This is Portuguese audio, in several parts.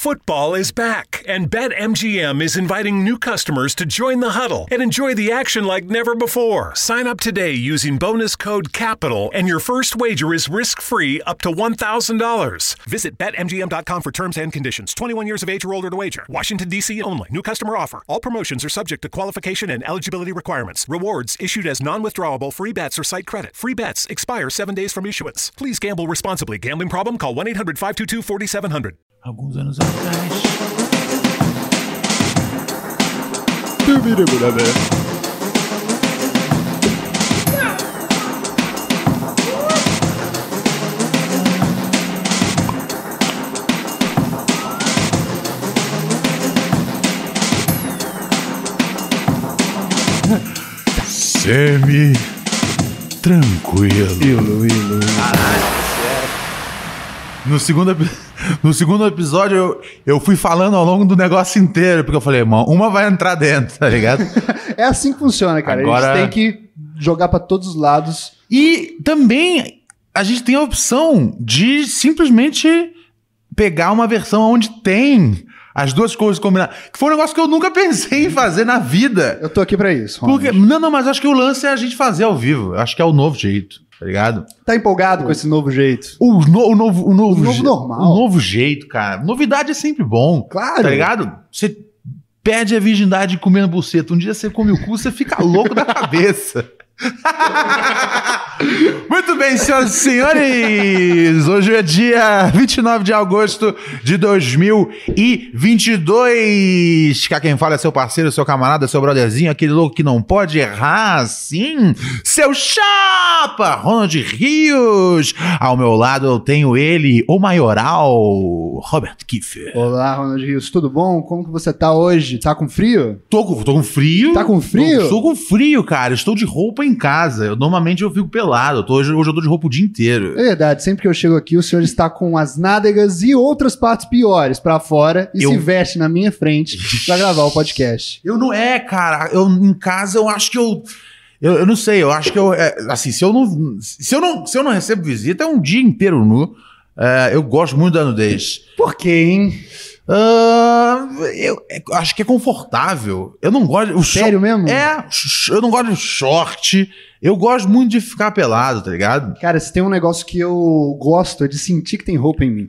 Football is back, and BetMGM is inviting new customers to join the huddle and enjoy the action like never before. Sign up today using bonus code CAPITAL, and your first wager is risk free up to $1,000. Visit BetMGM.com for terms and conditions. 21 years of age or older to wager. Washington, D.C. only. New customer offer. All promotions are subject to qualification and eligibility requirements. Rewards issued as non withdrawable free bets or site credit. Free bets expire seven days from issuance. Please gamble responsibly. Gambling problem? Call 1 800 522 4700. Alguns anos atrás. Semi tranquilo. No segundo, epi- no segundo episódio, eu, eu fui falando ao longo do negócio inteiro, porque eu falei, irmão, uma vai entrar dentro, tá ligado? É assim que funciona, cara. Agora- A gente tem que jogar pra todos os lados. E também a gente tem a opção de simplesmente pegar uma versão onde tem as duas coisas combinadas. Que foi um negócio que eu nunca pensei em fazer na vida. Eu tô aqui pra isso. Ronald. Porque, não, não, mas acho que o lance é a gente fazer ao vivo. Eu Acho que é o novo jeito, tá ligado? Tá empolgado com esse novo jeito? O, no- o novo, o novo, O novo je- normal. O novo jeito, cara. Novidade é sempre bom. Claro. Tá ligado? Você perde a virgindade comendo buceta. Um dia você come o cu, você fica louco da cabeça. Muito bem, senhoras e senhores! Hoje é dia 29 de agosto de 2022. Cá quem fala é seu parceiro, seu camarada, seu brotherzinho, aquele louco que não pode errar, sim! Seu chapa! Ronald Rios! Ao meu lado eu tenho ele, o maioral, Robert Kiefer. Olá, Ronald Rios, tudo bom? Como que você tá hoje? Tá com frio? Tô com, tô com frio. Tá com frio? Tô, estou com frio, cara. Estou de roupa em casa. Eu, normalmente eu fico pelado. Eu tô- hoje, hoje eu tô de roupa o dia inteiro. É verdade, sempre que eu chego aqui, o senhor está com as nádegas e outras partes piores pra fora e Eu- se veste na minha frente pra gravar o podcast. Eu não é, cara. Eu em casa eu acho que eu eu, eu não sei, eu acho que eu é, assim, se eu não se eu não se eu não recebo visita é um dia inteiro nu. É, eu gosto muito da nudez. Por quê, hein? Ah, eu é, acho que é confortável. Eu não gosto. O short- Sério mesmo? É, sh- eu não gosto de short. Eu gosto muito de ficar pelado, tá ligado? Cara, se tem um negócio que eu gosto é de sentir que tem roupa em mim.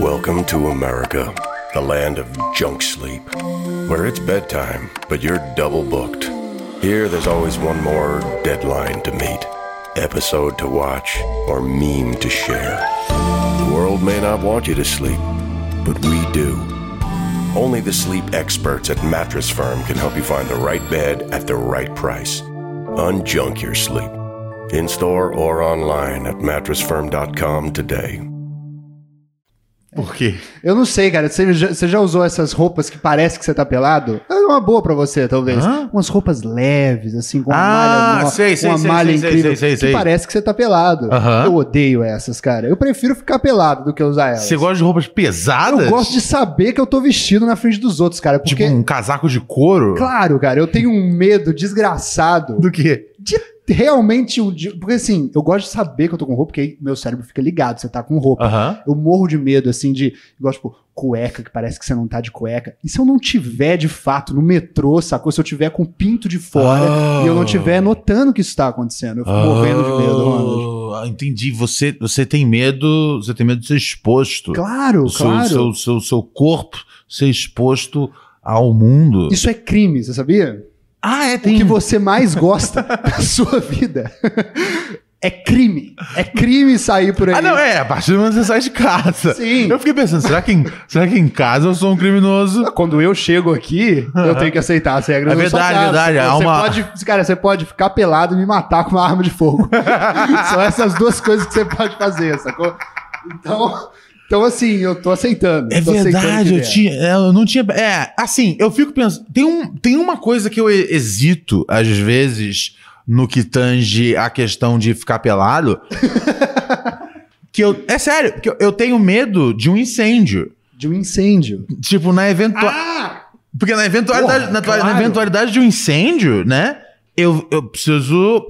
Welcome to America, the land of junk sleep, where it's bedtime, but you're double booked. Here, there's always one more deadline to meet, episode to watch, or meme to share. The world may not want you to sleep, but we do. Only the sleep experts at Mattress Firm can help you find the right bed at the right price. Unjunk your sleep. In store or online at mattressfirm.com today. Por quê? Eu não sei, cara, você já, você já usou essas roupas que parece que você tá pelado? É uma boa pra você, talvez. Hã? Umas roupas leves, assim, com uma Ah, malha, no- sei, sei, uma sei, malha sei, sei, incrível, sei, sei, que sei. parece que você tá pelado. Aham. Eu odeio essas, cara. Eu prefiro ficar pelado do que usar elas. Você gosta de roupas pesadas? Eu gosto de saber que eu tô vestido na frente dos outros, cara, porque... Tipo um casaco de couro? Claro, cara, eu tenho um medo desgraçado Do quê? de realmente um dia. Porque assim, eu gosto de saber que eu tô com roupa, porque aí meu cérebro fica ligado, você tá com roupa. Aham. Eu morro de medo, assim, de. Igual, tipo, cueca, que parece que você não tá de cueca. E se eu não tiver de fato no metrô, sacou? Se eu tiver com o pinto de fora Oh. e eu não tiver notando que isso tá acontecendo, eu fico morrendo de medo, Ronald. Ah, entendi. Você, você tem medo. Você tem medo de ser exposto. Claro, seu, claro. Seu, seu, seu corpo ser exposto ao mundo. Isso é crime, você sabia? Ah, é, O que você mais gosta da sua vida. É crime. É crime sair por aí. Ah, não, é, a partir do momento que você sai de casa. Sim. Eu fiquei pensando, será que, em, será que em casa eu sou um criminoso? Quando eu chego aqui, eu tenho que aceitar as regras. É da sua verdade, casa. verdade, há Você uma- pode, cara, você pode ficar pelado e me matar com uma arma de fogo. São essas duas coisas que você pode fazer, sacou? Então, Então, assim, eu tô aceitando. É tô aceitando verdade, que eu, vier. tinha, é, eu não tinha. É, assim, eu fico pensando. Tem, um, tem uma coisa que eu he- hesito, às vezes, no que tange a questão de ficar pelado. que eu. É sério, porque eu, eu tenho medo de um incêndio. De um incêndio. Tipo, na eventual. porque na eventualidade, Ah, Porra, na, tua- na claro. eventualidade de um incêndio, né? Eu, eu preciso,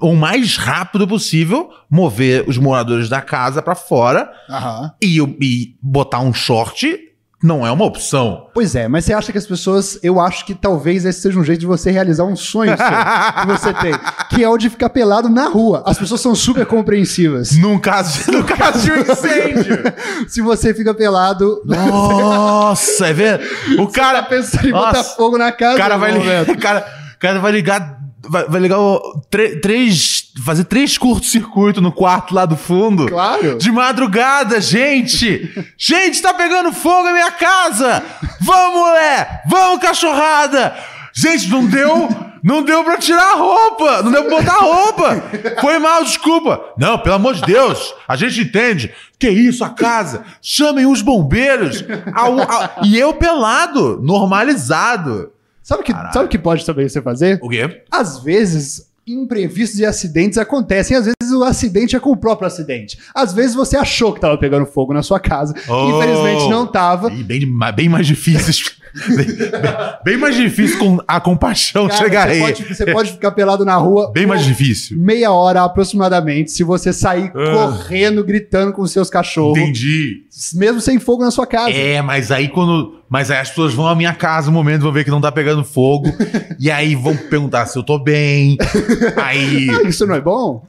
o mais rápido possível, mover os moradores da casa pra fora Aham. e, eu- e botar um short não é uma opção. Pois é, mas você acha que as pessoas. Eu acho que talvez esse seja um jeito de você realizar um sonho seu, que você tem, que é o de ficar pelado na rua. As pessoas são super compreensivas. Num caso, no caso de um incêndio. Se você fica pelado, Nossa, é ver? O cara tá pensando em botar Nossa, fogo na casa. O cara vai no ligar, momento. o cara, o cara vai ligar, vai, vai ligar o- tre- três, fazer três curto-circuito no quarto lá do fundo. Claro. De madrugada, gente! Gente, tá pegando fogo a minha casa! Vamos, mulher! Vamos, cachorrada! Gente, não deu! Não deu pra tirar a roupa! Não deu pra botar a roupa! Foi mal, desculpa! Não, pelo amor de Deus! A gente entende! Que isso, a casa? Chamem os bombeiros! Au, au. E eu pelado, normalizado! Sabe o que, sabe o que pode também você fazer? O quê? Às vezes, imprevistos e acidentes acontecem. Às vezes, o acidente é com o próprio acidente. Às vezes, você achou que tava pegando fogo na sua casa. Oh. Infelizmente, não tava. Ih, bem, bem mais difíceis. bem, bem- bem mais difícil com a compaixão Cara, chegar você, aí. pode, você pode ficar pelado na rua. Bem por mais difícil. Ah. Meia hora aproximadamente, se você sair correndo, gritando com seus cachorros, Entendi. mesmo sem fogo na sua casa. É, mas aí quando. Mas aí as pessoas vão à minha casa um momento, vão ver que não tá pegando fogo. e aí vão perguntar se eu tô bem. Aí. Ah, isso não é bom?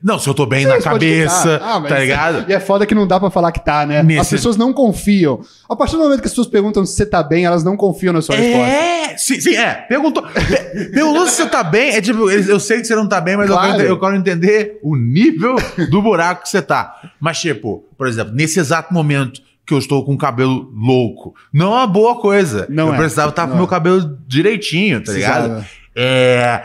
Não, se eu tô bem na Mas pode cabeça. ficar. Ah, mas- tá ligado? E é foda que não dá pra falar que tá, né? Nesse- As pessoas não confiam. A partir do momento que as pessoas perguntam se você tá bem, elas não confiam na sua resposta. É, sim, sim, é. Perguntou. Pe- Perguntou se você tá bem. É tipo, eu eu sei que você não tá bem, mas eu, Claro. quero, eu quero entender o nível do buraco que você tá. Mas, tipo, por exemplo, nesse exato momento que eu estou com o cabelo louco, não é uma boa coisa. Não eu é. precisava tá estar com Não meu é. cabelo direitinho, tá ligado? Precisava. É,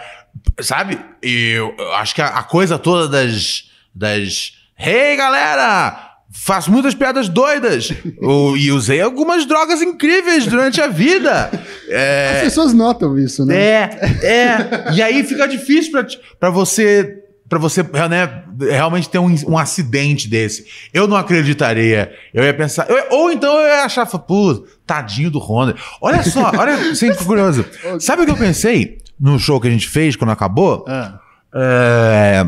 sabe, eu, eu acho que a, a coisa toda das. das Hey, galera! Faço muitas piadas doidas O- e usei algumas drogas incríveis durante a vida. É, As pessoas notam isso, né? é, é. E aí fica difícil pra, ti- pra você para você né, realmente ter um, um acidente desse. Eu não acreditaria. Eu ia pensar. eu- ou então eu ia achar, pô, tadinho do Honda. Olha só, olha, sempre curioso. Sabe o que eu pensei no show que a gente fez quando acabou? Ah, É,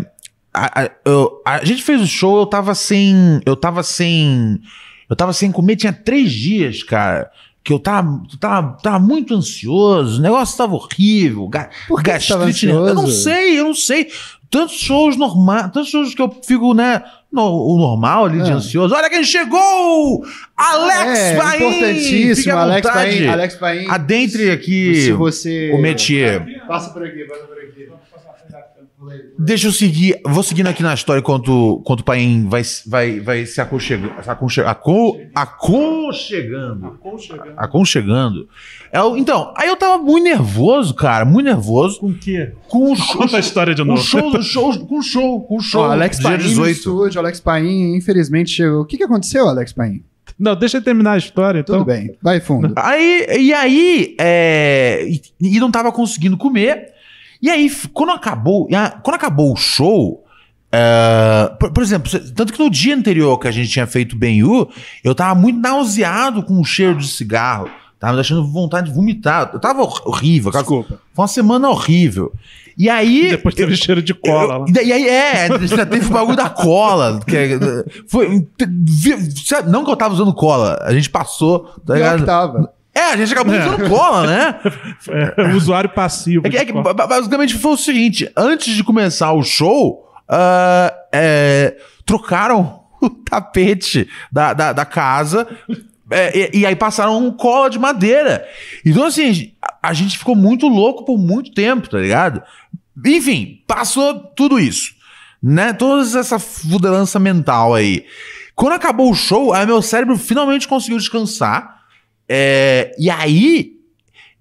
a, a- eu- a gente fez o show, eu tava sem. Eu tava sem. Eu tava sem comer, tinha três dias, cara. Que eu tava, tava, tava muito ansioso, o negócio tava horrível. Ga, Por que você tava ansioso? Eu não sei, eu não sei. Tantos shows normais, tantos shows que eu fico, né? no- o normal ali de É. ansioso. Olha quem chegou! Alex é, Paim! Fique importantíssimo, à Alex vontade. Paim. Alex Paim. Adentre aqui se você. o métier. Passa por aqui, passa por aqui. Deixa eu seguir. Vou seguindo aqui na história enquanto, enquanto o Paim vai, se- vai, vai se aconchegando. Aconche, aco, aconchegando. Aconchegando. É, o- então, aí eu tava muito nervoso, cara. Muito nervoso. Com o quê? Com o show. Conta a história de Com o novo. show, com o show, com o show, com o show. Ó, Alex dia Paim no 18. estúdio, Alex Paim, infelizmente chegou. O que, que aconteceu, Alex Paim? Não, deixa eu terminar a história, Tudo então. bem, vai tá fundo. Aí, e aí, é, e, e não tava conseguindo comer. E aí, f- quando acabou, e a- quando acabou o show, é, por, por exemplo, cê- tanto que no dia anterior que a gente tinha feito Ben U, eu tava muito nauseado com o cheiro de cigarro. Tava me deixando vontade de vomitar. Eu tava hor- horrível. cara. Desculpa. Foi uma semana horrível. E aí. Depois teve cheiro de Eu- cola né? lá. E daí aí, é, já teve o bagulho da cola. Que, é- foi, vi- sabe, não que eu tava usando cola, a gente passou. tá Pior que ligado? tava. É, a gente acabou usando cola, né? É, usuário passivo. É que, é de que cola. ba- ba- basicamente foi o seguinte: antes de começar o show, ah, é, trocaram o tapete da, da, da casa. é, e, e aí passaram um cola de madeira. Então, assim, a, a gente ficou muito louco por muito tempo, tá ligado? Enfim, passou tudo isso. Né? Toda essa fudelança mental aí. Quando acabou o show, aí meu cérebro finalmente conseguiu descansar. É, e aí,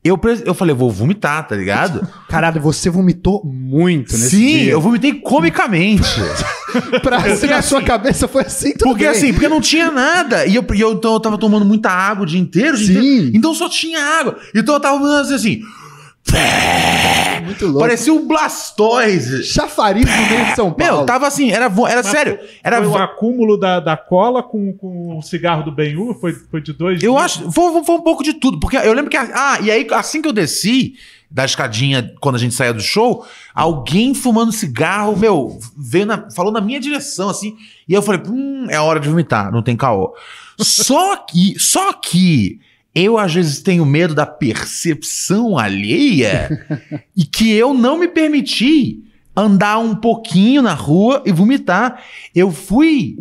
eu, pre- eu falei, vou vomitar, tá ligado? Caralho, você vomitou muito nesse Sim, dia. eu vomitei comicamente. pra se na assim- sua cabeça foi assim tudo Porque bem. assim, porque não tinha nada. E eu, e eu, então, eu tava tomando muita água o dia inteiro. o dia Sim. inteiro. então só tinha água. Então eu tava assim. muito louco. Parecia um Blastoise. chafariz no meio de São Paulo. Meu, tava assim, era, vo- era sério. Era, foi um o vo- acúmulo da, da cola com, com o cigarro do Benhu? Foi, foi de dois eu dias? acho. Foi, foi- foi um pouco de tudo. Porque eu lembro que. a- Ah, e aí, assim que eu desci da escadinha, quando a gente saía do show, alguém fumando cigarro, meu, veio na, falou na minha direção, assim. E eu falei, hum, é hora de vomitar, não tem caô. Só que. Só que. Eu, às vezes, tenho medo da percepção alheia e que eu não me permiti andar um pouquinho na rua e vomitar. Eu fui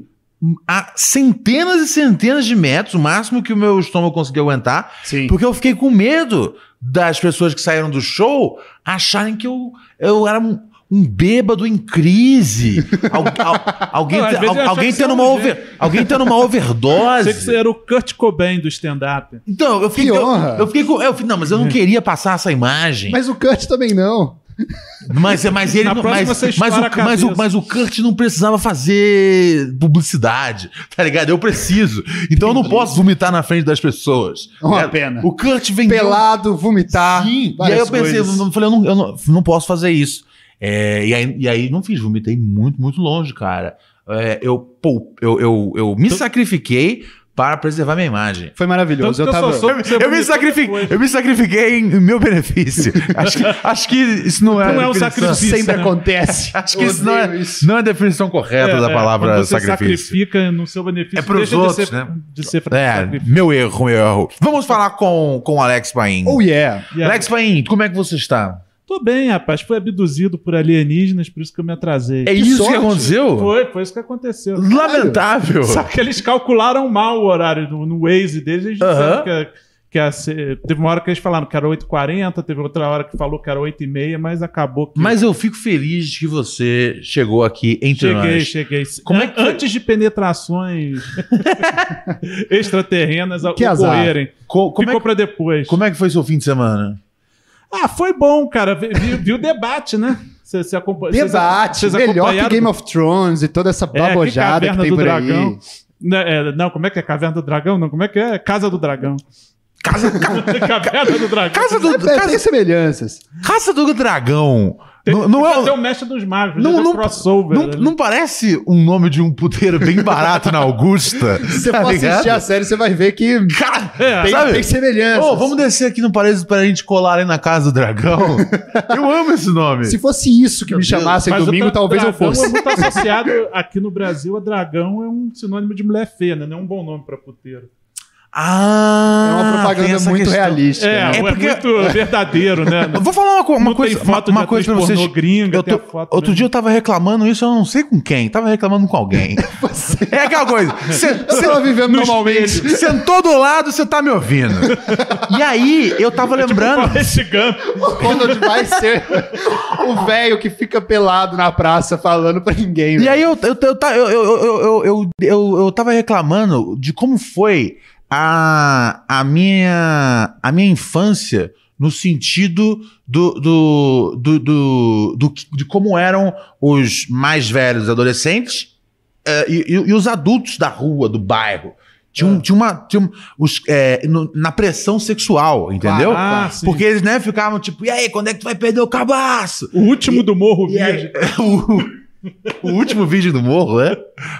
a centenas e centenas de metros, o máximo que o meu estômago conseguiu aguentar, Sim. porque eu fiquei com medo das pessoas que saíram do show acharem que eu, eu era um, um bêbado em crise. Al- al- alguém Não, às te- vezes al- eu acho alguém, que você tendo é um uma gênio. over, alguém tendo uma Sei que é overdose. você era o Kurt Cobain do stand-up. Então, eu fiquei, Que eu, honra. eu fiquei com. Eu, fiquei- não, mas eu É. não queria passar essa imagem. Mas o Kurt também não. Mas, é, mas ele Na não- próxima mas, você mas, estoura o, a mas, o, cabeça. mas o Kurt não precisava fazer publicidade, tá ligado? Eu preciso. Então eu não posso vomitar na frente das pessoas. Uma É, pena. O Kurt vendeu. Pelado, vomitar. Sim. E aí várias eu pensei, coisas. eu falei, eu não, eu não, não posso fazer isso. É, e, aí, e aí não fiz, vomitei muito, muito longe, cara. É, eu, pou- eu, eu, eu Então me sacrifiquei para preservar minha imagem. Foi maravilhoso. Tanto que Eu eu tava... só soube que você Eu me, vomitou sacrifiquei, depois. eu me sacrifiquei em meu benefício. Acho que, acho que isso não é. Não é um definição. sacrifício. Sempre né? acontece. Acho que isso não Odeio é, isso. não é a definição correta da É, é, palavra quando você sacrifício. sacrifica no seu benefício. É pros deixa outros, de ser, né? De ser fra- É, sacrifício. meu erro, meu erro. Vamos falar com com o Alex Paim. Oh yeah. E aí, Alex Paim, como é que você está? Tô bem, rapaz. Fui abduzido por alienígenas, por isso que eu me atrasei. É isso sorte. que aconteceu? Foi, foi isso que aconteceu. Lamentável. Uhum. Só que eles calcularam mal o horário no, no Waze deles. Eles disseram Uhum. Aham. que, a- que a se- teve uma hora que eles falaram que era 8h40, teve outra hora que falou que era 8h30, mas acabou que. Mas eu fico feliz de que você chegou aqui então, entre cheguei, nós. cheguei. Como é que- Antes de penetrações extraterrenas Que azar. ocorrerem. Co- como, é Ficou que, pra depois. como é que foi seu fim de semana? Ah, foi bom, cara. Vi, vi- vi o debate, né? Cê, cê acompa- vocês- Debate. vocês Melhor que acompanharam? Game of Thrones e toda essa É, que babojada que, Caverna tem do por Dragão. aí. Né, é, não, como é que é? Caverna do Dragão? Não, como é que é? Casa do Dragão. Casa, ca- Caverna do Dragão. casa, É, do, tem casa, semelhanças. Casa do Dragão. Não, não é, Fazer o- o mestre dos magos. Não, fazer não, um crossover. não, não parece um nome de um puteiro bem barato na Augusta? Se você tá for assistir ligado? a série, você vai ver que Cara, É, tem, sabe? tem semelhanças. Ô, vamos descer aqui no Paredes pra gente colar ali na Casa do Dragão. Eu amo esse nome. Se fosse isso que me chamassem Mas o domingo, dra- talvez eu dragão fosse. é muito associado aqui no Brasil a dragão é um sinônimo de mulher feia, né? Não é um bom nome pra puteiro. Ah, É uma tem propaganda essa muito questão. realista. É, né? é, porque- muito verdadeiro, né? Eu vou falar uma, co- uma Não tem coisa, foto uma, de uma coisa pra atriz vocês. pornô gringa, Eu tem tô- a foto outro mesmo. dia eu tava reclamando isso, eu não sei com quem. Tava reclamando com alguém. é aquela coisa. Você Eu tava vivendo normalmente. sentou do lado, você tá me ouvindo. E aí, eu tava É tipo lembrando. Esse Gump. Ronald vai ser o velho que fica pelado na praça falando pra ninguém. E né? velho. aí eu, eu, eu, ta- eu, eu, eu, eu, eu, eu, eu tava reclamando de como foi a, a, minha, a minha infância no sentido do, do, do, do, do que- de como eram os mais velhos adolescentes eh, e, e- e os adultos da rua, do bairro. Tinha, Ah. um, tinha uma. Tinha um, os, eh, no- na pressão sexual, entendeu? Ah, sim. Porque eles né, ficavam tipo, e aí, quando é que tu vai perder o cabaço? O último do Morro E aí, Virgem. o, o último vídeo do morro, né?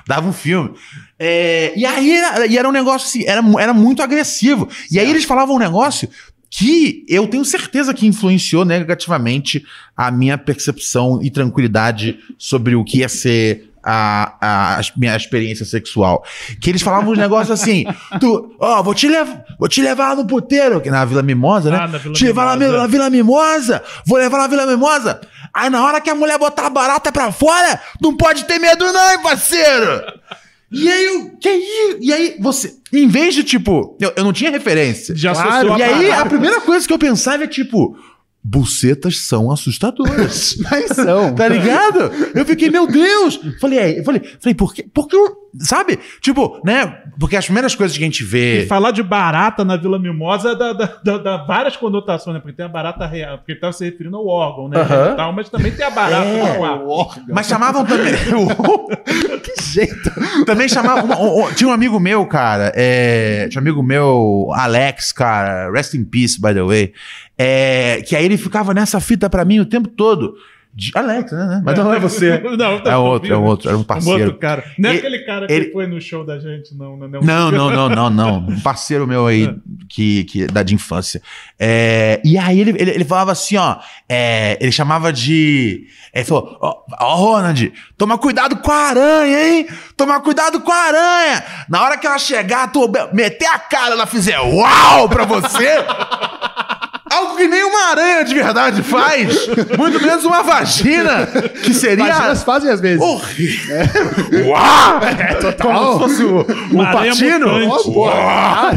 Dava um filme. É, e aí era, e era um negócio assim, era, mu- era muito agressivo. E aí eles falavam um negócio que eu tenho certeza que influenciou negativamente a minha percepção e tranquilidade sobre o que ia ser. A, a, a minha experiência sexual. Que eles falavam uns negócios assim: tu, ó, vou, te lev- vou te levar no puteiro, que na Vila Mimosa, né? Ah, na Vila te levar lá Mimosa. na Vila Mimosa, vou levar na Vila Mimosa. Aí na hora que a mulher botar a barata pra fora, não pode ter medo não, hein, parceiro! E aí, eu- que aí, e aí você, em vez de tipo, eu, eu não tinha referência. Já Claro, associou a E aí parada. a primeira coisa que eu pensava é tipo, bucetas são assustadoras. Mas são. Tá ligado? Eu fiquei, meu Deus! Falei, é, eu falei, falei, por que, por que eu- sabe? Tipo, né? Porque as primeiras coisas que a gente E vê. falar de barata na Vila Mimosa é dá, dá- dá- dá várias conotações, né? Porque tem a barata real, porque ele estava se referindo ao órgão, né? Aham. E tal, mas também tem a barata É, no ar. Mas chamavam também. que jeito. também chamavam. o- o- tinha um amigo meu, cara. é, tinha um amigo meu, Alex, cara. Rest in peace, by the way. é, que aí ele ficava nessa fita pra mim o tempo todo. De- Alex, né? né? Mas não é você. Não, tá É outro, é ouvindo? outro. Era um Um parceiro. outro cara. Não é Ele- aquele cara que ele- foi no show da gente, não, né? Não. Não, não, não, não, não. Um parceiro meu aí, que, que da de infância. É, e aí ele, ele, ele falava assim, ó. é, ele chamava de. Ele falou: Ó, ó, Ronald, toma cuidado com a aranha, hein? Toma cuidado com a aranha. Na hora que ela chegar, tu be- meter a cara, ela fizer uau pra você. Algo que nem uma aranha de verdade faz. Muito menos uma vagina, que seria. Vaginas fazem às vezes. Horrível. Uau! É, total. Como se fosse o, o Uma aranha patino. mutante. Uau!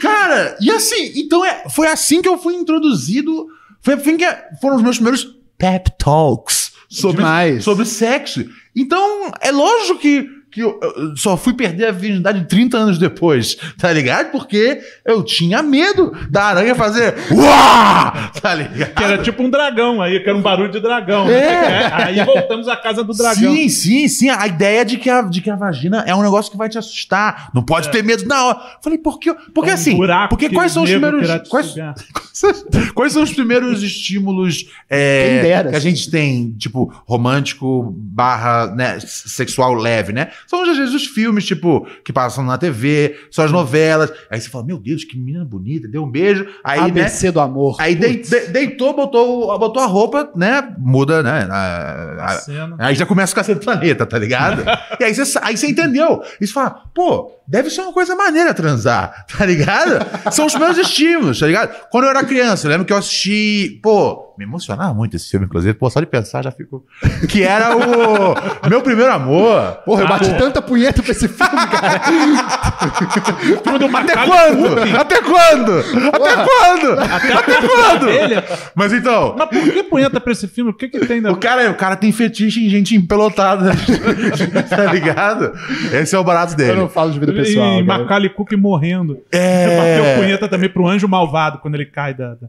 Cara, e assim, então é, foi assim que eu fui introduzido. Foi assim que foram os meus primeiros pep talks sobre, Demais. sobre sexo. Então, é lógico que, que eu, eu só fui perder a virgindade 30 anos depois, tá ligado? Porque eu tinha medo da aranha fazer uau! Tá ligado? Que era tipo um dragão aí, que era um barulho de dragão. né? É. Aí voltamos à casa do dragão. Sim, sim, sim. A ideia de que a, de que a vagina é um negócio que vai te assustar. Não pode ter medo na hora. Falei, por quê? Porque É. Um assim. buraco Porque que quais são os negro primeiros. queira te Quais, sugar. quais são os primeiros estímulos é, Quem dera, assim. que a gente tem, tipo, romântico barra né, s- sexual leve, né? São às vezes os filmes, tipo, que passam na TV, são as novelas. Aí você fala, meu Deus, que menina bonita, deu um beijo. Aí, né? ABC do amor. Aí dei- Ah, Putz. de- deitou, botou, botou a roupa, né? Muda, né? a- A a- cena. Aí já começa o cacete do planeta, tá ligado? e aí você, aí você entendeu. E você fala, pô, deve ser uma coisa maneira transar, tá ligado? São os meus estímulos, tá ligado? Quando eu era criança, eu lembro que eu assisti. Pô, me emocionava muito esse filme, inclusive. Pô, só de pensar já ficou. Que era o Meu Primeiro Amor. Porra, eu bati tanta punheta pra esse filme, cara. Até quando? Até quando? Até quando? Até quando? Mas então, é- Mas por que punheta pra esse filme? O que, que tem na O cara, o cara tem fetiche em gente empelotada. tá ligado? Esse é o barato dele. Eu não falo de vida pessoal. E cara. Macaulay Culkin morrendo. É. Bateu punheta também pro anjo malvado quando ele cai da. da-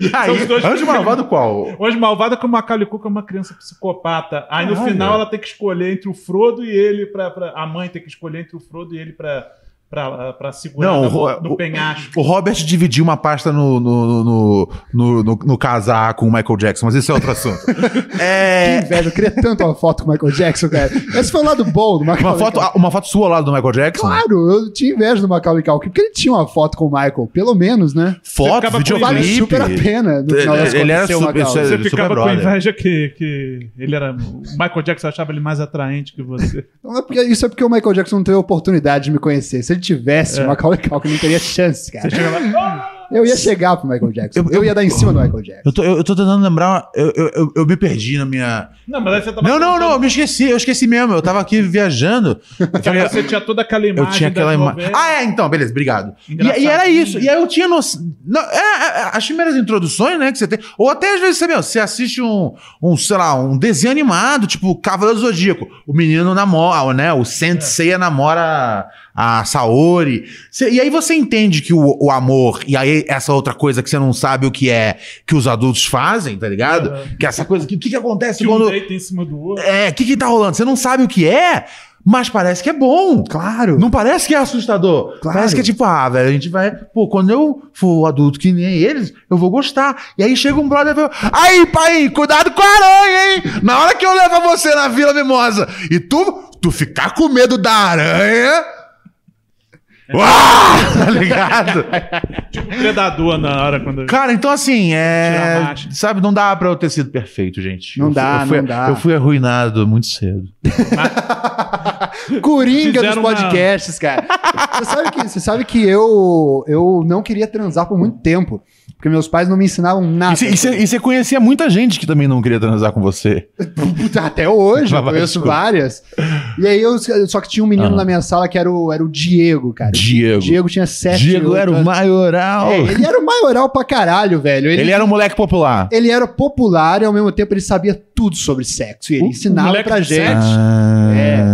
E aí, São os dois anjo primeiros. malvado qual? O anjo malvado é que o Macaulay Culkin é uma criança psicopata. Aí no Caralho. final ela tem que escolher entre o Frodo e ele pra, pra- A mãe tem que escolher entre o Frodo e ele pra, pra, pra segurar Não, no, o- no o- penhasco. O Robert dividiu uma pasta no, no, no, no, no- no casar com o Michael Jackson, mas isso é outro assunto. Que É, inveja. Eu queria tanto uma foto com o Michael Jackson, cara. Esse foi o lado bom do Michael uma, foto, uma foto sua ao lado do Michael Jackson? Claro, eu tinha inveja do Macaulay Culkin, porque ele tinha uma foto com o Michael, pelo menos, né? Foto, Ficava videoclipe. Vale super a pena, no final das um Ele contas, era ser o super- Macaulay. isso Você Ele é super ficava com brother. inveja que, que ele era. O Michael Jackson achava ele mais atraente que você. Não é porque- Isso é porque o Michael Jackson não teve a oportunidade de me conhecer. Se ele tivesse, o Macaulay Culkin não teria chance, cara. Eu ia chegar pro Michael Jackson. Eu, Eu- eu- ia dar em cima do Michael Jackson. Eu tô, eu, eu tô tentando lembrar. Eu, eu, eu- eu me perdi na minha. Não, mas aí você tava. Não, não, não, eu contando me esqueci, eu esqueci mesmo. Eu tava aqui viajando. Eu que falei, Você tinha toda aquela imagem. Eu tinha aquela das imagem. novelas. Ah, é, então, beleza, obrigado. E, Engraçadinho. e era isso. E aí eu tinha noção. não, é, é, é, as primeiras introduções, né, que você tem. Ou até às vezes você, meu, você assiste um, um, sei lá, um desenho animado, tipo Cavaleiro do Zodíaco. O menino namora, né? O É. Sensei namora a Saori. Cê- e aí você entende que o, o amor, e aí essa outra coisa que você não sabe o que é que os adultos fazem, tá ligado? Que essa coisa. O que, que, que acontece Que um quando. deita em cima do outro. É, o que, que tá rolando? Você não sabe o que é, mas parece que é bom. Claro. Não parece que é assustador. Claro. Parece que é tipo, ah, velho, a gente vai. Pô, quando eu for adulto que nem eles, eu vou gostar. E aí chega um brother e fala: Aí, pai, cuidado com a aranha, hein? Na hora que eu levo você na Vila Mimosa e tu, tu ficar com medo da aranha. É. Uau! Tá ligado? Tipo predador na hora quando. Cara, então assim, Tirar a é. marcha. Sabe, não dá pra eu ter sido perfeito, gente. Não Eu fui- dá, eu fui- não dá. Eu fui arruinado muito cedo. Coringa dos Fizeram uma- podcasts, cara. você, sabe que, você sabe que eu, eu não queria transar por muito tempo. Porque meus pais não me ensinavam nada. E você- E você- e você conhecia muita gente que também não queria transar com você. Puta, até hoje, eu Vai, conheço desculpa. Ah. várias. E aí eu só que tinha um menino na minha sala que era o, era o Diego, cara. Diego. Diego tinha sete Diego oito era o anos. maioral. É, ele era o maioral pra caralho, velho. Ele, Ele era um moleque popular. ele era popular e ao mesmo tempo ele sabia tudo sobre sexo. E ele Um ensinava moleque pra de gente. sete? Ah.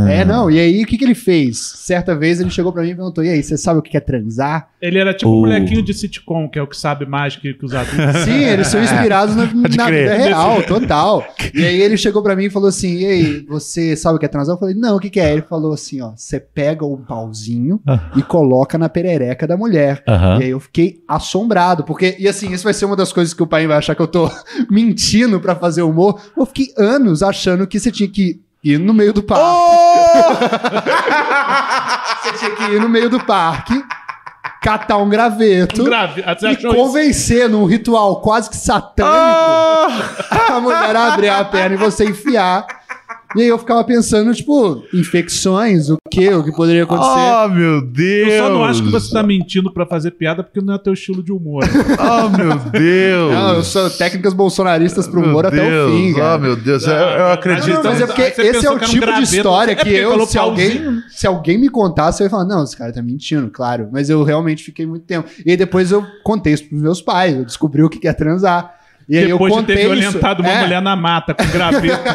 É, é, não. E aí, o que, que ele fez? Certa vez ele chegou pra mim e perguntou: E aí, você sabe o que é transar? Ele era tipo um Oh. molequinho de sitcom, que é o que sabe mais que, que os adultos. Sim, eles são inspirados na, na crer. vida real, total. E aí ele chegou pra mim e falou assim: E aí, você sabe o que é transar? Eu falei, não, o que, que é? Ele falou assim: ó, você pega um pauzinho e coloca na perereca da mulher. Aham. E aí eu fiquei assombrado, porque, e assim, isso vai ser uma das coisas que o pai vai achar que eu tô mentindo pra fazer humor. Eu fiquei anos achando que você tinha que ir no meio do parque. você tinha que ir no meio do parque, catar um graveto. Um grave. Você E achou isso? convencer num ritual quase que satânico Ah! a mulher a abrir a perna e você enfiar. E aí eu ficava pensando, tipo, infecções, o que, o que poderia acontecer. Ah! Oh, meu Deus! Eu só não acho que você tá mentindo pra fazer piada porque não é teu estilo de humor. Oh, meu Deus! Não, eu sou técnicas bolsonaristas pro Meu humor até o Deus. fim, cara. Oh, meu Deus, eu, eu acredito. Não, não, mas é porque Aí você esse é pensou o que era um tipo de graveto, história é que porque ele eu, falou se alguém, se alguém me contasse, eu ia falar, não, esse cara tá mentindo, claro. Mas eu realmente fiquei muito tempo. E aí depois eu contei isso pros meus pais, eu descobri o que que é transar. E aí Depois eu de contei ter isso. violentado uma É. mulher na mata com graveto.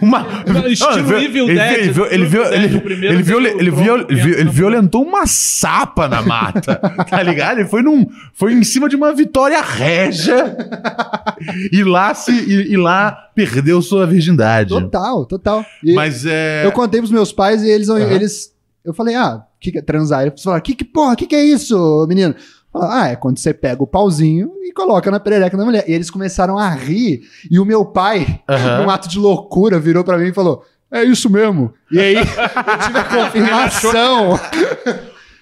Uma... Estilo Ah, ele- Evil ele- Dead, ele- estilo ele- Evil ele- Dead, ele- o primeiro ele viol- teve o ele tronco viol- dentro ele da violentou uma sapa na mata, tá ligado? Ele foi, num, foi em cima de uma vitória régia e lá, se, e, e lá perdeu sua virgindade. Total, total. E- Mas é. Eu contei pros meus pais e eles. eles eu falei, ah, que que é transar? Eles falaram, que, que porra, que que é isso, menino? Eu falei, ah, é quando você pega o pauzinho e coloca na perereca da mulher. E eles começaram a rir. E o meu pai, Aham. num ato de loucura, virou pra mim e falou. É isso mesmo. E aí, eu tive a confirmação.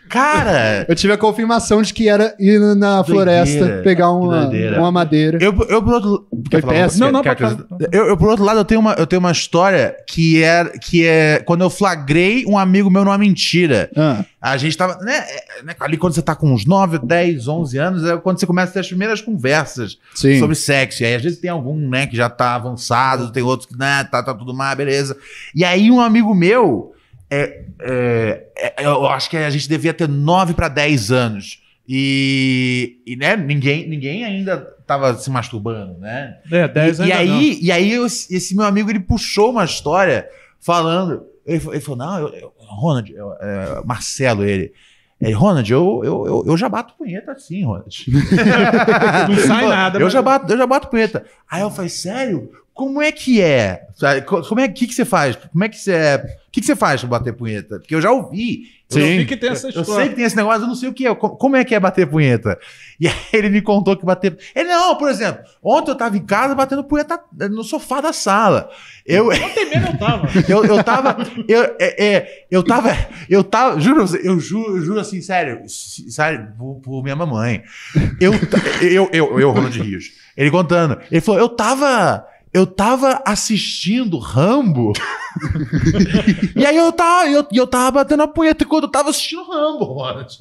Cara, Eu tive a confirmação de que era ir na floresta Doideira, pegar que uma, doideira. uma madeira. eu, eu por outro Foi péssimo. Não, não, Quer pra acrescentar? Eu, eu, por outro lado, eu tenho uma, eu tenho uma história que é, que é quando eu flagrei um amigo meu numa mentira. Ah, A gente tava, né, é, né, ali quando você tá com uns 9, 10, 11 anos, é quando você começa a ter as primeiras conversas sim. sobre sexo. E aí às vezes tem algum, né, que já tá avançado, tem outros que, né, tá, tá tudo mais, beleza. E aí um amigo meu, é, é, é, eu acho que a gente devia ter 9 para 10 anos. E, e, né, ninguém, ninguém ainda tava se masturbando, né? É, 10 E, e ainda não. aí, e aí eu- esse meu amigo ele puxou uma história falando. Ele, fa- ele falou: não, eu, eu- Ronald, eu- é, Marcelo, ele. Ele, Ronald, eu, eu, eu, eu já bato punheta assim, Ronald. Não sai nada. Eu mas- já bato, eu já bato punheta. Aí eu falei, sério? Como é que é? Sabe, co- Como é que, que você faz? Como é que você é? O que, que você faz pra bater punheta? Porque eu já ouvi. Eu Eu vi que tem essa eu sei história. que tem esse negócio, eu não sei o que é. co- Como é que é bater punheta? E aí ele me contou que bater. Ele, não, por exemplo, ontem eu tava em casa batendo punheta eh, no sofá da sala. Eu, Ontem mesmo eu tava. eu, eu tava. Eu, é, é, eu tava. Eu tava. Juro, pra você, eu juro, eu juro assim, sério. s- Sério, por, por minha mamãe. Eu, ta- eu, eu, eu, Ronald Rios. Ele contando. Ele falou, eu tava. Eu tava assistindo Rambo. e aí eu tava, eu, eu tava batendo a punheta quando eu tava assistindo Rambo, Ronald.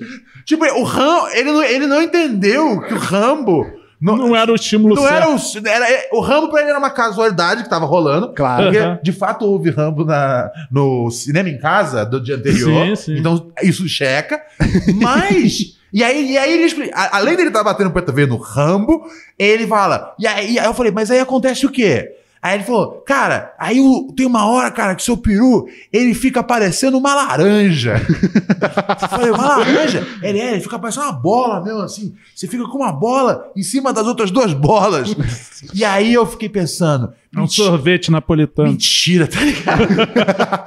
Tipo, o Rambo. Ele não, ele não entendeu que o Rambo. Não, Não é era o estímulo não certo. era o. Era, é, o Rambo pra ele era uma casualidade que tava rolando. Claro. Porque, Aham. de fato, houve Rambo na, no cinema em casa do dia anterior. Sim, sim. Então, isso checa. Mas. E aí, e aí ele explica, a- além dele estar batendo punheta vendo Rambo, ele fala. E aí, e aí eu falei, mas aí acontece o quê? Aí ele falou, cara, aí o- tem uma hora, cara, que seu peru, ele fica parecendo uma laranja. Eu falei, uma laranja? Ele é, ele fica parecendo uma bola mesmo, assim. Você fica com uma bola em cima das outras duas bolas. E aí eu fiquei pensando, É um sorvete napolitano. Mentira, tá ligado?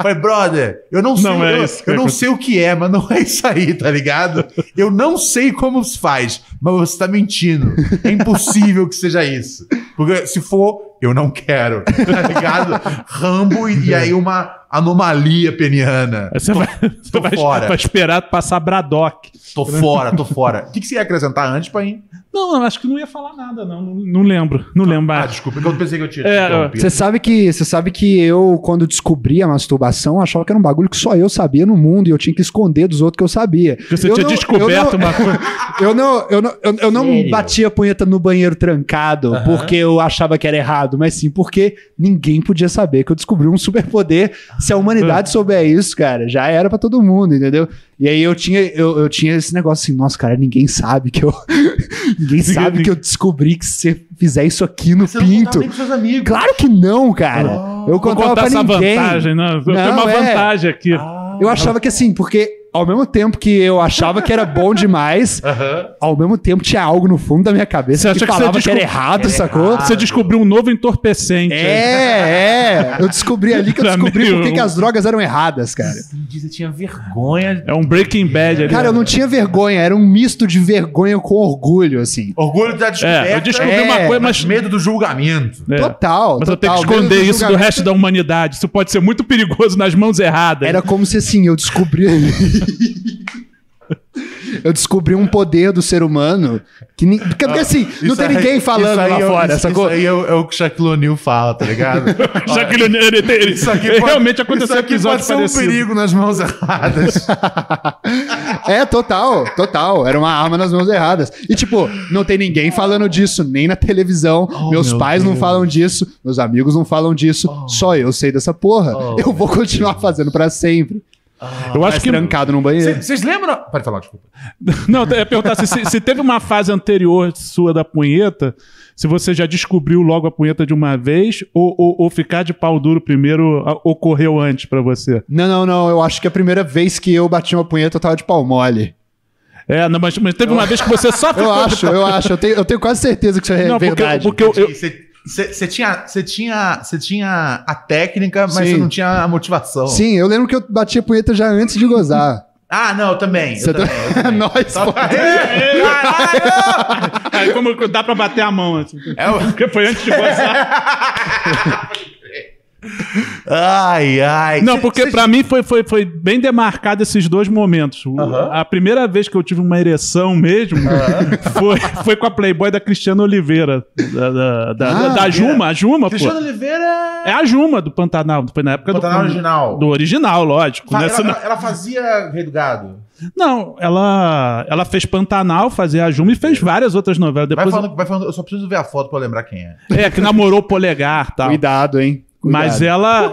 Falei, brother, eu não sei, Não é eu, isso que eu vai não acontecer. sei o que é, mas não é isso aí, tá ligado? Eu não sei como se faz, mas você tá mentindo. É impossível que seja isso. Porque se for, eu não quero, tá ligado? Rambo e, e aí uma anomalia peniana. Aí Você vai, você vai, fora. vai esperar passar Braddock. Tô fora, tô fora. O que, que você ia acrescentar antes, Paim? Não, eu acho que não ia falar nada, não. Não, não lembro. Não lembro. Ah, mais. desculpa, que eu pensei que eu tinha. É, interrompido. Você sabe que você sabe que eu quando descobri a masturbação achava que era um bagulho que só eu sabia no mundo e eu tinha que esconder dos outros que eu sabia. Porque você eu tinha não- descoberto eu não, uma coisa. Eu não, eu não, eu, eu não Sério? batia a punheta no banheiro trancado porque eu achava que era errado, mas sim porque ninguém podia saber que eu descobri um superpoder. Se a humanidade souber isso, cara, já era pra todo mundo, entendeu? E aí eu tinha, eu, eu tinha esse negócio assim, nossa, cara, ninguém sabe que eu. ninguém sabe que eu descobri que se você fizer isso aqui no Você não contava pinto. nem pros seus amigos. Claro que não, cara. eu Vou contava contar pra essa ninguém. vantagem, né? Eu tenho Não, uma é. vantagem aqui. Eu achava que assim, porque ao mesmo tempo que eu achava que era bom demais, ao mesmo tempo tinha algo no fundo da minha Você cabeça que acha que você falava que, era descob- errado, sacou? Você descobriu um novo entorpecente. É, é. Eu descobri ali que eu Pra descobri mim, por que eu- que as drogas eram erradas, cara. Entendi, Você tinha vergonha. É um Breaking Bad ali. Cara, eu não tinha vergonha, era um misto de vergonha com orgulho, assim. Orgulho da descoberta. É, eu descobri uma coisa, mas- medo do julgamento. É. Total, Mas eu tenho total. que esconder Medo do isso do julgamento. resto da humanidade. Isso pode ser muito perigoso nas mãos erradas. Era como se assim, eu descobri. eu descobri um poder do ser humano que. ni- Porque, porque, assim, não Ah, Isso tem aí- ninguém falando isso aí lá é o- fora, isso, sacou? Isso aí é o, é o que o Shaquille O'Neal fala, tá ligado? Já que ele, ele- ele- Isso aqui pode- realmente aconteceu isso um aqui pode episódio ser um parecido. perigo nas mãos erradas. É, total, total. Era uma arma nas mãos erradas. E, tipo, não tem ninguém falando disso, nem na televisão. meus Oh, meu pais não Deus. Oh. falam disso, meus amigos não falam disso. Só eu sei dessa porra. eu vou continuar fazendo pra sempre. eu acho que Tá trancado num banheiro. Vocês lembram? Pode falar, desculpa. não, eu ia perguntar se, se- se teve uma fase anterior sua da punheta, se você já descobriu logo a punheta de uma vez ou, ou- ou ficar de pau duro primeiro a- ocorreu antes pra você. Não, não, não. Eu acho que a primeira vez que eu bati uma punheta, eu tava de pau mole. É, não, mas, mas teve uma vez que você só ficou Eu de acho, pau- eu acho. Eu tenho, eu tenho quase certeza que isso é Não, porque, verdade. porque eu, eu- Você tinha, você tinha, você tinha a técnica, mas Sim. você não tinha a motivação. Sim, eu lembro que eu bati a punheta já antes de gozar. Ah, não, eu também. Você Eu tá- também, eu também. Nós, Só- pô. É, Caralho! Aí como que dá pra bater a mão assim. É o- Porque foi antes de gozar. Ai, ai. Não, Cê- porque cê- pra mim foi, foi, foi bem demarcado esses dois momentos. O- A primeira vez que eu tive uma ereção mesmo foi, foi com a Playboy da Cristiana Oliveira. Da, da, da, Ah, da Juma, a Juma, pô. é. Cristiano Oliveira. É a Juma do Pantanal. Foi na época Pantanal do original. Do original, lógico. Fa- Nessa- ela, ela fazia Rei do Gado. Não, ela, ela fez Pantanal, fazia a Juma e fez várias outras novelas. Vai Depois, falando, vai falando, eu só preciso ver a foto pra eu lembrar quem é. É, que namorou o Polegar e tal. Cuidado, hein? Cuidado. Mas é ela.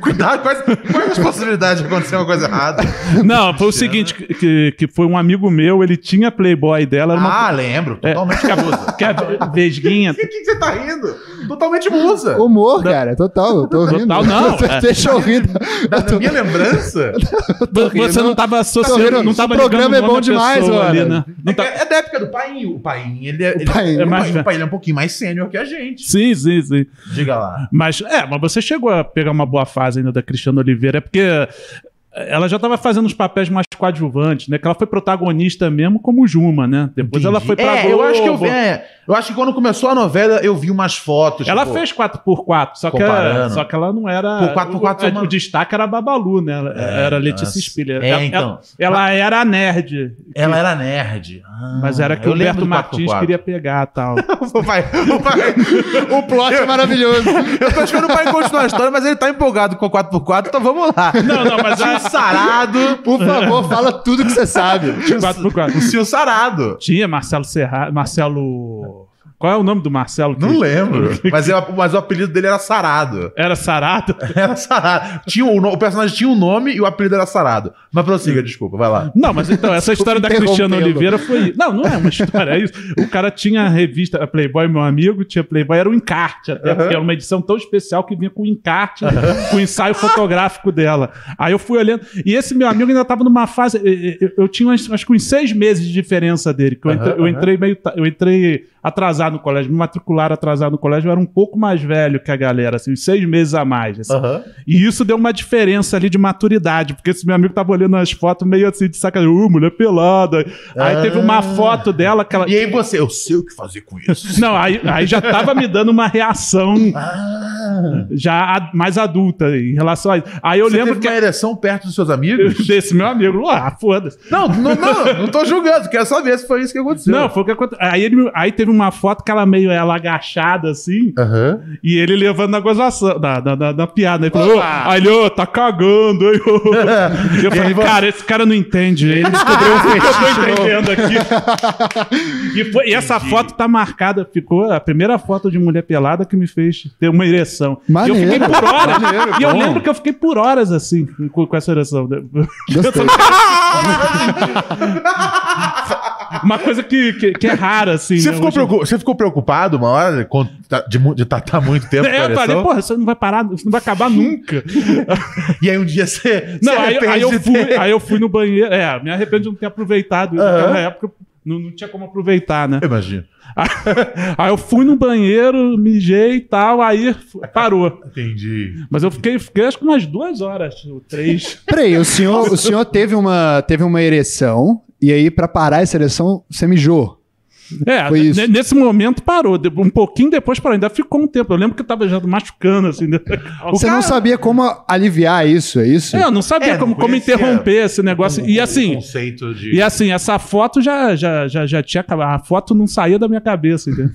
Cuidado, quais, quais as possibilidades de acontecer uma coisa errada? Não, foi o seguinte: que- que, que foi um amigo meu, ele tinha a Playboy dela. Era uma É. Ah, lembro. Totalmente musa. Que é vesguinha. Por que que você tá rindo? Totalmente musa. Humor, cara, total. Eu tô rindo. Total, não. Tô- Deixa eu rir. Na, na minha lembrança, Você não Tá tava associando, rindo. não tava O programa ligando é nome bom à demais, pessoa mano. Não é, tá- é da época do Paim. O Paim, ele, é- ele- Paim. É o mais Paim, o Paim, ele é um pouquinho mais sênior que a gente. Sim, sim, sim. Diga lá. Mas, é, mas você chegou a pegar uma boa fase ainda da Cristiana Oliveira, é porque ela já tava fazendo os papéis mais coadjuvantes, né? Que ela foi protagonista mesmo como Juma, né? Depois ela foi pra É, eu acho que eu vi. Globo. é, eu acho que quando começou a novela, eu vi umas fotos. Ela tipo, fez 4x4, só que, Comparando. só que ela não era. Pô, 4x4 o, é uma- É, o destaque era a Babalu, né? Ela- era a Letícia nossa. Spiller. É, Ela- então. Ela, ela era a nerd. Ela era nerd. Ah, Mas era que eu o lembro Humberto do Martins 4x4. queria pegar tal. O pai, o pai. O plot é maravilhoso. Eu tô esperando o pai continuar a história, mas ele tá empolgado com a 4x4, então vamos lá. Não, não, mas Tinha um a- sarado. Por favor, fala tudo que você sabe. 4x4. Tinha um sarado. Tinha Marcelo Serrado. Marcelo. Qual é o nome do Marcelo? que- Não lembro. Mas, eu- mas o apelido dele era sarado. Era Sarado? Era sarado. Tinha um no- o personagem tinha um nome e o apelido era sarado. Mas prossiga, desculpa, vai lá. Não, mas então, essa história da Cristiana interrompê-lo. Oliveira foi. Não, não é uma história, é isso. O cara tinha a revista a Playboy, meu amigo, tinha Playboy, era um encarte, até, porque era uma edição tão especial que vinha com o encarte, com o ensaio fotográfico dela. Aí eu fui olhando. E esse meu amigo ainda tava numa fase. eh, eh, Eu, eu tinha umas- acho que uns seis meses de diferença dele, que eu entrei, eu entrei meio. ta- Eu entrei atrasado atrasado no colégio, me matricularam atrasado no colégio, eu era um pouco mais velho que a galera, assim, uns seis meses a mais. assim. Aham. E isso deu uma diferença ali de maturidade, porque esse meu amigo tava olhando as fotos meio assim de sacanagem, uh, mulher pelada. Aí teve uma foto dela que ela. Ah. E aí você, eu sei o que fazer com isso. Não, aí, aí já tava me dando uma reação já ad- mais adulta em relação a isso. Aí eu Ah. Você lembro teve que é- uma ereção perto dos seus amigos? desse meu amigo, ah, foda-se. Não, não, não, não tô julgando, quero saber se foi isso que aconteceu. Não, foi o que aconteceu. Aí, ele, aí teve uma foto que ela meio ela agachada assim, Aham. e ele levando na gozação, na, na, na- na piada. né? Ele falou, "Ô", aí ele, ô, tá cagando. Aí, ô. E eu E aí falei, você- cara, esse cara não entende. Ele descobriu o que eu tô entendendo aqui. E, foi- e essa foto tá marcada, ficou a primeira foto de mulher pelada que me fez ter uma ereção. Maneiro. E eu fiquei por horas. Maneiro, e eu bom. lembro que eu fiquei por horas assim, com, com essa ereção. né? Gostei. Uma coisa que, que, que é rara, assim. Você né, ficou, hoje em preocu- você ficou preocupado uma hora com- tá- de mu- de estar muito tempo É, eu com a falei, ereção? porra, isso não vai parar, isso não vai acabar nunca. E aí um dia você não, se aí, arrepende aí eu de fui, ter- aí eu fui no banheiro. É, me arrependo de não ter aproveitado. isso, Naquela época não, não tinha como aproveitar, né? Eu imagino. Aí eu fui no banheiro, mijei e tal, aí f- parou. Entendi. Mas eu fiquei, fiquei acho que umas duas horas, ou três. Peraí, o senhor, o senhor teve, uma, teve uma ereção, e aí, pra parar essa ereção, você mijou. É, Foi isso. ne- nesse momento parou. de- Um pouquinho depois parou, ainda ficou um tempo. Eu lembro que eu tava já machucando, assim. né? você não sabia como aliviar isso, é isso? É, eu não sabia É, como, não como conhecia interromper esse negócio. E assim, Conceito de... E assim, essa foto já, já, já, já tinha acabado. A foto não saía da minha cabeça, entendeu?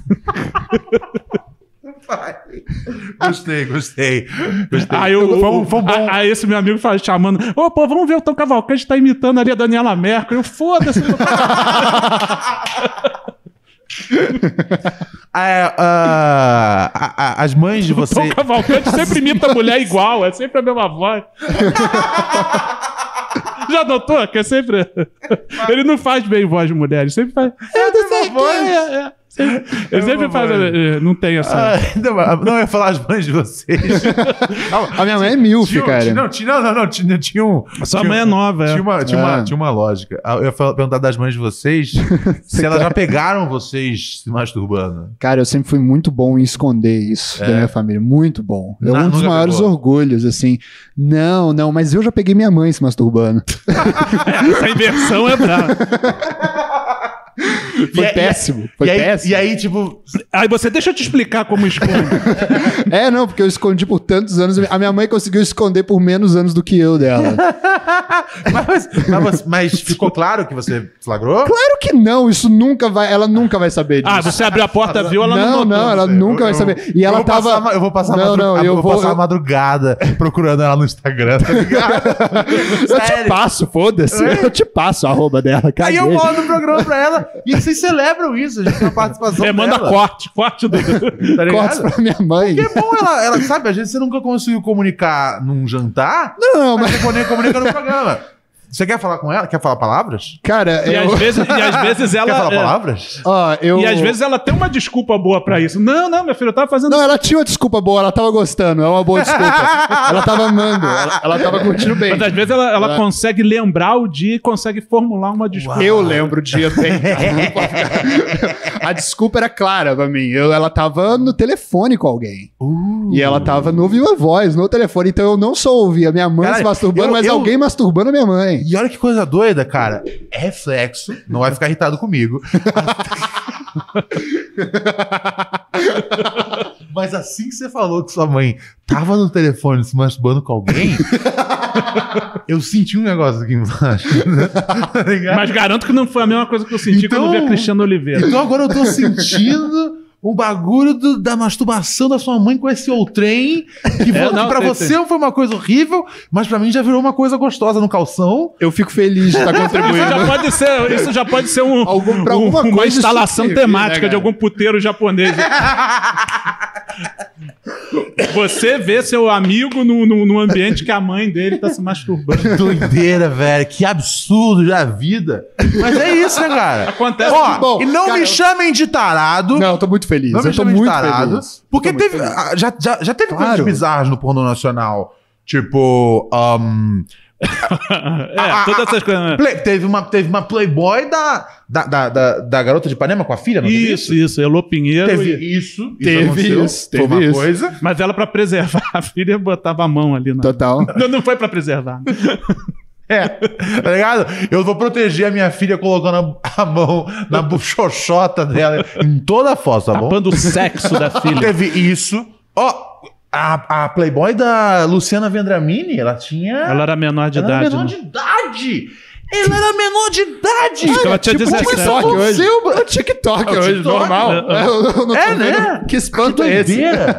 Gostei, gostei. gostei. Aí, eu, foi um, foi um bom... a- aí esse meu amigo fala, chamando. Ô, pô, vamos ver o Tom Cavalcante tá imitando ali a Daniela Mercury. Eu foda-se. Tom Cavalcante." Ah, ah, a- a- as mães de Tom vocês... Cavalcante sempre imita a mulher igual, é sempre a mesma voz. Já notou que é sempre. Ele não faz bem voz de mulher, ele sempre faz. Eu não sei quem é. é. Sempre- Ele sempre voz. faz. é, é, Não tem essa. Ah, não, não, eu ia falar as mães de vocês. A minha mãe é milf, Tinha um- cara. tinha- não, tinha, não, não, não, tinha, tinha um. Sua tinha- mãe é nova, é. Tinha uma, tinha, uma, Ah. tinha uma lógica. Ah, Eu ia falar- perguntar das mães de vocês se tá- elas já pegaram vocês se masturbando. Cara, eu sempre fui muito bom em esconder isso da minha família. Muito bom. É É. Na- um dos nunca maiores pegou. orgulhos, assim. Não, não, mas eu já peguei minha mãe se masturbando. Essa inversão é brava. Foi E aí- péssimo. Foi e, aí, péssimo. e aí, tipo, Aí você, deixa eu te explicar como esconde. É, não, porque eu escondi por tantos anos. A minha mãe conseguiu esconder por menos anos do que eu dela. mas, mas você- mas ficou claro que você flagrou? Claro que não, isso nunca vai. Ela nunca vai saber disso. Ah, você abriu a porta, viu? Ela não, não, não, notou. ela Eu- nunca vai eu- saber. E eu ela vou tava. passar ma- eu vou passar, Não, madru- não, a- eu vou vou- passar a eu- madrugada procurando ela no Instagram, tá ligado? Eu te passo, foda-se. Eu te passo a arroba dela, cara. é Aí eu mando o programa pra ela e vocês celebram isso, a gente tem a participação É, manda dela, corte, corte do. tá Cortes ligado? pra minha mãe. E é bom ela, ela, sabe, às vezes você nunca conseguiu comunicar num jantar, Não, não, mas mas. você comunica, comunica no programa. Você quer falar com ela? Quer falar palavras? Cara, E às eu. vezes, e às vezes ela. Quer falar é, palavras? Ó, eu. E às vezes ela tem uma desculpa boa pra isso. Não, não, meu filho, eu tava fazendo. Não, ela tinha uma desculpa boa, ela tava gostando, é uma boa desculpa. ela tava amando, ela, ela tava curtindo bem. Mas às vezes ela, ela é. consegue lembrar o dia e consegue formular uma desculpa. Eu lembro o dia bem. a desculpa era clara pra mim. Eu, ela tava no telefone com alguém. E ela tava no Viva Voz, no telefone. Então eu não só ouvia minha mãe Caralho, se masturbando, eu- mas eu- alguém masturbando a minha mãe. E olha que coisa doida, cara. É reflexo, não vai ficar irritado comigo. Mas assim que você falou que sua mãe tava no telefone se masturbando com alguém, eu senti um negócio aqui embaixo. tá ligado? É. Mas garanto que não foi a mesma coisa que eu senti Então- quando vi a Cristiano Oliveira. Então agora eu tô sentindo o bagulho do- da masturbação da sua mãe com esse outrem, que, vo- É, que não, pra tem- você foi uma coisa horrível, mas pra mim já virou uma coisa gostosa no calção. Eu fico feliz de estar Isso já contribuindo. pode ser, isso já pode ser um, Então- Algum- pra um- alguma uma coisa isso instalação servir, né, temática cara? de algum puteiro japonês. Você vê seu amigo no, no, no ambiente que a mãe dele tá se masturbando. Doideira, velho. Que absurdo da vida. Mas é isso, né, cara? Acontece Ó, que- bom, e não cara, me eu- chamem de tarado. Não, eu tô muito feliz. não me eu tô chamem de muito tarado. feliz. Porque Eu tô muito teve, feliz. ah, já, já, já teve Claro. coisas bizarras no pornô nacional. Tipo, ahn, Ah, é, todas essas coisas. Play- teve, uma, teve uma Playboy da, da, da, da, da garota de Ipanema com a filha, não teve Isso, isso, Elô Pinheiro. Teve e- isso. Teve aconteceu, isso, Foi teve uma isso. coisa. Mas ela, pra preservar a filha, botava a mão ali na. Total. Não, não foi pra preservar. Tá É, tá ligado? Eu vou proteger a minha filha colocando a a mão na buchochota dela em toda a foto, tá bom? Tapando o sexo da filha. Teve isso. Ó, a, a Playboy da Luciana Vendramini, ela tinha. Ela era menor de ela idade. era menor né? de idade! Ela era menor de idade! Acho que ela tinha 17 TikTok anos. hoje. O um TikTok É o hoje, TikTok, normal. né? Eu não- não tô É, né? vendo. Que Que espanto é esse? doideira!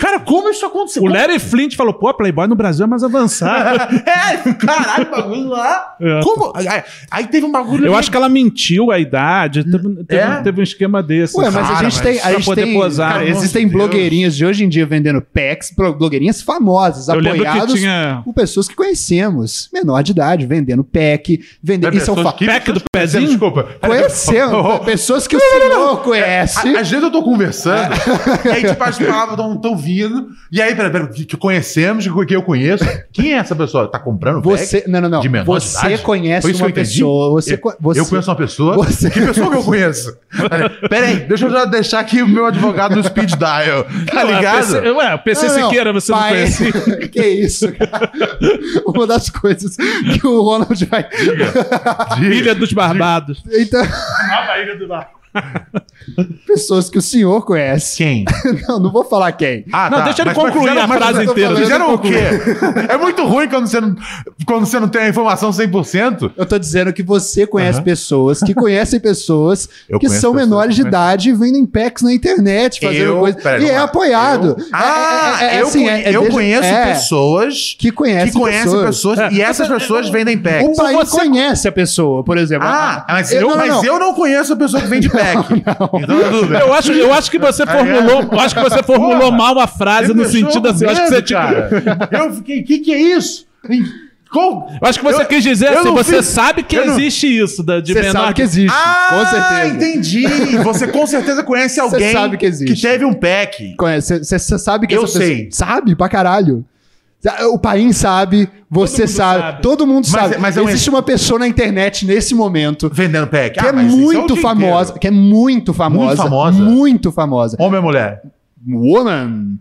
Cara, como é? isso aconteceu? O Larry Flint falou: pô, a Playboy no Brasil é mais avançada. É, caralho, o bagulho lá. É. Como? Aí, aí- aí teve um bagulho. Eu acho que ela mentiu a idade. Teve, teve- É? teve um esquema desse. Ué, mas Cara, a gente mas tem. A pra gente poder tem posar, né? cara, pelo amor existem de Deus. blogueirinhas de hoje em dia vendendo packs, pro- blogueirinhas famosas, Eu lembro que apoiadas tinha- por pessoas que conhecemos, menor de idade, vendendo pack, vendendo. Isso é um pessoas fato. que- Pack do Pezinho, pezinho? desculpa. Conhecemos, pessoas que o senhor conhece. A- Às vezes eu tô conversando, É. e aí tipo, as palavras tão, tão vindo, e aí, pera, pera, que, que conhecemos, que, que eu conheço. Quem é essa pessoa? Tá comprando Você. Não, não, não. de menor de Você idade? conhece Foi isso uma que eu entendi? pessoa. Você, Eu- co- você, Eu conheço uma pessoa. Você- Que pessoa que eu conheço? Peraí, deixa eu já deixar aqui o meu advogado no speed dial. Tá ligado? Ué, ué, o PC Não, não, Siqueira, você pai- não conhecia. que isso, cara. Uma das coisas que o Ronald vai. Diga. Ilha dos Barbados. Então, Nova Ilha do Bar. pessoas que o senhor conhece. Quem? Não, não vou falar quem. Ah, Não, deixa ele Mas- mas concluir fizeram- a mas frase fizeram- inteira. Fizeram o quê? É muito ruim quando você não, quando você não tem a informação 100%. Eu tô dizendo que você conhece pessoas que conhecem pessoas Eu que conheço são pessoas menores de que conhecem. idade e vendem packs na internet fazendo Eu- coisa. peraí, e é vamos lá. apoiado. É- Ah, é- é- é eu, assim, conhe- é- é eu desde- conheço é, pessoas que conhecem que conhecem pessoas. pessoas, e essas pessoas vendem pack. O país conhece a pessoa, por exemplo. Ah, mas, Eu- eu, não, não, mas não. eu não conheço a pessoa que vende pack. Então tá tudo bem. Eu acho, eu acho que você formulou, eu acho que você formulou Porra, mal a frase Você no deixou sentido assim. Eu acho que medo, você, tinha- cara. Eu fiquei, o que, que é isso? Em- Qual? eu acho que você Eu- quis dizer eu assim, não você fiz- sabe que eu não- existe isso da, de Você menor sabe que de- existe. Ah, com certeza. entendi. Você com certeza conhece alguém sabe que existe. teve um pack. Você sabe que Eu essa pessoa- sei. Sabe pra caralho. O país sabe, você mundo sabe, sabe. todo mundo Mas- sabe. mas é um Existe uma pessoa na internet nesse momento que Vendendo pack. Ah, é mas isso o muito dia famosa, inteiro. que é muito famosa, famosa? muito famosa. Homem ou mulher? Woman,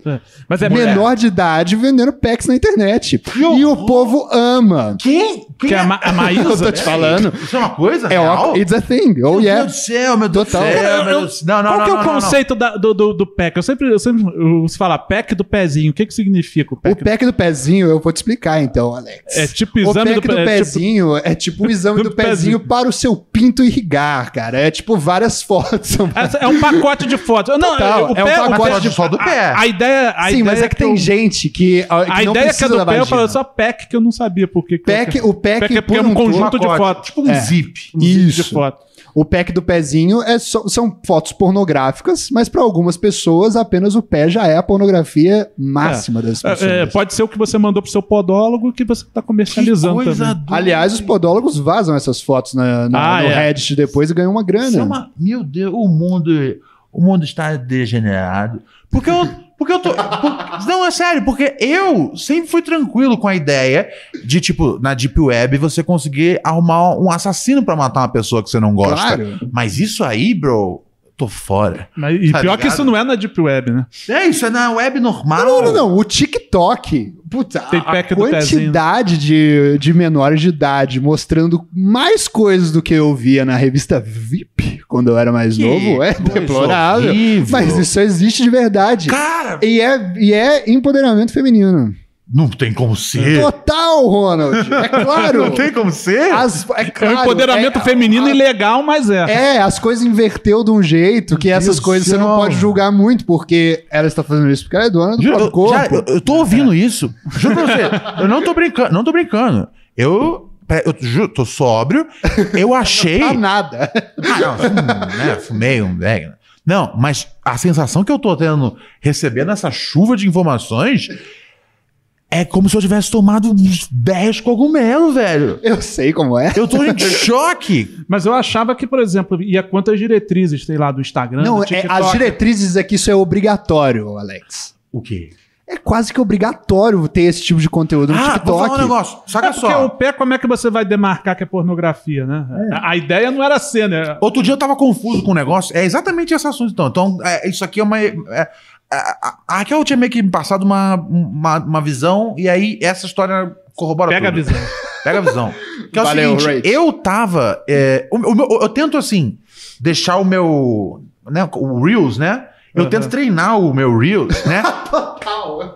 Mas é menor. menor de idade vendendo packs na internet. E o povo ama. Quem? Quem é? Que a, Ma a Maísa. Eu tô te falando. Isso é uma coisa É, real? ó, it's a thing. Oh Meu yeah. Deus do céu, meu Deus do Total. céu. Eu- meu eu- Deus do céu. Não, não, Qual que não, é o não, não. conceito da- do, do, do PEC? Eu sempre, eu sempre ouço falar PEC do pezinho. O que, que significa o O PEC? pack do pezinho, eu vou te explicar então, Alex. É tipo O exame pack do, do, pe- é tipo- pezinho é tipo o exame do do, pezinho, para o seu pinto irrigar, cara. É tipo várias fotos. São Essa É um pacote de fotos. Não, Total, o é um pé- o Mas pacote pé- pode de foto do pé. A, a ideia. A Sim, ideia mas é que tem eu- gente que, ah, que A não ideia que é precisa do da pé, eu vagina. falo só PEC que eu não sabia por que. que eu- Pack- o pack PEC é porque é por um um todo, conjunto de É. pacote. fotos. Tipo um zip. Isso. De Isso. foto. O pack do pezinho é só- são fotos pornográficas, mas para algumas pessoas apenas o pé já é a pornografia máxima das pessoas. É, é, pode ser o que você mandou pro seu podólogo que você tá comercializando também. doida. Aliás, os podólogos vazam essas fotos na, na- Ah, no é. Reddit depois e ganham uma né? Isso é grana. uma- Meu Deus, o mundo, o mundo está degenerado. Porque eu, porque eu tô. por- não, é sério, porque eu sempre fui tranquilo com a ideia de, tipo, na Deep Web você conseguir arrumar um assassino pra matar uma pessoa que você não gosta. Claro. Mas isso aí, bro, tô fora. Mas- e Tá pior que ligado? isso não é na Deep Web, né? É, isso é na web normal. Não, não, não. O TikTok. Puta, Tem a pack do pezinho. quantidade de, de menores de idade mostrando mais coisas do que eu via na revista VIP quando eu era mais Que novo é coisa deplorável. horrível. Mas isso existe de verdade. Cara, E é, e é empoderamento feminino. não tem como ser. Total, Ronald. É claro. Não tem como ser? As- é É um claro, empoderamento é- feminino ilegal, mas é. É, as coisas inverteu de um jeito que essas Deus coisas você não céu. pode julgar muito, porque ela está fazendo isso porque ela é dona do Juro, próprio eu, já- corpo. É. eu- eu tô ouvindo isso. Juro pra você. Eu não tô brincando. Não tô brincando. Eu. pera- Eu juro, tô sóbrio. Eu achei. Tá nada. Ah, não, hum, né, fumei um bag. né? Não, mas a sensação que eu tô tendo, recebendo essa chuva de informações, é como se eu tivesse tomado uns 10 cogumelos, velho. Eu sei como é. Eu tô em choque. Mas eu achava que, por exemplo, ia quantas diretrizes tem lá do Instagram, Não, do é, TikTok. as diretrizes é que isso é obrigatório, Alex. O quê? é quase que obrigatório ter esse tipo de conteúdo no Ah, vou falar um TikTok. negócio. Saca É porque só. um o pé, como é que você vai demarcar que é pornografia, né? A, a ideia não era ser, né? Outro dia eu tava confuso com o negócio. É exatamente esse assunto, então. Então, é, isso aqui é uma. é, é, a, a Raquel tinha meio que me passado uma, uma, uma visão, e aí essa história corrobora Pega a tudo. visão. Pega a visão. Que é o Valeu, seguinte, Rach. eu tava. é, o- o meu- eu tento, assim, deixar o meu. Né, o Reels, né? Eu tento treinar o meu Reels, né?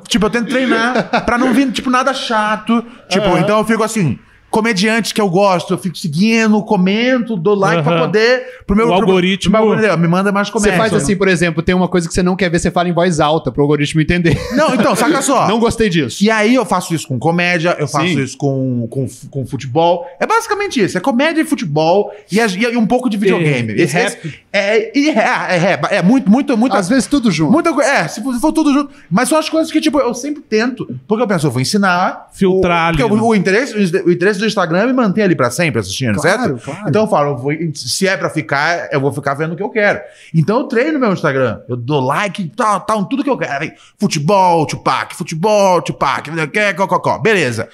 tipo, eu tento treinar pra não vir, tipo, nada chato. Tipo, então eu fico assim. Comediante que eu gosto, eu fico seguindo, comento, dou like pra Aham. poder. Pro meu, O pro- algoritmo- pro meu algoritmo, me manda mais Você comédia. faz assim, por exemplo, tem uma coisa que você não quer ver, você fala em voz alta pro algoritmo entender. Não, então, saca só. Não gostei disso. E aí eu faço isso com comédia, eu faço Sim. isso com, com, com futebol. É basicamente isso. É comédia e futebol e, as- e um pouco de videogame. E- e Esse- rap. esse- é, e rap, é, rap. É muito, muito, muito. Às vezes tudo junto. Muita coisa. É, se for for tudo junto. Mas são as coisas que, tipo, eu sempre tento. Porque eu penso, eu vou ensinar. Filtrar o, ali, porque né? o, o interesse, o interesse do Instagram é me manter ali pra sempre assistindo, Claro, certo? claro. Então eu falo, eu vou- se é pra ficar, eu vou ficar vendo o que eu quero. Então eu treino meu Instagram. Eu dou like, tal, tal, em tudo que eu quero. Aí, futebol, Tupac, futebol, Tupac, não sei o quê, có, có, có. Beleza.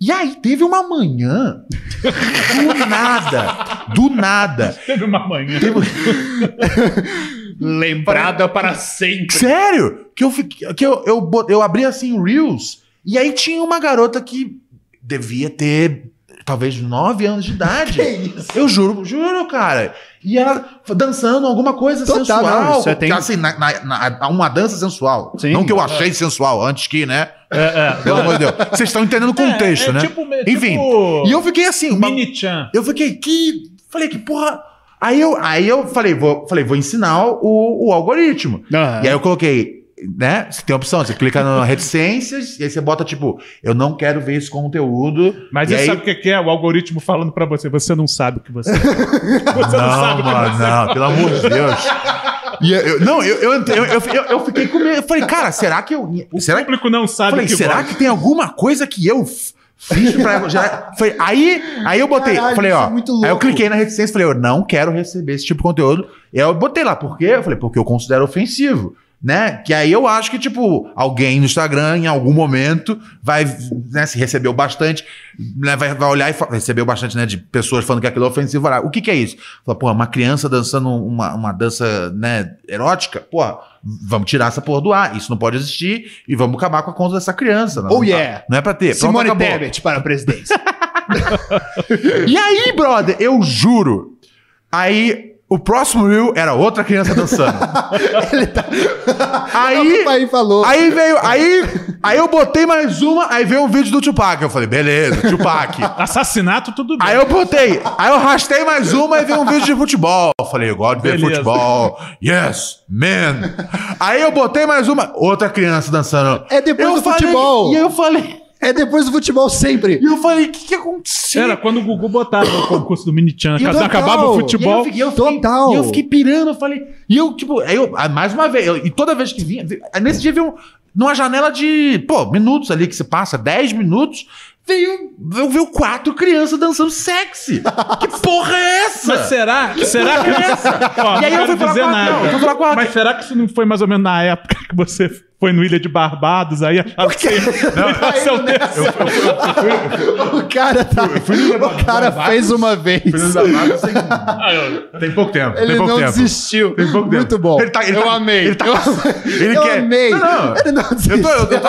E aí, teve uma manhã, do nada, do nada. Teve uma manhã. Lembrada para sempre. Sério? Que eu fiquei, que eu, eu, bo- eu abri assim Reels e aí tinha uma garota que devia ter talvez 9 anos de idade. Eu juro, juro, cara. E ela f- dançando alguma coisa Total, sensual. não, isso é tem- assim, na- na- na- uma dança sensual. Sim. É. não que eu achei sensual antes que, né? Pelo amor de Deus. Vocês estão entendendo o contexto, é né? tipo me- Enfim. tipo E eu fiquei assim, uma- Mini-chan. eu fiquei, que. Falei, que porra. Aí eu, aí eu falei, vou, falei, vou ensinar o, o algoritmo. Aham. E aí eu coloquei, né? Você tem a opção, você clica na reticências, e aí você bota, tipo, eu não quero ver esse conteúdo. Mas e você aí, sabe o que que é? O algoritmo falando pra você. Você não sabe o que você é. Você não Não, sabe o que mano, você não, pelo amor de Deus. E eu- eu- não, eu, eu, entrei- eu, eu, eu- eu fiquei com medo. Eu falei, cara, será que eu. Será O que, público não sabe falei, o que será gosta. que tem alguma coisa que eu f- fiz pra gerar. Falei, aí, aí eu botei, Caralho, falei, isso ó. é muito louco. aí eu cliquei na reticência e falei, eu não quero receber esse tipo de conteúdo. E aí eu botei lá, por quê? Eu falei, porque eu considero ofensivo. Né? Que aí eu acho que, tipo, alguém no Instagram, em algum momento, vai, né, se recebeu bastante, né, vai, vai olhar e fa- recebeu bastante, né, de pessoas falando que aquilo é ofensivo. vai lá, o que que é isso? Fala, porra, uma criança dançando uma, uma dança, né, erótica, porra, vamos tirar essa porra do ar, isso não pode existir e vamos acabar com a conta dessa criança. né? Oh, Não tá- yeah. Não é pra ter. Pronto, Simone acabou. Tebet para a presidência. E aí, brother, eu juro. Aí o próximo Will era outra criança dançando. Aí, aí, o pai falou. aí veio, aí, aí eu botei mais uma, aí veio um vídeo do Tupac. Eu falei, beleza, Tupac. Assassinato, tudo bem. Aí eu botei, aí eu rastei mais uma e veio um vídeo de futebol. Eu Falei, eu gosto de ver Beleza. futebol. Yes, man. Aí eu botei mais uma, outra criança dançando. É depois do falei- futebol. E eu falei, É depois do futebol sempre. e eu falei, o que que aconteceu? Era quando o Gugu botava o concurso do Mini-chan. E quando total. Acabava E o aí eu futebol. fiquei, eu fiquei- Total. E eu fiquei pirando, eu falei. E eu, tipo, aí eu, ah, mais uma vez, eu- e toda vez que vinha. vi- aí Nesse dia veio um- numa janela de, pô, minutos ali que se passa, 10 minutos, veio, veio, veio quatro crianças dançando sexy. que porra é essa? Mas será? Será que Ó, E aí eu não fui quero falar dizer com a- nada. não, eu fui falar com a- Mas será que isso não foi mais ou menos na época que você foi no Ilha de Barbados? Aí achava que você ia seu texto. O cara tá. O cara fez uma vez. Tem pouco tempo. Ele não desistiu. Muito bom. Ele tá- ele eu tá- amei. ele tá- eu ele eu quer- amei. Não, não. Ele não Eu desistiu. tô, eu tô, eu tô-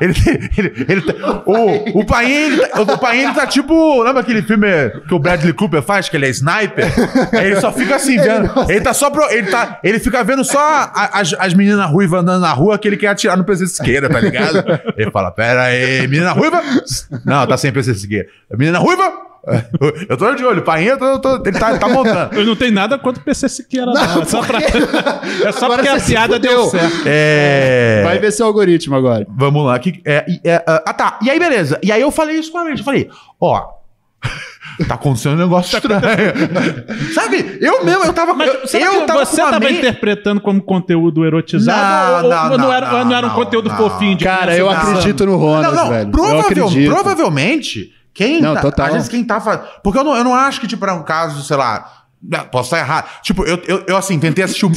ele, ele, ele tá- o, o Paim, ele tá, o Paim, ele tá tipo, lembra aquele filme que o Bradley Cooper faz, que ele é sniper? Aí ele só fica assim, vendo. Ele, tá só pro, ele, tá, ele fica vendo só a- as, as meninas ruivas andando na rua que ele quer atirar no presidente esquerda, tá ligado? Ele fala, pera aí, menina ruiva? Não, tá sem presidente esquerda. Menina ruiva? Eu tô de olho, o Paim, eu tô, eu tô- ele tá, ele tá montando. Eu não tenho nada contra o PC Siqueira, não. é só, pra... é só Agora porque a você se piada deu fudeu. certo. É... Vai ver seu algoritmo agora. Vamos lá. Que, é, e- é, ah, ah, tá. E aí, beleza. E aí eu falei isso com a Rachel. Eu Falei, ó. tá acontecendo um negócio estranho. Sabe? Eu mesmo, eu tava. eu Será eu que tava você uma estava mente- interpretando como conteúdo Não, erotizado? ou, ou não, não, era, não, não era um não, conteúdo não. fofinho de Cara, criança eu dançando? acredito no Ronas, Não, não. velho. eu provavel- acredito. Provavelmente, quem. Não, tá, total. Às vezes quem tá fazendo. Porque eu não, eu não acho que, tipo, era um caso, sei lá. não, Posso estar errado. Tipo, eu, eu, eu, assim, tentei assistir o,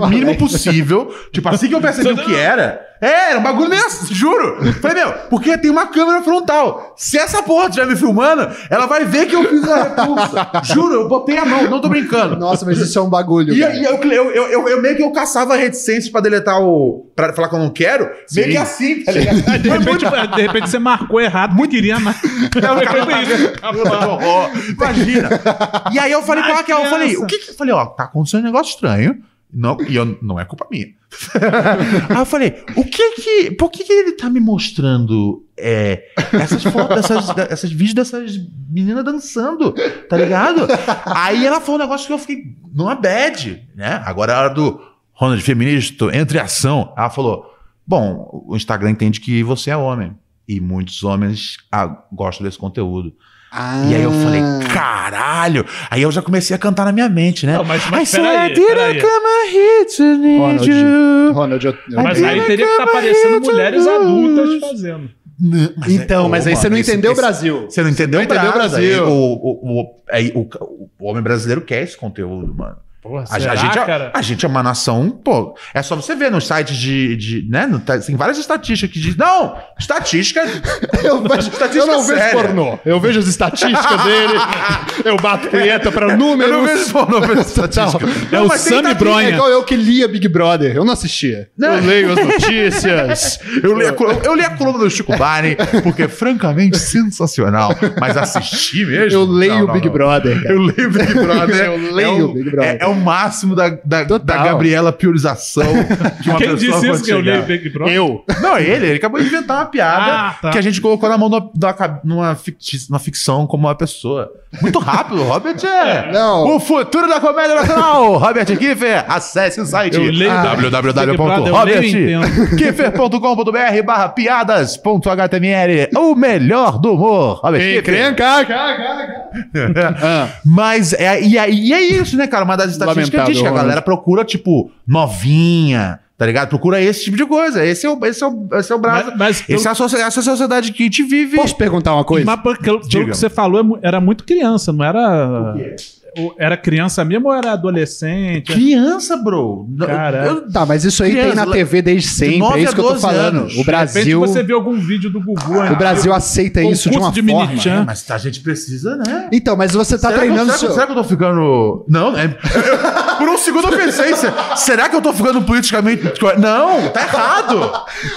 o mínimo possível. Tipo, assim que eu percebi o que era, É, era um bagulho desse, juro. Falei, meu, porque tem uma câmera frontal. Se essa porra estiver me filmando, ela vai ver que eu fiz a repulsa. Juro, eu botei a mão, não tô brincando. Nossa, mas isso é um bagulho. E, cara. e eu, eu, eu, eu- eu meio que eu caçava reticências pra deletar o. pra falar que eu não quero. Meio que assim, tá ligado? De repente, de repente você marcou errado, muito queria mais. Imagina. E aí eu falei pra Mas Raquel, eu falei, criança. o que que... Eu falei, ó, tá acontecendo um negócio estranho. Não, e eu, não é culpa minha. aí eu falei, o que que... Por que que ele tá me mostrando é, essas fotos, essas, da- essas vídeos dessas meninas dançando, tá ligado? Aí ela falou um negócio que eu fiquei numa bad, né? Agora é a hora do Ronald Feministo, entre em ação. Ela falou, bom, o Instagram entende que você é homem. E muitos homens ah, gostam desse conteúdo. Ah. E aí eu falei, caralho! Aí eu já comecei a cantar na minha mente, né? Não, mas- mas I said peraí, I didn't peraí. come here to need Ronald. you. Ronald, eu, eu- Mas aí teria que estar aparecendo mulheres adultas fazendo. Não, mas então, é- mas aí Opa, você não esse- entendeu o esse- Brasil. Você não entendeu, não entendeu o Brasil. Aí, o, o, o- aí o, o homem brasileiro quer esse conteúdo, mano. Porra, A, a gente, é- a gente é uma nação, pô. É só você ver nos sites de. de né, no- tem várias estatísticas que dizem. Não! Estatística. Eu, vejo, Estatística é eu não vejo séria. pornô. Eu vejo as estatísticas dele. Eu bato punheta pra números. Tá Eu não vejo pornô, eu vejo estatística. É Não, o mas tem Sami estatística. Bronha. É igual eu que lia Big Brother. Eu não assistia. Eu leio as notícias. Eu li, a, col- eu li a coluna do Chico Barney, porque é francamente sensacional. Mas assistir mesmo. Eu leio Não, o não, Big não. Brother. cara. Eu leio o Big Brother. Eu É leio o o Big Brother. É, é o máximo da, da, Total. da Gabriela piorização de uma Quem pessoa disse isso quando que eu chegar. leio Big Brother? Eu. Não, ele, ele acabou de inventar uma piada Ah, tá. que a gente colocou na mão da- da ca- numa, ficti- numa ficção como uma pessoa. Muito rápido, o Robert é. Não. O futuro da comédia nacional. Robert Kiffer, acesse o site Ah. Eu leio da- Eu leio e entendo. www.robertkiffer.com.br barra piadas.html. O melhor do humor. Robert Kiffer. Encrenca. cá, cá, cá. Ah, Mas, é, e, aí e é isso, né, cara? Uma das estatísticas Lamentável, diz que a Ronald. né? galera procura, tipo, novinha, tá ligado? Procura esse tipo de coisa. Esse é o, esse é o, esse é o braço. Mas- mas Esse é a socie- essa sociedade que a gente vive. Posso perguntar uma coisa? Mas pelo, pelo Diga. que você falou, é mu- era muito criança, não era. ou Era criança mesmo ou era adolescente? Criança, bro. Cara, Eu- Tá, mas isso aí Criança, né? tem na TV desde sempre. É 9 a isso que eu tô 12 falando. anos. O De repente Brasil, você vê algum vídeo do Gugu. é o Brasil aceita isso de uma forma. É, mas a gente precisa, né? Então, mas você tá será, que, eu- né? treinando será, que- seu... será que eu tô ficando. Não, é. Por um segundo eu pensei, se- será que eu tô ficando politicamente. correto? Não, tá errado.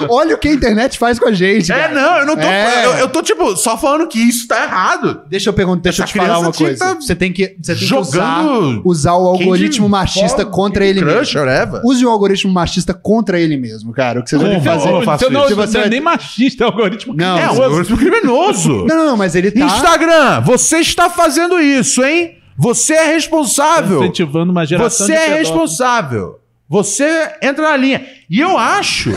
Olha o que a internet faz com a gente. É, cara. não, eu não tô. É. Eu, eu tô, tipo, só falando que isso tá errado. Deixa eu perguntar, deixa eu Essa te falar criança uma tinha que coisa. tá Você tem que, você tem que usar, jogando- usar o Candy algoritmo Ball, machista contra Candy ele Crush, mesmo. whatever. Use o algoritmo machista contra ele mesmo, cara. O que você vai ter que fazer. eu faço não, isso? não, Você- é nem machista, é algoritmo. Não. É, criança. um algoritmo criminoso. Não, não, não, mas ele tá. Instagram, você está fazendo isso, hein? Você é responsável. Incentivando uma geração Você de é pedófilos. responsável. Você entra na linha. E eu acho,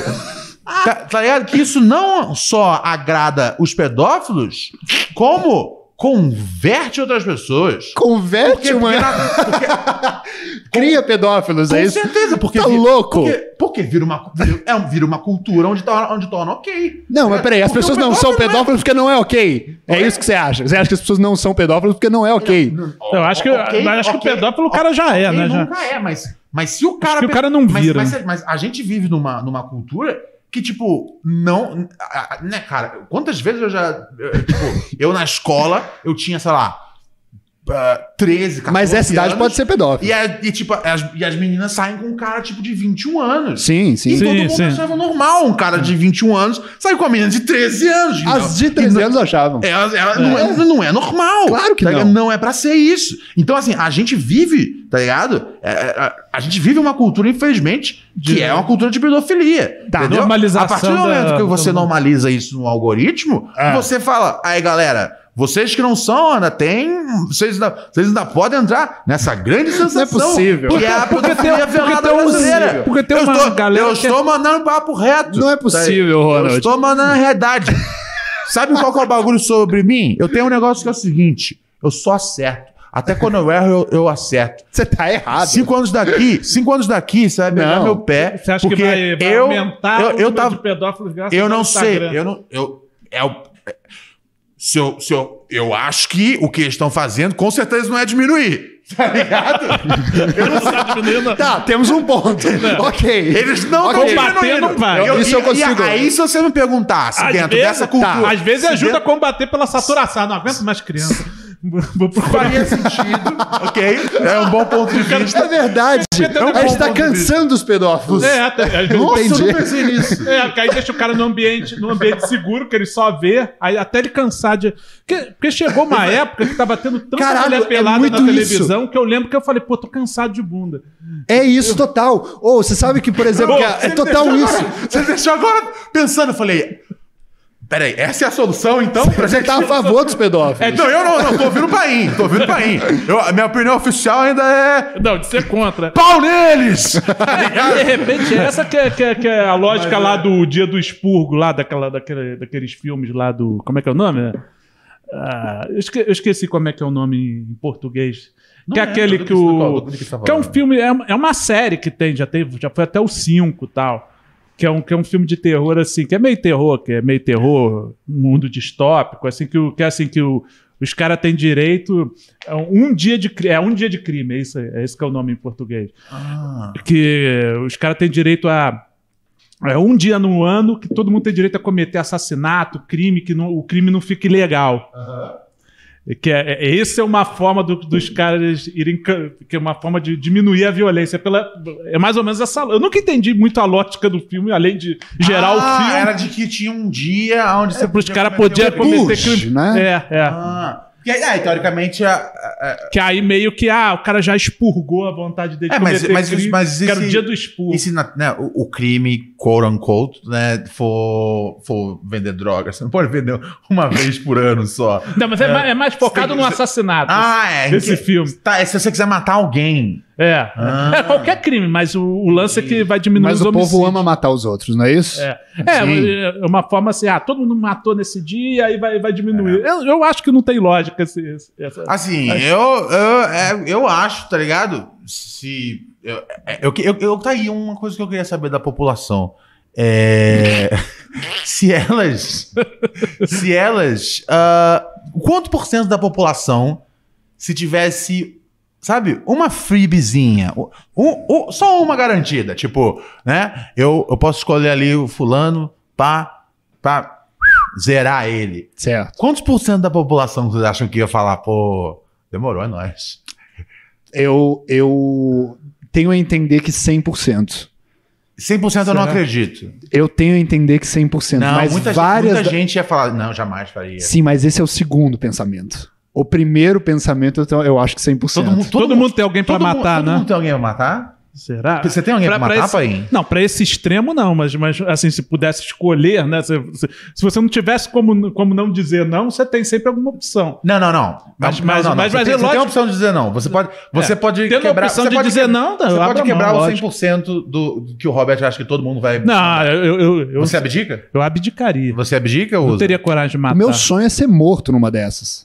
tá, tá ligado? Que isso não só agrada os pedófilos, como converte outras pessoas. Converte Porque, uma. porque na- porque- Cria pedófilos, é com isso? certeza, porque. Tá vi- louco? Porque, porque vira, uma, vira- é, um- vira uma cultura onde torna, onde torna ok. É, Não, mas peraí, as Porque o pessoas não são pedófilo pedófilos porque não é ok. É isso que você acha. Você acha que as pessoas não são pedófilos porque não é ok. Eu acho que, Ok, mas acho que ok, o pedófilo o cara já é, Ele né? Já. nunca é, mas, mas se o cara. que o cara não mas- vira. né? Mas, mas a gente vive numa, numa cultura que, tipo, não. a- a- Né, cara? Quantas vezes eu já. eu, tipo, eu na escola, eu tinha, sei lá. ah, 13, 14 Mas essa idade anos, pode ser pedófilo. E, a- e, tipo, as, e as meninas saem com um cara, tipo, de 21 anos. Sim, sim. E todo Sim, mundo sim. achava normal um cara de 21 anos sair com uma menina de 13 anos. E não- As de 13 anos achavam. é, é, Não, é, não é normal. Claro que tá não. ligado? Não é pra ser isso. Então, assim, a gente vive, tá ligado? É, é, a, a gente vive uma cultura, infelizmente, que De- é uma cultura de pedofilia. Tá, entendeu? normalização A partir do momento da- que você do- É. normaliza isso no algoritmo, você fala, aí galera. Vocês que não são, ainda tem. Vocês ainda, vocês ainda podem entrar nessa grande sensação. possível. Que é a pedofilia velada tem um- brasileira. porque tem eu uma estou, galera Eu que- é estou mandando papo reto. Tá Não é possível, Ronald. Eu estou mandando a realidade. Sabe qual que é o bagulho sobre mim? Eu tenho um negócio que é o seguinte: eu só acerto. Até quando eu erro, eu, eu acerto. Você tá errado. Cinco anos daqui, cinco anos daqui, você vai pegar Não. meu pé. Você acha que porque vai, vai eu, aumentar eu, eu número tava, de pedófilos graças eu ao não sei. Instagram? Eu não. Eu, é o, é- se eu, se eu, eu acho que o que eles estão fazendo com certeza não é diminuir. Tá ligado? Eu não sei. Tá, temos um ponto. ok. Eles não Ok. Combater não vai. Eu, Isso Isso eu eu consigo. aí, se você me perguntasse, Às dentro vezes- tá. dessa cultura. Às vezes se ajuda a combater pela saturação. Não aguento mais criança. Vou procurar. faria assim. sentido, ok? É um bom ponto de vista. É verdade. A gente tá cansando os pedófilos. É, tá- às vezes- Nossa, eu não pensei nisso. É, que aí deixa o cara no ambiente, no ambiente seguro, que ele só vê, aí até ele cansar de. Porque, porque chegou uma época que tava tendo tanta Caralho, mulher é pelada na muito televisão que eu lembro que eu falei, pô, tô cansado de bunda. É isso, total. Ou você sabe que, por exemplo, Ô, que é- é total isso. Você deixou agora pensando, eu falei. Peraí, essa é a solução então? Pra Você gente tá a favor dos pedófilos. Não, eu não, não, tô ouvindo pra ir, tô ouvindo pra ir. Eu, a minha opinião oficial ainda é. Não, de ser contra. Pau neles! de repente, é essa que é, que é- que é a lógica lá do Dia do Expurgo, lá daquela, daquele- daqueles filmes lá do. Como é que é o nome? Ah, eu, esque- eu esqueci como é que é o nome em português. que é lembro aquele do que que você tá falando, o. do que você tá Que é um falando. filme, é, uma- é uma série que tem, já, teve, já foi até o 5 e tal. Que é, um, que é um filme de terror, assim, que é meio terror, que é meio terror, um mundo distópico, assim, que, o- que é assim que o- os caras têm direito. a Um dia de, cri- é um dia de crime, é isso, aí, é esse que é o nome em português que os caras têm direito a é um dia no ano que todo mundo tem direito a cometer assassinato, crime, que não- o crime não fique ilegal. Que é, é- esse é uma forma do- dos caras irem. ca- que é uma forma de diminuir a violência. Pela, é mais ou menos essa. Eu nunca entendi muito a lógica do filme, além de gerar o Ah, filme. Era de que tinha um dia onde você. Para os podia caras cometer um podiam cometer push, crime. né? É, é. Ah, e aí, ah, e teoricamente, a- a- a- Que aí meio que ah, o cara já expurgou a vontade dele É, de mas- cometer mas- crime. mas que era o esse- dia do expurgo. e se na- né, o, o crime, quote unquote, né, for, for vender droga? Você não pode vender uma vez por ano só. Não, mas é, mais, é mais focado Tem- no assassinato. Ah, é. Esse que- filme. Tá, é se você quiser matar alguém. É. Ah. É qualquer crime, mas o, o lance é que vai diminuir Mas os o povo homicídios. ama matar os outros, não é isso? É. É, é uma forma assim, ah, todo mundo matou nesse dia, aí vai, vai diminuir. É. Eu, eu acho que não tem lógica esse, esse- essa. Assim, eu, eu, é, eu acho, tá ligado? Se. Eu, é, eu, eu, eu- tá aí uma coisa que eu queria saber da população. É, se elas. Se elas. ah, quanto por cento da população, se tivesse. Sabe, uma freebizinha. um- um- um- só uma garantida. Tipo, né? Eu, eu posso escolher ali o fulano pá, pá, zerar ele. Certo. Quantos por cento da população vocês acham que ia falar, pô, demorou, é nóis? Eu, eu tenho a entender que 100%. 100% eu não acredito. Eu tenho a entender que 100%. Não, mas muita, várias. muita gente ia falar, não, jamais faria. Sim, mas esse é o segundo pensamento. O primeiro pensamento, eu tenho- eu acho que 100%. Todo, mundo, tem alguém pra todo mundo- matar, todo né? mundo tem alguém pra matar? Será? Você tem alguém pra, matar, esse- pai? Não, pra esse extremo não, mas, mas assim, se pudesse escolher, né? Se, se- se você não tivesse como, como não dizer não, você tem sempre alguma opção. Não, não, não. Mas- não, mas- não, não. mas- você mas tem, você tem é a lógico- opção de dizer não. Você pode, você É. pode Tendo a quebrar... opção você de pode dizer quebrar- não, não, Você abra pode mão, quebrar o lógico. 100% do, do que o Robert acha que todo mundo vai... Não, eu, eu, eu, Você abdica? eu abdicaria. Você abdica Não ou... teria coragem de O matar. meu sonho é ser morto numa dessas.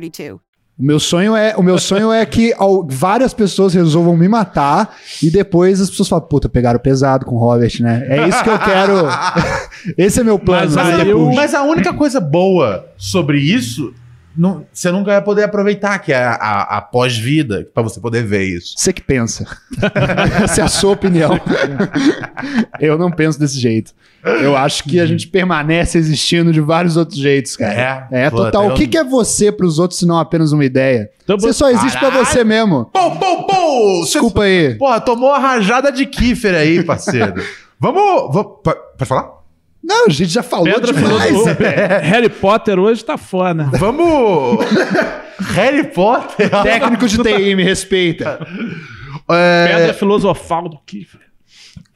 O meu sonho é, o meu sonho é que al- várias pessoas resolvam me matar e depois as pessoas falam, puta, pegaram pesado com o Robert, né? É isso que eu quero. Esse é meu plano. Mas, né, a, Deadpool? mas a única coisa boa sobre isso, não- você nunca vai poder aproveitar, que é a, a- a pós-vida, pra você poder ver isso. Você que pensa. Essa é a sua opinião. eu não penso desse jeito. Eu acho Uhum. que a gente permanece existindo de vários outros jeitos, cara. É? É, Puta, total. eu- O que, que é você pros outros se não apenas uma ideia? você só existe pra Então, Caralho! você mesmo. Pô, pô, pô! Desculpa aí. Porra, tomou a rajada de Kiefer aí, parceiro. vamos, vamos- po- Pode falar? Não, a gente já falou Pedra demais. filosofal. Harry Potter hoje tá foda. Vamos! Harry Potter? Técnico de TI, me respeita. É. Pedra filosofal do Kiefer.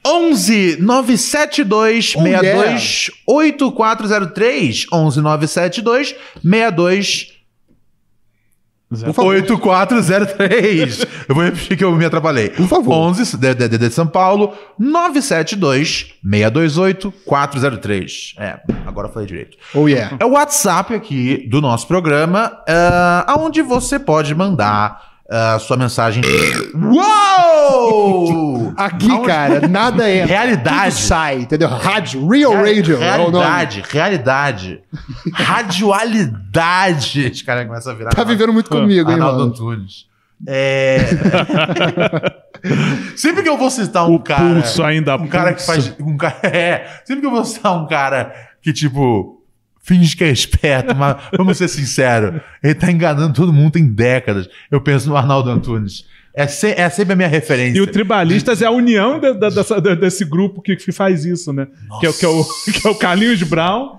11 972 62 8403 11 972 62 Por 8403. Eu vou repetir que eu me atrapalhei. Por favor. 11 DDD de São Paulo 972 628 403. É, agora eu falei direito. Oh yeah. É o WhatsApp aqui do nosso programa, ah, aonde você pode mandar ah, sua mensagem. Uou! Aqui, Aonde- cara, nada é. Realidade. Tudo sai, entendeu? Rádio, Real Radio. é o nome. Realidade, realidade. Radioalidade. Os caras começam a virar. Tá vivendo muito comigo, hein, Arnaldo mano? Antunes. É. Sempre que eu vou citar um O cara. pulso ainda Um cara que pulsa. faz. Um cara, é. Sempre que eu vou citar um cara que, tipo. Finge que é esperto, mas vamos ser sinceros. Ele tá enganando todo mundo tem décadas. Eu penso no Arnaldo Antunes. É, se- é sempre a minha referência. E o Tribalistas é a união da- da- dessa- da- desse grupo que, que faz isso, né? Que é, o- que, é o, que é o Carlinhos Brown.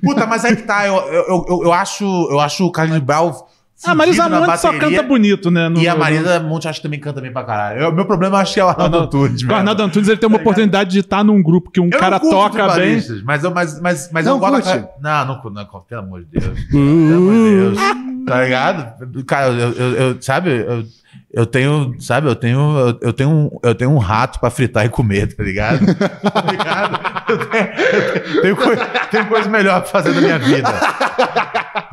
Puta, mas aí que tá. Eu, eu, eu, eu acho, eu acho o Carlinhos Brau. Ah, Marisa fudido na Monte só bateria, canta bonito, né? No- E a no- Marisa Monte acho que também canta bem pra caralho. Eu- meu problema acho que é o Arnaldo Antunes. O mesmo. Arnaldo Antunes ele tem uma oportunidade de estar num grupo que um Eu não cara curto toca bem. tribalistas, Mas eu, mas, mas, mas Não eu gosto. da curte? cara- Não, não, curto, não, curto, pelo amor de Deus. pelo amor de Deus. Tá ligado? Cara, eu, eu, eu- sabe, eu, eu tenho, sabe, eu tenho, eu, eu tenho, um, eu tenho um rato pra fritar e comer, tá ligado? tá ligado? Eu tenho, eu tenho- tenho coisa, tenho coisa melhor pra fazer na minha vida.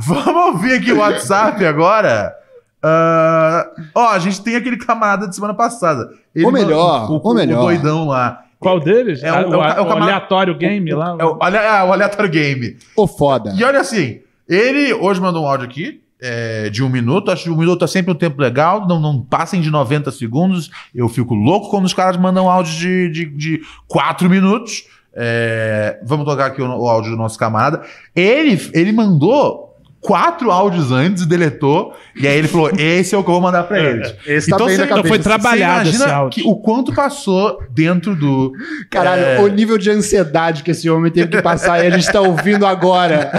Vamos ouvir aqui o WhatsApp agora. Ah, ó, a gente tem aquele camarada de semana passada. um, Ou melhor, o, ou melhor. o doidão lá. Qual deles? É o- Ah, é o- é o camar- aleatório game lá. É o- olha é o aleatório game. Ô, foda. E olha assim, ele hoje mandou um áudio aqui é, de um minuto. Acho que um minuto é sempre um tempo legal. Não, não passem de 90 segundos. Eu fico louco quando os caras mandam áudio de, de, de 4 minutos. É, vamos tocar aqui o, o áudio do nosso camarada. Ele, ele mandou quatro áudios antes e deletou. E aí ele falou: esse é o que eu vou mandar pra eles. Então, Esse tá bem você- na cabeça. foi trabalhado você imagina esse áudio. que- o quanto passou dentro do. é, Caralho, o nível de ansiedade que esse homem teve que passar e a gente tá ouvindo agora.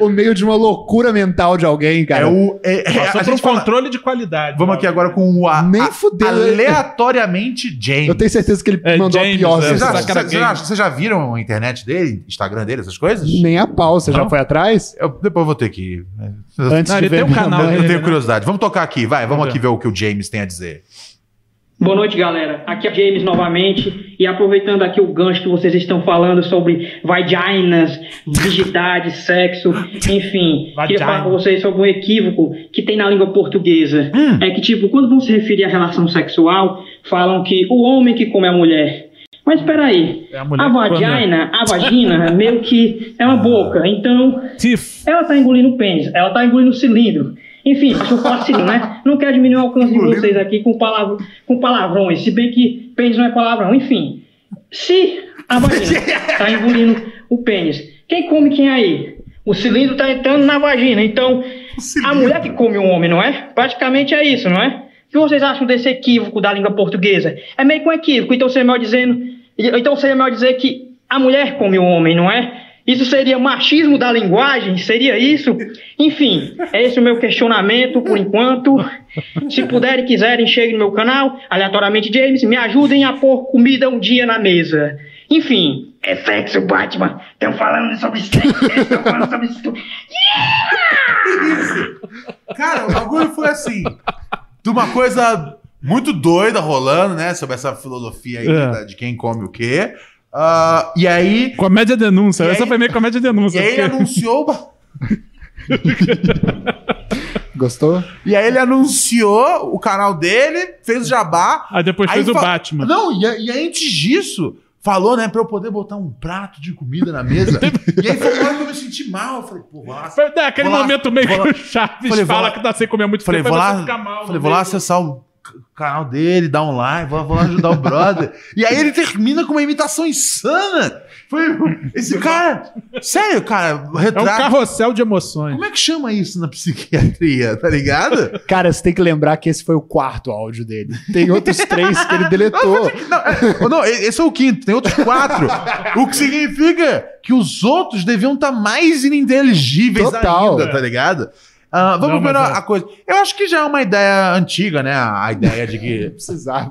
o meio de uma loucura mental de alguém, É cara. o. É, é, Passou a por um gente fala- controle de qualidade. Vamos aqui agora com o a, Nem a- fudeu. aleatoriamente James. Eu tenho certeza que ele É, mandou James, a pior é, Vocês já, Essa sensação. cara vocês já- vocês já viram a internet dele, Instagram dele, essas coisas? Nem a pau, você Não? já foi atrás? Eu- depois eu vou ter que. né? Antes Não, de ele ver tem um minha canal mãe. dele. Eu tenho né? curiosidade. Vamos tocar aqui, vai. Vamos aqui ver o que o James tem a dizer. Boa noite, galera. Aqui é James novamente. E aproveitando aqui o gancho que vocês estão falando sobre vaginas, virgindade, sexo, enfim. Vagina. Queria falar com vocês sobre um equívoco que tem na língua portuguesa. É que, tipo, quando vão se referir à relação sexual, falam que o homem que come a mulher. Mas peraí, É a a, mulher que come a- vagina, a vagina, meio que Ah. é uma boca. Então, Tiff. ela tá engolindo pênis, ela tá engolindo cilindro. Enfim, acho que falar cilindro, né? Não quero diminuir o alcance de vocês aqui com, palavra, com palavrões, se bem que pênis não é palavrão. Enfim, se a vagina tá engolindo o pênis, quem come quem aí? O cilindro tá entrando na vagina, então a mulher que come o homem, não é? Praticamente é isso, não é? O que vocês acham desse equívoco da língua portuguesa? É meio que um equívoco, então seria melhor dizendo, então seria melhor dizer que a mulher come o homem, não é? Isso seria machismo da linguagem? Seria isso? Enfim, é esse o meu questionamento por enquanto. Se puderem, quiserem, cheguem no meu canal, aleatoriamente James, me ajudem a pôr comida um dia na mesa. Enfim, é sexo, Batman. Estão falando sobre sexo, estão falando sobre isso. Cara, o bagulho foi assim. De uma coisa muito doida rolando, né? Sobre essa filosofia aí É. da- de quem come o quê. Ah, e aí. Comédia denúncia. E aí- Essa foi meio comédia denúncia. E aí ele porque- anunciou. o ba- Gostou? E aí ele anunciou o canal dele, fez o jabá. Aí depois fez o fa- Batman. Não, e, a- e aí antes disso, falou, né, pra eu poder botar um prato de comida na mesa. e aí foi uma hora que eu me senti mal. Eu falei, pô, vou lá. Foi aquele Vou lá- momento meio vou que lá- o Chaves falei, vou fala lá- que tá sem comer muito Falei, tempo, vou aí lá, você fica mal, falei, né? vou lá acessar o c- canal dele, dar um like, vou, vou lá ajudar o brother. e aí ele termina com uma imitação insana. Foi esse cara, sério, cara, É um retrato. carrossel de emoções. Como é que chama isso na psiquiatria, tá ligado? Cara, você tem que lembrar que esse foi o quarto áudio dele. Tem outros três que ele deletou. Ou Não, e- esse é o quinto, tem outros quatro. o que significa que os outros deviam estar mais ininteligíveis Total. É. ainda, tá ligado? Ah, vamos Não, ver mas a, é. a coisa. Eu acho que já é uma ideia antiga, né? A ideia de que. Precisava.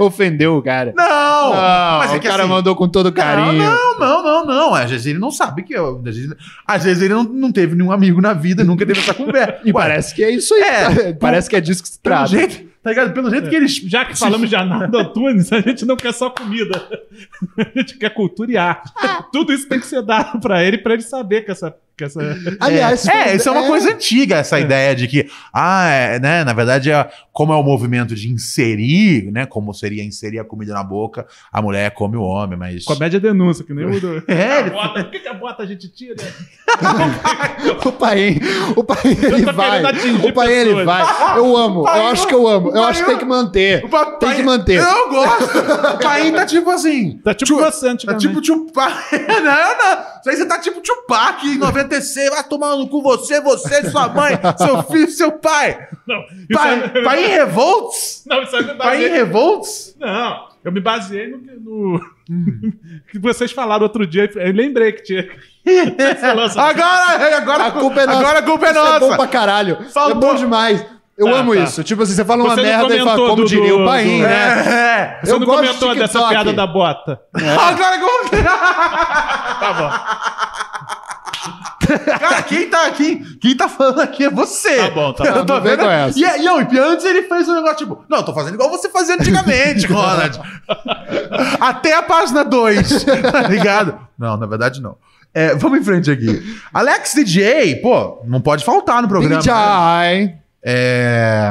Ofendeu o cara. É, né? Não! Não, Mas é o que cara assim- mandou com todo carinho. Não, não, não, não. Às vezes ele não sabe que eu. Às vezes, às vezes ele não, não teve nenhum amigo na vida, nunca teve essa conversa. E parece que é isso aí. É, parece que é disso que se Pelo trata. jeito, tá ligado? Pelo jeito que eles. Já que falamos de Arnaldo Antunes, a gente não quer só comida. A gente quer cultura e arte. Tudo isso tem que ser dado pra ele, pra ele saber que essa. Que essa... Aliás, é, isso é uma coisa antiga, essa ideia de que, ah, é, né, na verdade, é, como é o movimento de inserir, né, como seria inserir a comida na boca, a mulher come o homem, mas... Comédia é denúncia, que nem o. É, ele- A bota- Por que, que a bota a gente tira? O Paim, o Paim, ele tô vai. querendo atingir O Paim, ele pessoas. vai. Eu amo, eu acho que eu amo. Eu acho que tem que manter. Tem que manter. Eu não gosto. O Paim tá tipo assim. Tá tipo você Tá tipo Tupac. não, não. Isso aí você tá tipo Tupac em 96. Vai tomar no cu você, você, sua mãe, seu filho, seu pai. Não, Pai, é- pai em revolts? Não, isso aí me Pai baseei- em revolts? Não, eu me baseei no. no- Hum. que vocês falaram outro dia. Eu lembrei que tinha. Agora, agora, A culpa é nossa. agora a culpa é Isso nossa. é bom pra caralho. Faltou. É bom demais. Eu Tá, amo tá. isso. Tipo assim, você fala uma Você não merda e fala, comentou como do- diria do- o Paim, do- né? É. Você Eu não gosto de comentou dessa TikTok. piada da bota. Agora Tá Cara, quem tá aqui, quem tá falando aqui é você. Tá bom, tá bom. Eu tô Não vem vendo. com essa. E, e, não, e antes ele fez um negócio tipo, não, eu tô fazendo igual você fazia antigamente, Ronald. Até a página 2, tá ligado? Não, na verdade não. É, vamos em frente aqui. Alex DJ, pô, não pode faltar no programa. DJ. É...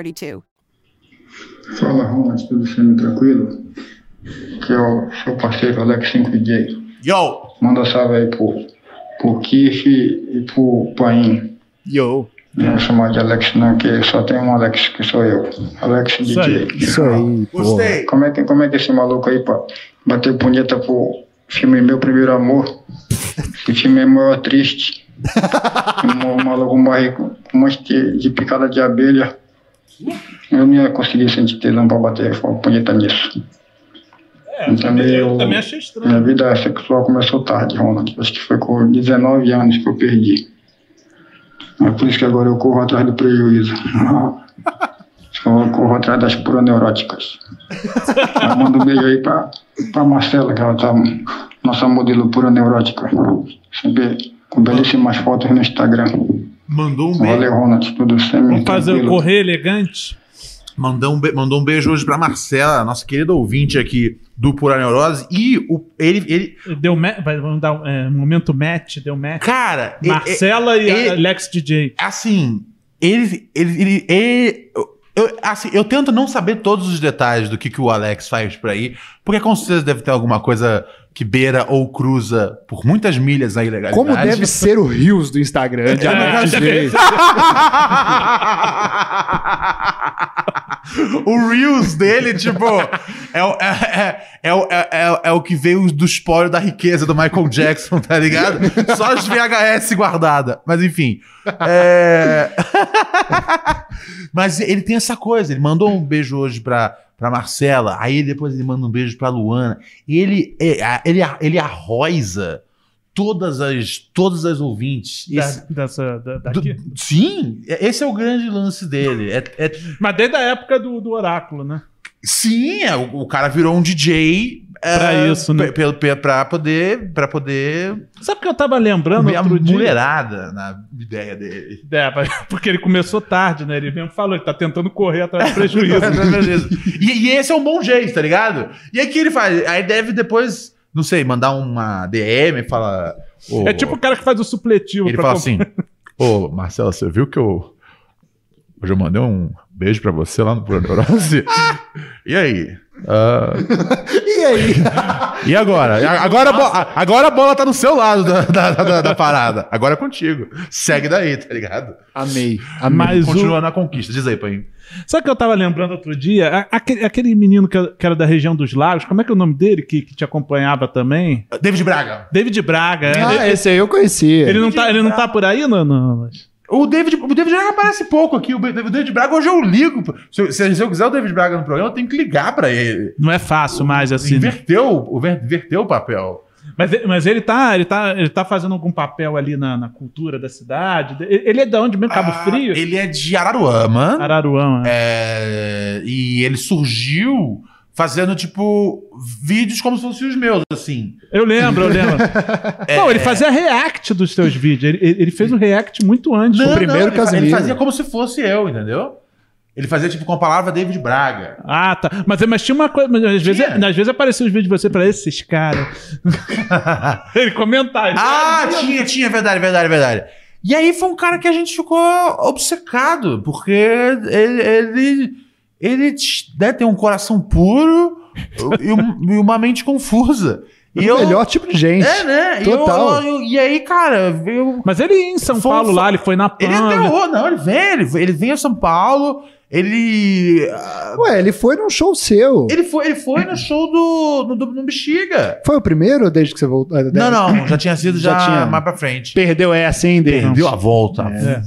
Fala, Ronald, tudo sendo tranquilo? Que é o seu parceiro Alex 5DJ. Yo! Manda salve aí pro, pro Kiff e pro Paim. Yo! Não vou chamar de Alex não, que só tem um Alex que sou eu. Alex DJ. Isso aí, pô. Gostei. Como é que, como é que esse maluco aí, pá, bateu punheta É pro filme Meu Primeiro Amor? Esse filme é maior triste. O maluco morre com um monte de, de picada de abelha. Eu não ia conseguir sentir tesão pra bater punheta nisso. Então, É, eu também- eu também achei estranho. Minha vida sexual começou tarde, Ronald. Acho que foi com 19 anos que eu perdi. É por isso que agora eu corro atrás do prejuízo. Só corro atrás das puras neuróticas. Mas manda um beijo aí pra, pra Marcela, que ela tá nossa modelo pura neurótica. Sempre com belíssimas fotos no Instagram. Mandou um beijo. Valeu, Ronald. Tudo sempre. Vamos fazer tranquilo. o Correr elegante. Mandou um, be- mandou um beijo hoje pra Marcela, nossa querida ouvinte aqui do Pura Neurose. E o, ele, ele. Deu ma- vai- Vamos dar um é, um momento match, deu match. Cara, ele- Marcela e ele- Alex DJ. Assim, ele. ele, ele, ele- eu- eu, assim, eu tento não saber todos os detalhes do que, que o Alex faz por aí, porque com certeza deve ter alguma coisa que beira ou cruza por muitas milhas a ilegalidade. Como deve ser o Rios do Instagram de É, Alex é. J. O Reels dele, tipo, é, o- é, é, é, o- é, é- é o que veio do espólio da riqueza do Michael Jackson, tá ligado? Só as VHS guardada. Mas enfim. é. Mas ele tem essa coisa, ele mandou um beijo hoje pra, pra Marcela, aí depois ele manda um beijo pra Luana. E ele, é, a- ele, a- ele arroza todas as, todas as ouvintes. Da- Esse- dessa, da- daqui. Sim, é- esse é o grande lance dele. É, é- Mas desde a época do, do Oráculo, né? sim, é, o, o cara virou um DJ Pra isso, né? Pra, pra poder, pra poder Sabe o que eu tava lembrando ver a Tá outro dia? mulherada na ideia dele. É, mas- porque ele começou tarde, né? Ele mesmo falou, ele tá tentando correr atrás do prejuízo. e, e esse é um bom jeito, tá ligado? E aí o que ele faz? Aí deve depois, não sei, mandar uma DM e fala. ô, É tipo o cara que faz o supletivo. Ele pra fala comprar. assim: Ô, Marcelo, você viu que eu. Hoje eu mandei um beijo pra você lá no Pura Neurose? e aí? Ah, E aí? e agora? A- Agora a, bo- a- agora a bola tá no seu lado da, da- da- da parada. Agora é contigo. Segue daí, tá ligado? Amei. Mas o- Continua na conquista. Diz aí, Paim. Sabe o que eu tava lembrando outro dia? A- Aquele, aquele menino que que era da região dos lagos, como é que é o nome dele que, que te acompanhava também? David Braga. David Braga. é. Ah, Ele- esse aí eu conhecia. Ele não, tá, ele não tá por aí, não, não. mas- O David, o David Braga aparece pouco aqui. O Be- o David Braga, hoje eu ligo. pô. Se eu, se eu quiser o David Braga no programa, eu tenho que ligar pra ele. Não é fácil mais assim. né? Inverteu, o ver- inverteu o papel. Mas, e- mas ele, tá, ele, tá, ele tá fazendo algum papel ali na, na cultura da cidade. E- Ele é de onde mesmo? Cabo Frio? Ah. Ele é de Araruama. Araruama. É, e ele surgiu fazendo, tipo, vídeos como se fossem os meus, assim. Eu lembro, eu lembro. É. Não, ele fazia react dos seus vídeos. Ele- Ele, ele fez um react muito antes. Não, não, ele fa- Ele fazia como se fosse eu, entendeu? Ele fazia, tipo, com a palavra David Braga. Ah, tá. Mas, mas tinha uma coisa. mas às, vezes, Tinha. às vezes apareciam os vídeos de você pra esses caras. ele comentava. ele- Ah, tinha, tinha, verdade, verdade, verdade. E aí foi um cara que a gente ficou obcecado, porque ele, ele, ele né, tem um coração puro e, um- e uma mente confusa. E o melhor tipo de gente. É, né? E eu- Total. eu- e aí, cara, veio. Mas ele ia em São Foi um Paulo fa- lá, ele foi na PAN. Ele até o, não, ele vem, ele, ele vem a São Paulo, ele. ah, Ué, ele foi num show seu. Ele foi, ele foi no show do, no, do no Bexiga. Foi o primeiro ou desde que você voltou? Ah, Não, não, já tinha sido já, Já tinha. mais pra frente. Perdeu essa, hein, David? Perdeu a volta. É.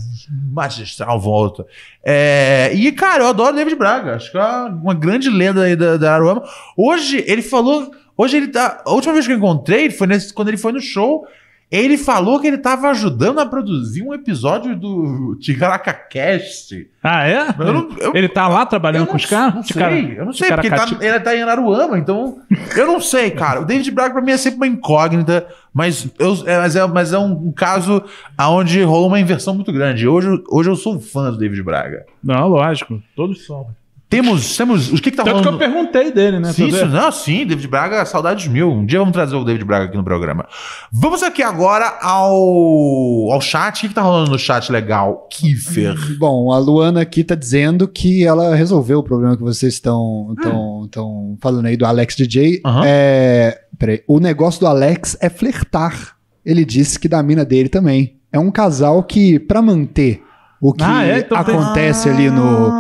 Magistral volta. É, e, cara, eu adoro David Braga. Acho que é uma grande lenda aí da, da Aruama. Hoje, ele falou. Hoje ele tá. A última vez que eu encontrei ele foi nesse, quando ele foi no show. Ele falou que ele tava ajudando a produzir um episódio do Ticaracacast. Ah, é? Eu não- eu- ele tá lá trabalhando com os caras? Não De sei, cara- eu não de sei, porque ele tá, Caracati- ele tá em Araruama, então. Eu não sei, cara. O David Braga, pra mim, é sempre uma incógnita, mas, eu, é, mas, é, mas é um, um caso onde rolou uma inversão muito grande. Hoje, eu- hoje eu sou fã do David Braga. Não, lógico. Todos são. Temos. temos o que, que tá Tanto que eu rolando? perguntei dele, né? Sim, Pra isso, ver. não, sim, David Braga, saudades mil. Um dia vamos trazer o David Braga aqui no programa. Vamos aqui agora ao, ao chat. O que, que tá rolando no chat legal? Kiefer. Bom, a Luana aqui tá dizendo que ela resolveu o problema que vocês Ah. estão tão, tão falando aí do Alex DJ. É, peraí, o negócio do Alex é flertar. Ele disse que da mina dele também. É um casal que, pra manter o que Ah, é? Então tem- acontece ali Ah. no,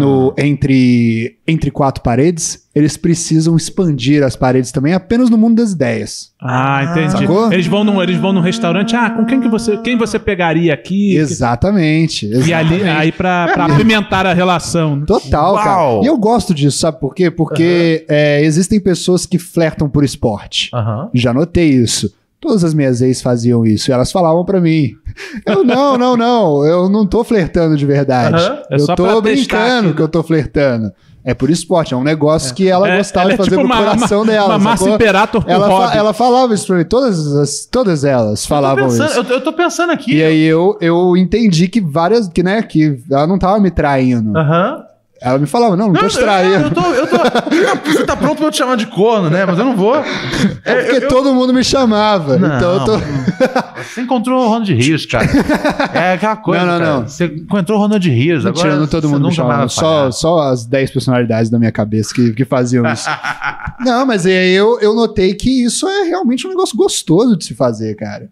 no entre, entre quatro paredes, eles precisam expandir as paredes também apenas no mundo das ideias. Ah, entendi. Sacou? Eles vão num, eles vão num restaurante. Ah, com quem que você, quem você pegaria aqui? Exatamente. E ali, exatamente. aí É pra, pra apimentar a relação. Então, né? Total, Uau! cara. E eu gosto disso, sabe por quê? Porque é, existem pessoas que flertam por esporte. Aham. Já notei isso. Todas as minhas ex faziam isso e elas falavam pra mim. Eu, não, não, não, eu não tô flertando de verdade. Aham. É eu só tô pra testar brincando aqui, que eu tô flertando. É por esporte, é um negócio que ela É, gostava ela é de fazer tipo no uma- coração uma- dela. uma Márcia sacou? Imperator por ela, fa- hobby. ela falava isso pra mim, todas, as- todas elas falavam Pensando- isso. eu, eu tô pensando aqui. E aí eu, eu entendi que várias, que né, que ela não tava me traindo. Ela me falava, não, não, tô te traindo. Eu tô, eu tô, você tá pronto pra eu te chamar de corno, né? Mas eu não vou. É porque todo mundo me chamava. Não. Então eu tô. Você encontrou o Ronald Rios, cara. É aquela coisa. Não, não, cara. não. Você encontrou o Ronald Rios. Tô Agora tirando todo você mundo me nunca mais chamava. Só, vai só as 10 personalidades da minha cabeça que, que faziam isso. não, mas aí eu, eu notei que isso é realmente um negócio gostoso de se fazer, cara.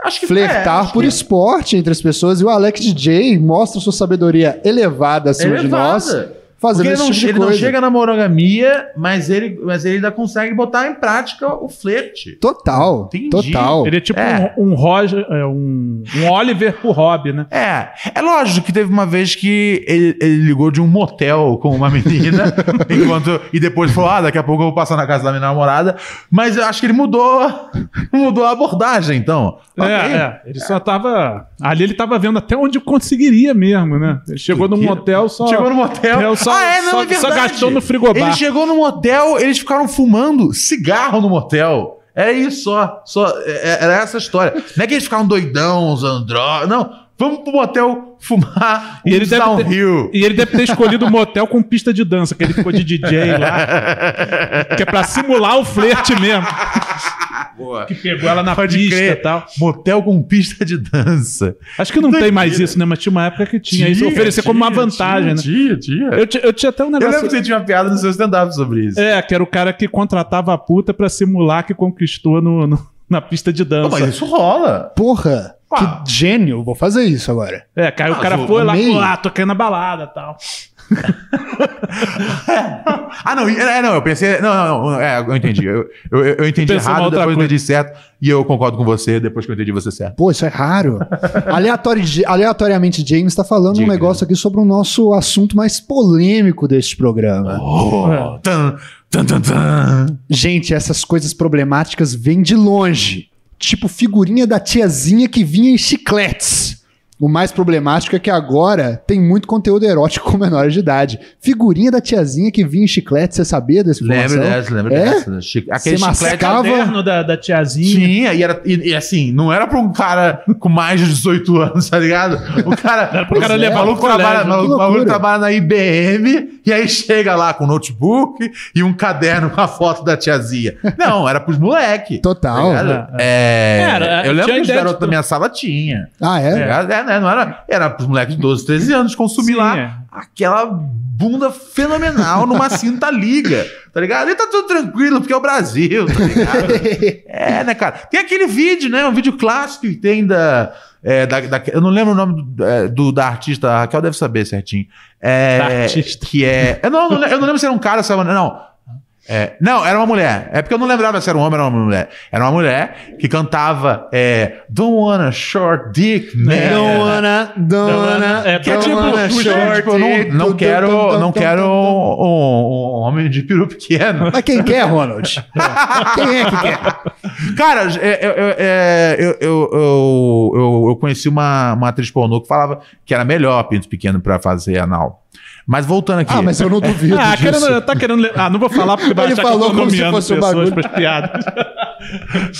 Acho que Flertar por esporte entre as pessoas e o Alex DJ mostra sua sabedoria elevada acima de Elevada. nós. Fazendo Porque ele esse não, tipo de ele não coisa. chega na monogamia, mas ele, mas ele ainda consegue botar em prática o flerte. Total. Total. Ele é tipo É. um, um Roger, é, um, um Oliver pro Rob, né? É, é lógico que teve uma vez que ele, ele ligou de um motel com uma menina, enquanto e depois falou, ah, daqui a pouco eu vou passar na casa da minha namorada, mas eu acho que ele mudou, mudou a abordagem, então. É, Ok. é, ele só tava. Ali ele tava vendo até onde conseguiria mesmo, né? Ele chegou num motel só. Chegou no motel. É, só, ah, é, não, só, é verdade. só gastou no frigobar. Ele chegou no motel, eles ficaram fumando cigarro no motel. Era isso só. só é- é- era essa a história. Não é que eles ficaram doidão, usando droga. Não. Vamos pro motel fumar E ele, um deve ter, downhill. e ele deve ter escolhido um motel com pista de dança, que ele ficou de DJ lá. Que é pra simular o flerte mesmo. Que pegou ela na pista e tal. Motel com pista de dança. Acho que não tem mais isso, né? Mas tinha uma época que tinha. isso Tinha, oferecer como uma tinha, vantagem, tinha, né? tinha. Eu, ti- eu tinha até um Eu negócio. lembro que você tinha uma piada no seu stand-up sobre isso. É, que era o cara que contratava a puta pra simular que conquistou no, no- na pista de dança. mas isso rola. Porra, que gênio, vou fazer isso agora. É, caiu o Ah, cara eu foi lá, amei. pô, ah, tô caindo na balada e tal. Ah, não, é, não, eu pensei. Não, não, não, é, eu entendi. Eu, eu, eu entendi Pensou uma errado, outra depois eu entendi certo. E eu concordo com você depois que eu entendi você certo. Pô, isso é raro. Aleatori- aleatoriamente, James tá falando um negócio aqui sobre o nosso assunto mais polêmico deste programa. Oh, tan, tan, tan, tan. Gente, essas coisas problemáticas vêm de longe. Tipo figurinha da tiazinha que vinha em chicletes. O mais problemático é que agora tem muito conteúdo erótico com menores de idade. Figurinha da tiazinha que vinha em chicletes, você sabia dessa informação? Lembra dessa, lembra É? dessa. Chico- Aquele Você chiclete mascava? moderno da, da tiazinha. Tinha, e, era, e, e assim, não era pra um cara com mais de 18 anos, tá ligado? O cara. era pro um cara levar maluco pro trabalha, colégio, maluco, que maluco loucura. trabalha na IBM e aí chega lá com notebook e um caderno com a foto da tiazinha. Não, era pros moleque. Tá Total. É, Era, eu tinha lembro que os ideia de garotos tudo. da minha sala tinha. Ah, é? Tá ligado? É, né? Não era, era pros moleques de 12, 13 anos consumir lá é. aquela bunda fenomenal numa cinta liga, tá ligado? E tá tudo tranquilo, porque é o Brasil, tá ligado? é, né, cara? Tem aquele vídeo, né? Um vídeo clássico que tem da. é, da- da- eu não lembro o nome do, é, do- da artista, a Raquel deve saber certinho. É, Da artista. Que é. Eu não, não le- eu não lembro se era um cara, se era uma- Não. É, não, era uma mulher. É porque eu não lembrava se era um homem ou uma mulher. Era uma mulher que cantava é, Don't Wanna Short Dick né? Man. Don't wanna, don't wanna, É, Que é tipo, don't wanna puxa, short tipo, eu it, não, não tum, quero, tum, tum, tum, não tum, quero tum, tum. um, um homem de peru pequeno. Mas quem quer, Ronald? quem é que quer? Cara, é, eu, eu, é, eu, eu, eu, eu- eu conheci uma, uma atriz pornô que falava que era melhor pinto pequeno pra fazer anal. Mas voltando aqui. Ah, mas eu não duvido Ah, disso. querendo, tá querendo. le- Ah, não vou falar porque vai Ele achar que eu falou tô como se nomeando fosse um pessoas bagulho. pras piadas.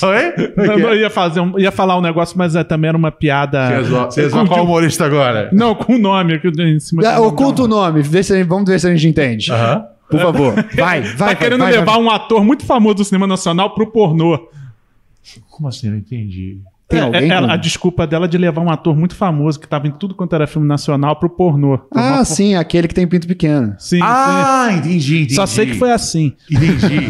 Oi? Eu não ia, fazer um- ia falar um negócio, mas é, também era uma piada. Vocês vão com- qual humorista agora? Não, com o nome. que eu dei Em cima Ah, Oculta o nome, vê se, vamos ver se a gente entende. Por favor, vai, vai. Tá vai, querendo vai, levar um ator muito famoso do cinema nacional pro pornô. É, Como assim? Eu Não entendi. Tem alguém ela- com- a desculpa dela é de levar um ator muito famoso que tava em tudo quanto era filme nacional pro pornô. Ah, sim, aquele que tem pinto pequeno. Sim, Ah, entendi, entendi. Só sei que foi assim. Entendi.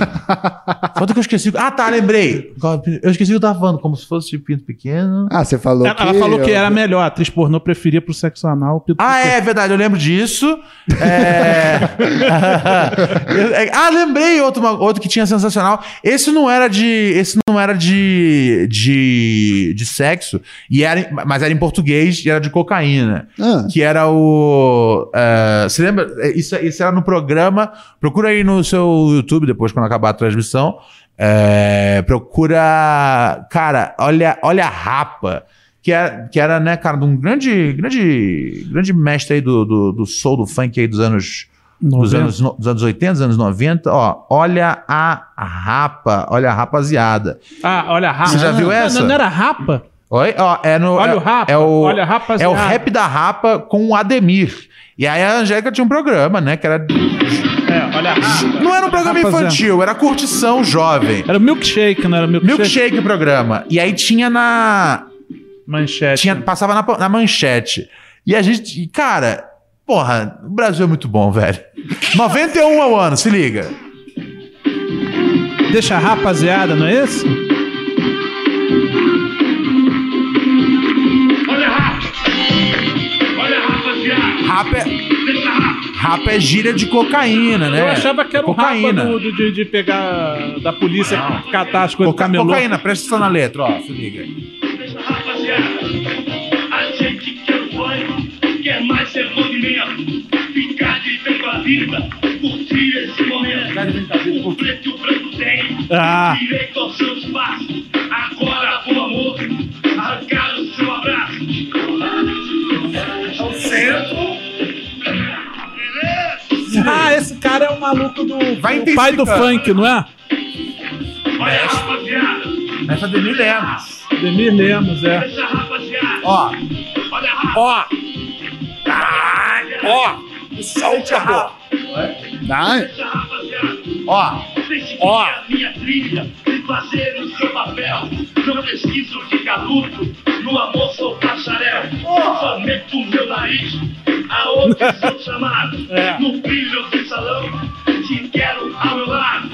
Foda que eu esqueci. Ah, tá, lembrei. Eu esqueci o que eu tava falando, como se fosse de pinto pequeno. Ah, você falou Ela, ela falou que era a melhor, a atriz pornô preferia pro sexo anal. pro- Ah, é verdade, eu lembro disso. É... Eu- é- ah, lembrei outro, ma- outro que tinha sensacional. Esse não era de. Esse não era de. de, de sexo, e era, em- mas era em português e era de cocaína. Que era o. é, você lembra? É, Isso, isso era no programa. Procura aí no seu YouTube depois, quando acabar a transmissão. É, procura. Cara, olha, olha a rapa. Que era, que era, né, cara, de um grande, grande, grande mestre aí do, do, do soul, do funk aí dos anos dos 90. anos, no- dos anos 80, dos anos 90, ó, olha a rapa, olha a rapaziada. Ah, olha a rapa. Você já viu Não, essa? Não, não era rapa? Oi, ó, é no, Olha é, o Rapa, é o, olha a rapaziada. é o rap da rapa com o Ademir. E aí a Angélica tinha um programa, né, que era É, olha a rapa. Não era um programa Rapaziada. infantil, era curtição jovem. Era milkshake, não era milkshake? Milkshake o programa. E aí tinha na. Manchete. né? Tinha, passava na, na manchete. E a gente. e, Cara, porra, o Brasil é muito bom, velho. 91 ao ano, se liga. Deixa a rapaziada, não é isso? Rapa é, rapa é gíria de cocaína, né? Eu achava que era um rapa cocaína. do, do- de, de pegar da polícia catar as coisas do Coca- camelô. cocaína, presta atenção na letra, ó, se liga. A gente quer banho, quer mais ser movimento. Ficar de bem com a vida, curtir esse momento. O preto e o branco tem Ah. direito ao seu espaço. Agora, por amor, arrancar o seu abraço. Ao centro. Ah, esse cara é o maluco do o pai do funk, não é? Olha, rapaziada. Essa é Demir Lemos. Demir Lemos, é. Essa rapaziada. Ó. Olha, rapa. Ó. Ó. Solte a rapa. Essa rapaziada. Ó. Ó. a minha trilha e fazer o seu papel. Não preciso de galuto, no amor sou passarel. Somente o meu nariz, aonde sou chamado. É. No brilho do salão, te quero ao meu lado.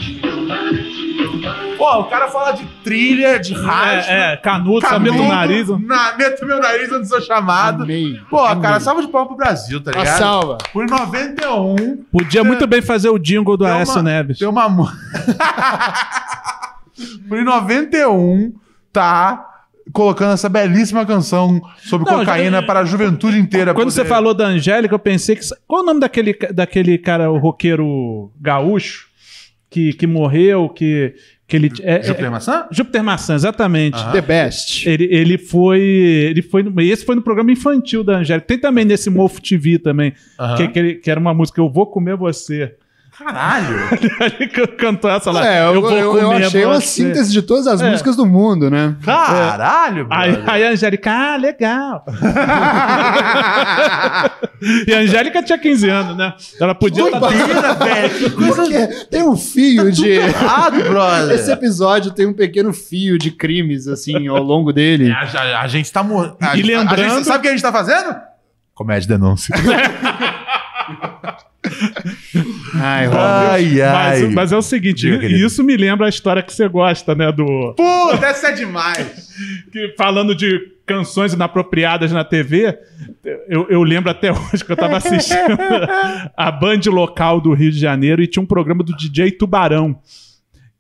Pô, o cara fala de trilha, de rádio. É, é, canudo, sabendo o nariz. Tá Na, meto meu nariz onde sou chamado. Pô, cara, salva de palmas pro Brasil, tá Ah, Uma ligado? salva. Por 91. Podia muito bem fazer o jingle do Aécio uma- Neves. Tem uma. mu- Por 91, tá colocando essa belíssima canção sobre Não, cocaína já- para a juventude inteira. Quando você poder- falou da Angélica, eu pensei que. Qual o nome daquele, ca- daquele cara, o roqueiro gaúcho, que, que morreu, que. que ele, é, Júpiter é- Maçã? Júpiter Maçã, exatamente. The best. Ele, ele foi. Ele foi. no- Esse foi no programa infantil da Angélica. Tem também nesse Mofo TV também. Aham. Que, que, ele- que era uma música Eu Vou Comer Você. Caralho! ele can- cantou essa lá. É, eu, eu, eu achei uma síntese de todas as É. músicas do mundo, né? Caralho, Aí, aí a Angélica, ah, legal. e a Angélica tinha 15 anos, né? Ela podia estar. Doideira, velho. Tá Que coisa. Porque tem um fio de. errado, Ah, brother. Esse episódio tem um pequeno fio de crimes, assim, ao longo dele. A, é- a- a gente tá morrendo. E A lembrando- gente, sabe o que a gente tá fazendo? Comédia denúncia. Ai, ai, Mas, ai. mas é o seguinte, Diga, querido. isso me lembra a história que você gosta, né? Do. Puta, essa é demais. que falando de canções inapropriadas na TV, eu, eu lembro até hoje que eu tava assistindo a Band Local do Rio de Janeiro e tinha um programa do DJ Tubarão,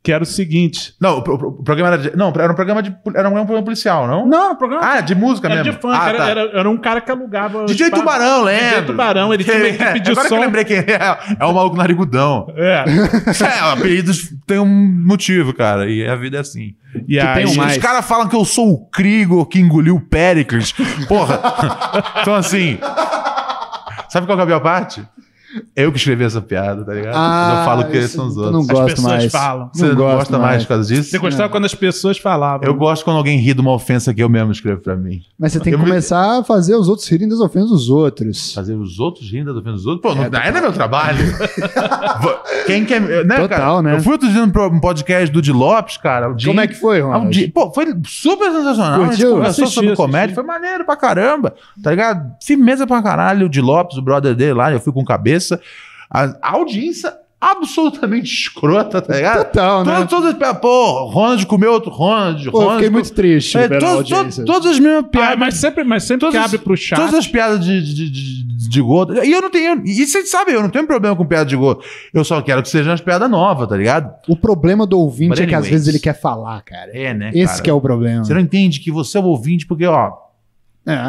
que era o seguinte. Não, o, pro- o programa era. de- não, era um programa de. Era um programa policial, não? Não, o programa. Ah, de música Era de mesmo. funk, ah, era, tá. era, era um cara que alugava. DJ espaço. Tubarão, lembra? DJ Tubarão, ele tinha uma equipe de Agora que som. eu lembrei quem é. É o maluco narigudão. É. é, apelidos tem um motivo, cara. E a vida é assim. E aí- os mais. caras falam que eu sou o Krigor que engoliu o Pericles. Porra. então, assim. Sabe qual que é a pior parte? Eu que escrevi essa piada, tá ligado? Ah, eu falo que isso são os eu outros. não As gosto pessoas mais. falam. Não Você não, gosto gosta mais. mais. por causa disso? Você gostava quando as pessoas falavam. Eu gosto quando alguém ri de uma ofensa que eu mesmo escrevo pra mim. Mas você tem Eu que me- começar a fazer os outros rirem das ofensas dos outros. Fazer os outros rindo das ofensas dos outros? Pô, não, não é meu trabalho. Vo- Quem quer. Né, Total, cara? né? Eu fui outro dia pra um podcast do Di Lopes, cara. o Di- Como é que foi, Ronald? Ah, o Di- Pô, foi super sensacional. né? A gente Curtiu? conversou Assisti, sobre assisti. comédia. Foi maneiro pra caramba. Tá ligado? Firmeza pra caralho. O Di Lopes, o brother dele lá, eu fui com cabeça. A a audiência absolutamente escrota, tá ligado? Total, né? Todas as. Pô, Ronald comeu outro Ronald. Pô, eu Ronald fiquei comeu- muito triste É, pela todas- audiência. todas- todas as mesmas piadas. Ah, mas sempre, mas sempre Todas- que abre pro chat. Todas as piadas de, de, de, de- de gordo. E eu não tenho. E vocês sabem, eu não tenho problema com piada de gordo. Eu só quero que sejam as piadas novas, tá ligado? O problema do ouvinte But é que às anyways. vezes ele quer falar, cara. É, né? Esse cara? que é o problema. Você não entende que você é o ouvinte, porque, ó.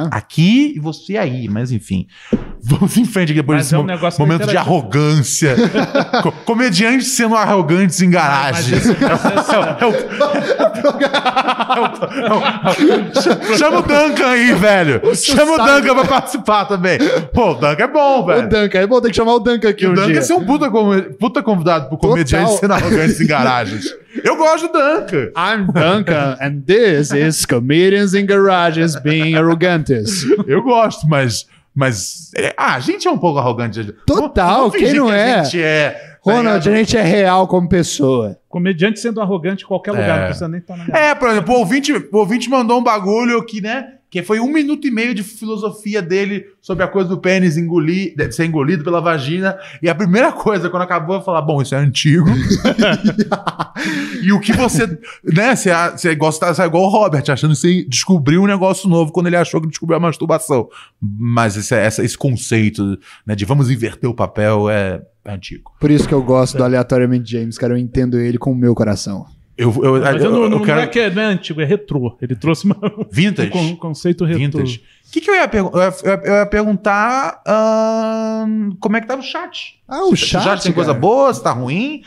Aqui e você é aí, mas enfim. Vamos em frente depois Mas desse é um mo- negócio momento de interativo. arrogância. Co- Comediantes sendo arrogantes em É garagem. é é Chama o Duncan aí, velho. Chama o Duncan pra participar também. Pô, o Duncan é bom, velho. O Duncan é bom, tem que chamar o Duncan aqui. o um Duncan dia. ia ser um puta, com- puta convidado pro comediante Total. sendo arrogantes em garagens. Eu gosto do Duncan. I'm Duncan, and this is Comedians in Garages Being Arrogantes. Eu gosto, mas. mas é, ah, a gente é um pouco arrogante. Total, Vamos fingir quem não que é? A gente é. tá Ronald, ligado? a gente é real como pessoa. Comediante sendo arrogante em qualquer lugar, É. não precisa nem estar na É, por exemplo, o ouvinte, o ouvinte mandou um bagulho que, né? Que foi um minuto e meio de filosofia dele sobre a coisa do pênis engolir, de- ser engolido pela vagina. E a primeira coisa, quando acabou, eu falar, bom, isso é antigo. e o que você. Né? Você, você gosta, você é igual o Robert, achando que você descobriu um negócio novo quando ele achou que descobriu a masturbação. Mas esse, essa- esse conceito, né, de vamos inverter o papel é, é antigo. Por isso que eu gosto do Aleatoriamente James, cara. Eu entendo ele com o meu coração. Eu, eu, Mas eu- eu não, eu não- não quero- é que é, não é antigo, é retrô. Ele trouxe uma, Vintage. um con- um conceito retrô. Vintage. O que, que eu ia perguntar? Eu, ia- eu ia perguntar ahn, como é que tá no chat. Ah, o Se chat, O chat cara. tem Ah. coisa boa, se tá ruim.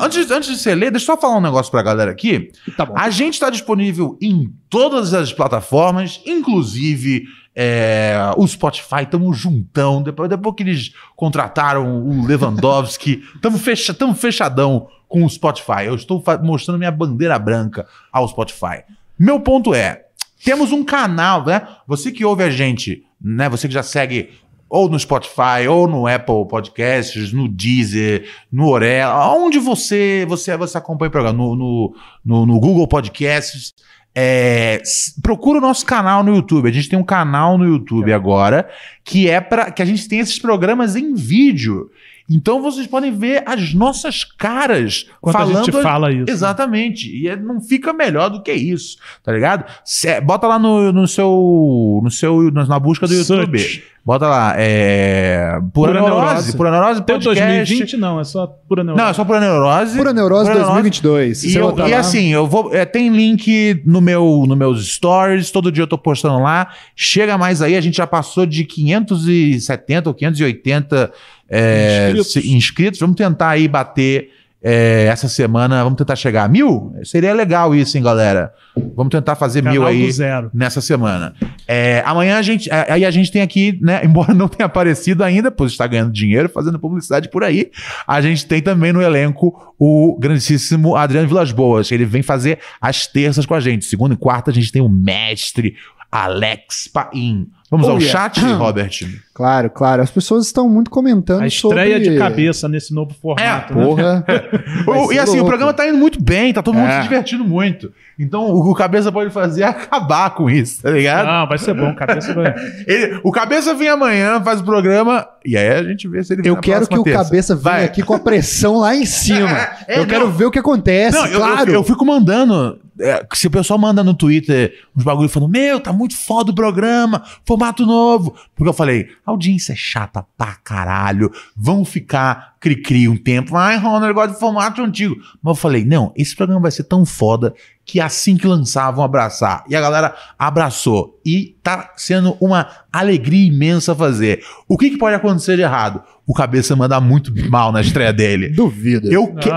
Antes, antes de você ler, deixa eu só falar um negócio pra galera aqui. A gente tá disponível em todas as plataformas, inclusive é, o Spotify, tamo juntão. Depois, depois que eles contrataram o Lewandowski, tamo, fecha, tamo fechadão com o Spotify. Eu estou fa- mostrando minha bandeira branca ao Spotify. Meu ponto é, temos um canal, né? Você que ouve a gente, né? Você que já segue ou no Spotify, ou no Apple Podcasts, no Deezer, no Orelha, onde você você, você acompanha o programa, no, no, no- no Google Podcasts. é, s- procura o nosso canal no YouTube. A gente tem um canal no YouTube agora que é para que a gente tem esses programas em vídeo. Então vocês podem ver as nossas caras Enquanto a gente fala isso. né? Exatamente. E é- não fica melhor do que isso, tá ligado? Cê- bota lá no, no seu. No seu. Na na busca do YouTube. Bota lá. É, pura, neurose. Pura neurose Tem o podcast. 2020, não, é só pura neurose. Não, é só pura neurose. Pura Neurose 2022. E, Você eu- botar e lá. assim, eu vou. é, tem link no meu, no meus stories, todo dia eu tô postando lá. Chega mais aí, a gente já passou de 570 ou 580 é, se- inscritos. Vamos tentar aí bater é, essa semana. Vamos tentar chegar a mil? Seria legal isso, hein, galera? Vamos tentar fazer Canal mil do aí zero. nessa semana. É, amanhã a gente. é, Aí a gente tem aqui, né? Embora não tenha aparecido ainda, pois está ganhando dinheiro, fazendo publicidade por aí. A gente tem também no elenco o grandíssimo Adriano Vilas Boas. Ele vem fazer as terças com a gente. Segunda e quarta a gente tem o mestre Alex Paim. Vamos Oh, ao yeah. chat, Robert? Claro, claro. As pessoas estão muito comentando A sobre... estreia de cabeça nesse novo É, formato. né? Porra. Vai O- ser e assim, o louco. programa tá indo muito bem, tá todo mundo É. se divertindo muito. Então, o, o Cabeça pode fazer é acabar com isso, tá ligado? Não, vai ser bom, Cabeça vai- Ele- o Cabeça vem amanhã, faz o programa, e aí a gente vê se ele vem Eu na quero que próxima o terça. cabeça venha aqui com a pressão lá em cima. É, eu quero não. ver o que acontece, Não, eu, claro. eu, eu fico mandando. é, se o pessoal manda no Twitter uns bagulho falando, meu, tá muito foda o programa, formato novo. Porque eu falei, a audiência é chata pra caralho, vão ficar cri-cri um tempo. Ai, Ronald, eu gosto de formato antigo. Mas eu falei, não, esse programa vai ser tão foda que assim que lançar vão abraçar. E a galera abraçou. E tá sendo uma alegria imensa fazer. O que, que pode acontecer de errado? O cabeça mandar muito mal na estreia dele. Duvido. Eu, que-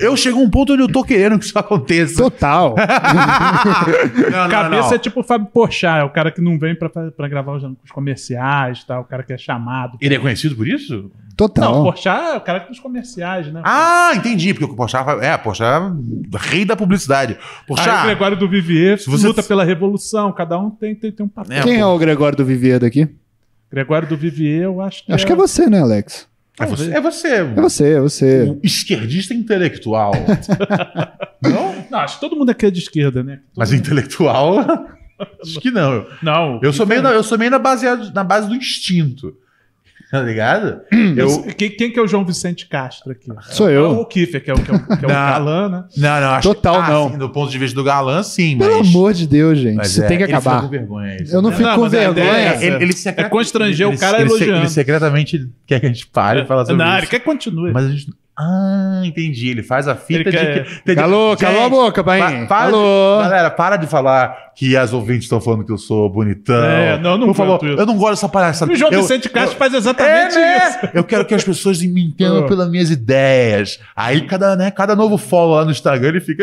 eu chego a um ponto onde eu tô querendo que isso aconteça. Total. cabeça é tipo o Fábio Porchat, é o cara que não vem pra, pra gravar os, os comerciais e tal, o cara que é chamado. Ele é conhecido por isso? Não, o Total. Porchat é o cara que dos comerciais, né? Então. Ah, entendi. Porque o Porchat... fa- É, Porchat é rei da publicidade. Aí o Porchat... Gregório do Vivier você- luta pela revolução, cada um tem, tem, tem um papel. Quem é o Gregório do Viveiro aqui? Gregório do Vivier, eu acho que Acho que é você, né, Alex? É você, é você. É você, é você. um Esquerdista intelectual. Não, acho que todo mundo aqui é de esquerda, né? Mas intelectual... Acho que não. Não. Eu sou meio, na, eu sou meio na, baseado, na base do instinto. Tá ligado? Eu... Quem, quem que é o João Vicente Castro aqui? Sou eu. É O Kiffer, que é o, que é o, que é o Não. galã, né? Não, não. Acho Total ah, não. sim, do ponto de vista do galã, sim. Pelo mas... é. amor de Deus, gente. mas Isso é, tem que ele fica acabar. com vergonha, né? isso. Eu não fico com mas a vergonha. ideia é essa. É, ele, ele É constranger o cara ele, se- elogiando. Ele secretamente quer que a gente pare e fala sobre Não, isso. ele quer que continue. Mas a gente, Ah, entendi. Ele faz a fita Ele quer- de. que- entendi. Calou, calou a boca, Bahia. pa- para Calou. de- galera, para de falar que as ouvintes estão falando que eu sou bonitão. É, não, eu não falou, aguento isso. Eu não gosto dessa palhaçada. O João eu, Vicente Castro eu- faz exatamente É, né? isso. Eu quero que as pessoas me entendam Ah. pelas minhas ideias. Aí cada, né, cada novo follow lá no Instagram ele fica.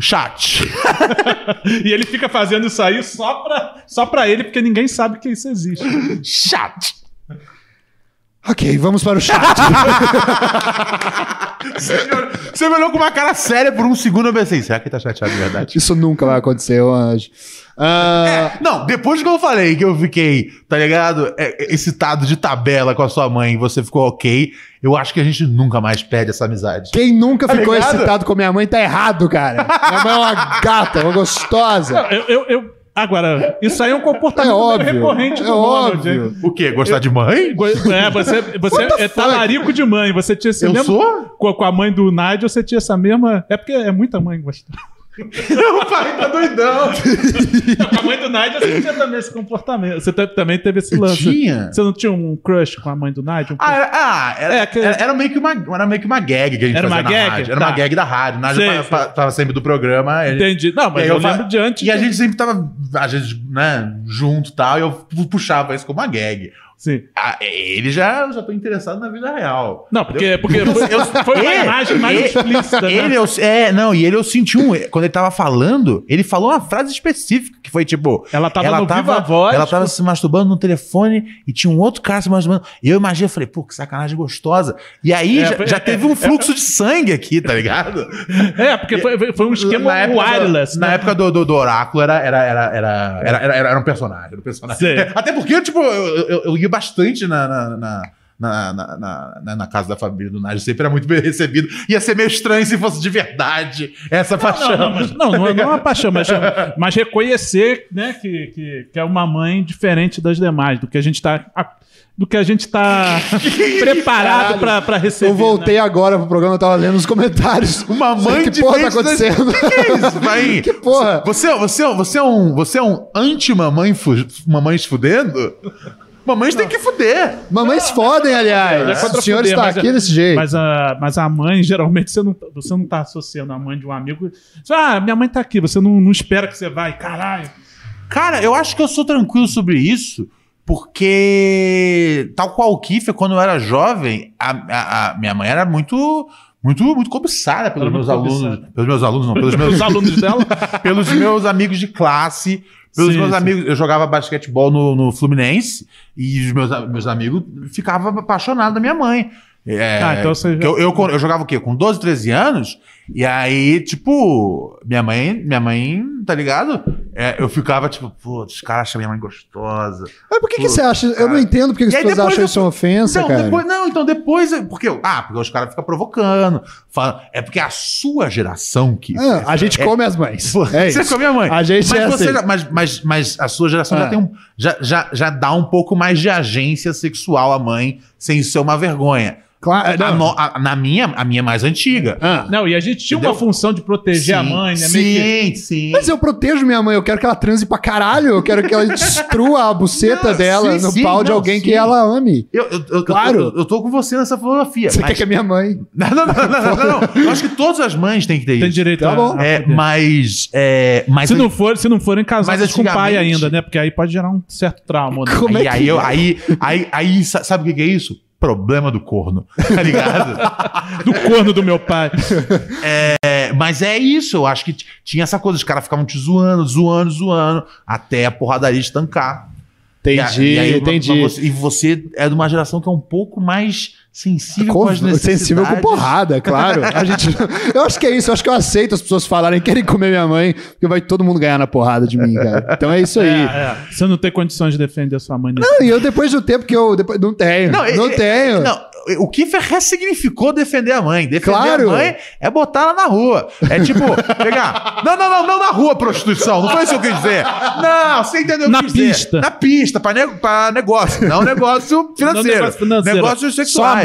Chat. e ele fica fazendo isso aí só pra, só pra ele, porque ninguém sabe que isso existe. Chat. Ok, vamos para o chat. Você me olhou com uma cara séria por um segundo eu pensei, será que ele tá chateado de verdade? Isso nunca vai acontecer, eu acho. É, não, depois que eu falei que eu fiquei, tá ligado? É, é, excitado de tabela com a sua mãe e você ficou ok, eu acho que a gente nunca mais perde essa amizade. Quem nunca Tá ficou ligado? excitado com minha mãe tá errado, cara. Minha mãe é uma gata, uma gostosa. Eu, eu, eu- agora, isso aí é um comportamento É meio óbvio, recorrente é do Ronald. óbvio. hein? O quê? Gostar Eu- de mãe? Go- É, você, você What the é talarico de mãe. Você tinha esse Eu mesmo. sou? Com, com a mãe do Nádio, você tinha essa mesma. É porque é muita mãe gostar. o pai tá doidão. com a mãe do Nádio, você tinha também esse comportamento. Você te- também teve esse lance. tinha? Você não tinha um crush com a mãe do Nádio? Ah, era, ah, era, era- era meio que uma, era meio que uma gag que a gente É, fazia Era na uma gag? rádio. Era Tá. uma gag da rádio. Na Sei, rádio pa- pa- tava sempre do programa. e- Entendi. Não, mas e aí eu fa- lembro de antes E a gente sempre tava, a gente, né, junto e tal, e eu pu- puxava isso como uma gag. Sim. Ah, é, ele já, eu já tô interessado na vida real. Não, porque, porque foi, foi uma imagem mais ele- explícita. né? Ele, eu, é, não, e ele eu senti um. Quando ele tava falando, ele falou uma frase específica que foi tipo. Ela tava no Viva Voz, Ela tava se masturbando no telefone e tinha um outro cara se masturbando. E eu imaginei, eu falei, pô, que sacanagem gostosa. E aí É, já, foi- já teve um fluxo de sangue aqui, tá ligado? É, porque foi, foi um esquema Na época do- wireless. né? Na época do, do, do Oráculo era, era, era, era, era, era, era um personagem. Era um personagem. Sei. Até porque, tipo, eu, eu, eu ia bastante na. na, na... Na, na, na- na- na casa da família do Nádio sempre era muito bem recebido. Ia ser meio estranho se fosse de verdade essa paixão. Não, não, mas- não, não, é- não é uma paixão, mas, mas reconhecer né, que, que, que é uma mãe diferente das demais, do que a gente está do que a gente tá preparado pra, pra receber. né? Eu voltei agora pro programa, eu tava lendo os comentários. né? Uma mãe Que porra tá diferente das- acontecendo? Que isso, Bahia? Que porra? Você, você, você é um, você é um anti-mamãe fu- mamães fudendo? Mamães têm que fuder. Mamães fodem, aliás. Ele é contra o senhor fuder, está mas a- aqui desse jeito. Mas a, mas a mãe, geralmente, você não, você não tá associando a mãe de um amigo. Você, Ah, minha mãe tá aqui, você não, não espera que você vai, caralho. Cara, eu acho que eu sou tranquilo sobre isso, porque, tal qual o Kiffer, quando eu era jovem, a, a- a minha mãe era muito. Muito, muito cobiçada pelos Era muito meus alunos. cobiçada. Pelos meus alunos, não. Pelos meus Os alunos dela. pelos meus amigos de classe, pelos Sim, meus sim. amigos. Eu jogava basquetebol no, no Fluminense e os meus, a- meus amigos ficavam apaixonados da minha mãe. É, Ah, então você já- que eu, eu, eu jogava o quê? Com 12, 13 anos, e aí, tipo, minha mãe, minha mãe, tá ligado? É, eu ficava, tipo, pô, os caras acham minha mãe gostosa. Mas por que, que você acha? Eu não entendo porque que as E aí pessoas depois acham eu- isso uma ofensa, Não, cara. depois, não, então depois. eu- Porque, eu- ah, porque os caras ficam provocando. falam- é porque a sua geração que. Ah, a gente é- come as mães. É você isso. come a mãe. A gente mas é você assim. já- mas, mas, mas a sua geração Ah. já, tem um, já, já, já dá um pouco mais de agência sexual à mãe, sem ser uma vergonha. Claro, a no- a- na minha, a minha é mais antiga. Ah. Não, e a gente tinha uma Entendeu? função de proteger a Sim, mãe, né? Sim, Meio que- sim. Mas eu protejo minha mãe, eu quero que ela transe pra caralho, eu quero que ela destrua a buceta Não, dela sim, no sim, pau de não, alguém sim. que ela ame. Eu, eu, eu- Claro. Eu, eu tô com você nessa filosofia. Você mas- quer que a minha mãe. Não, não, não, não, não, não, não. Eu acho que todas as mães têm que ter Tem isso. direito tá a- bom. a É, poder. mas, é, mas. se, não for, se não forem casados Mas com o antigamente- pai é ainda, né? Porque aí pode gerar um certo trauma. Né? é aí, aí, eu- aí, aí, aí, sa- sabe o que que é isso? Problema do corno. Tá ligado? Do corno do meu pai. É, mas é isso, eu acho que t- tinha essa coisa, os caras ficavam te zoando, zoando, zoando, até a porradaria estancar. E a- Entendi, e aí, entendi. mas você- E você é de uma geração que é um pouco mais sensível com, as necessidades. Sensível com porrada, claro. A gente, eu acho que é isso. Eu acho que eu aceito as pessoas falarem que querem comer minha mãe, porque vai todo mundo ganhar na porrada de mim, cara. Então é isso aí. É, é. Você não tem condições de defender sua mãe. nesse- Não, e eu depois do tempo que eu. Depois, não tenho. é. Não, e- e- tenho. Não, o que ressignificou defender a mãe? Defender Claro. a mãe é botar ela na rua. É tipo, pegar. Não, não, não, não na rua, prostituição. Não foi isso que eu quis dizer. Não, você entendeu o que eu Na quis dizer. pista. é um Na pista, pra, ne- pra negócio. Não um negócio financeiro. negócio financeiro. Negócios Só sexuais. amor.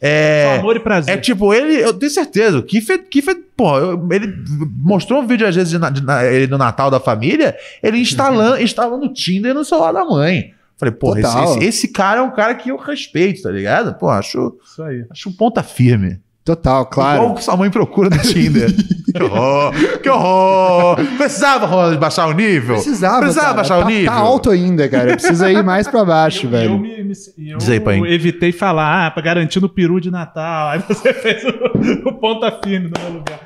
É, Só amor e prazer. É tipo, ele, eu tenho certeza, o Kiefer, Kiefer é, pô, eu- ele mostrou um vídeo às vezes de, na- de na- ele no Natal da família, ele instalando, instalando o Tinder no celular da mãe. Falei, pô, esse, Uhum. Total. esse- esse cara é um cara que eu respeito, tá ligado? Pô, acho, Isso aí. acho um ponta firme. Total, claro. Igual o que sua mãe procura no Tinder. que horror, que horror. Precisava Ronald, baixar o nível? Precisava. Precisava cara. baixar Tá- o nível? Tá alto ainda, cara. Precisa ir mais pra baixo, velho. Diz aí, Eu evitei falar, ah, pra garantir no peru de Natal. Aí você fez o, o ponta firme no meu lugar.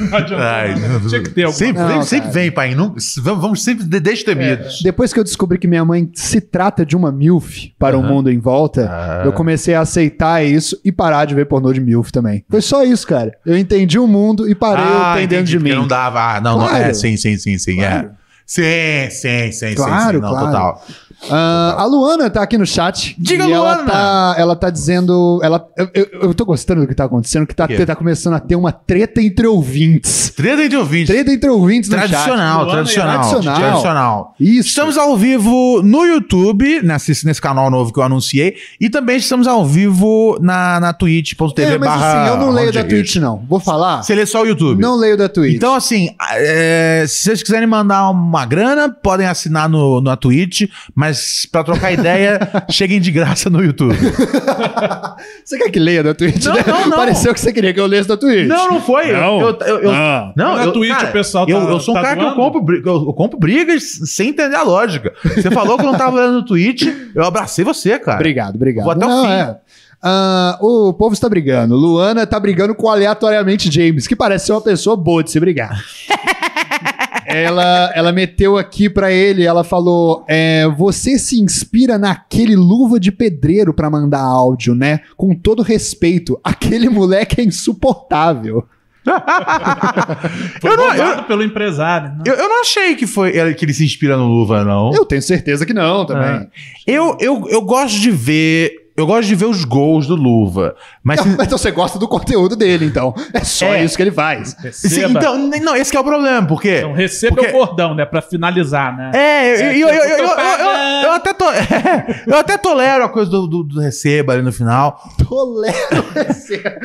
Não adiantou Ai, nada. Tinha que ter alguma sempre, coisa. vem- sempre vem, pai. Nunca- vamos, vamos sempre de- destemidos. Depois que eu descobri que minha mãe se trata de uma MILF para o mundo em volta, Ah. eu comecei a aceitar isso e parar de ver pornô de MILF também. Foi só isso, cara. Eu entendi o mundo e parei o que tem dentro de Ah, entendi, mim. porque Não dava. Ah, não, não. É, Claro. sim, sim, sim, sim. É. Sim, sim, sim, sim, Claro, sim. Não, claro. total. Ah, a Luana tá aqui no chat. Diga, e Ela Luana! tá, ela tá dizendo. Ela, eu, eu, eu tô gostando do que tá acontecendo, que tá, O quê? tá começando a ter uma treta entre ouvintes. Treta entre ouvintes. Treta entre ouvintes no chat. Tradicional, Luana, tradicional, tradicional. tradicional. Isso. Estamos ao vivo no YouTube, nesse, nesse canal novo que eu anunciei, e também estamos ao vivo na, na twitch.tv É, mas barra assim, eu não leio Ronald da Rios. Twitch, não. Vou falar. Você lê só o YouTube. Não leio da Twitch. Então, assim, é, se vocês quiserem mandar uma grana, podem assinar no, na Twitch, mas pra trocar ideia, cheguem de graça no YouTube. Você quer que leia da Twitch? né? Não, não, não. Pareceu que você queria que eu lesse da Twitch. Não, não foi. Não. Eu, eu, eu, Ah. não, Na eu, Twitch cara, o pessoal tá- Eu, eu sou um tá cara que eu zoando? compro, briga- eu, eu compro brigas sem entender a lógica. Você falou que eu não tava olhando no Twitch, eu abracei você, cara. Obrigado, obrigado. Vou até Não, o fim. é. Ah, o povo está brigando. Luana está brigando com aleatoriamente James, que parece ser uma pessoa boa de se brigar. ela, ela meteu aqui pra ele, ela falou: é, Você se inspira naquele luva de pedreiro pra mandar áudio, né? Com todo respeito, aquele moleque é insuportável. Foi roubado pelo empresário. né? Eu, eu não achei que foi ele- que ele se inspira no Luva, não. Eu tenho certeza que não Ah, também. Eu, eu, eu gosto de ver. Eu gosto de ver os gols do Luva. Mas. se- Então você gosta do conteúdo dele, então. É só É. isso que ele faz. se- então, nem- não, esse que é o problema, porque. Então receba o bordão, né? Pra finalizar, né? É, eu, eu, eu, eu, tô eu, eu, eu até to- eu até tolero a coisa do, do- do receba ali no final. Tolero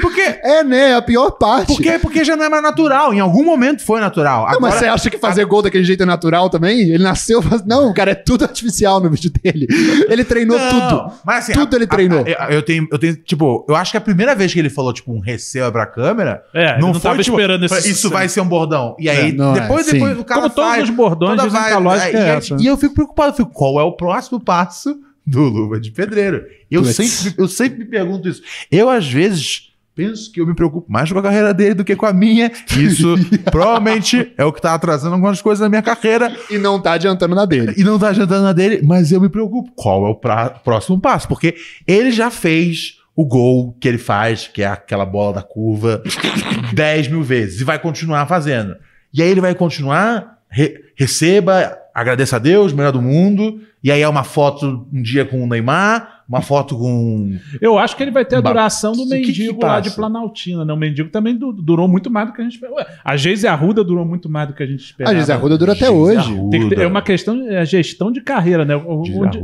Porque é, né? A pior parte. Porque, porque já não é mais natural. Em algum momento foi natural. Não, mas é você acha que fazer gol daquele jeito é natural também? Ele nasceu. faz- Não, cara, é tudo artificial no vídeo dele. Ele treinou Não, tudo. Mas assim, tudo a- ele a- treinou. a- eu, tenho, eu tenho, tipo, eu acho que a primeira vez que ele falou, tipo, um receba pra câmera, tipo, É, ele não tava esperando esse- Isso vai ser um bordão. E aí, É, não, é, depois, sim. depois o cara Como todos faz, os bordões toda dizem vai- que a lógica e é ele- essa. E eu fico preocupado, eu fico, qual é o próximo passo do Luva de Pedreiro? Eu Puts. sempre, eu sempre me pergunto isso. Eu, às vezes... Penso que eu me preocupo mais com a carreira dele do que com a minha. Isso provavelmente é o que tá atrasando algumas coisas na minha carreira. E não tá adiantando na dele. E não tá adiantando na dele, mas eu me preocupo. Qual é o pra- próximo passo? Porque ele já fez o gol que ele faz, que é aquela bola da curva, 10 mil vezes. E vai continuar fazendo. E aí ele vai continuar, re- receba, agradeça a Deus, melhor do mundo. E aí é uma foto um dia com o Neymar, uma foto com. Eu acho que ele vai ter a Ba- duração do Que- que mendigo passa? lá de Planaltina, né? O mendigo também du- durou muito mais do que a gente esperava. Ué, A Geise Arruda durou muito mais do que a gente É, esperava. A Gisele Arruda dura até hoje. Tem que ter- é uma questão, é gestão de carreira, né? O- onde-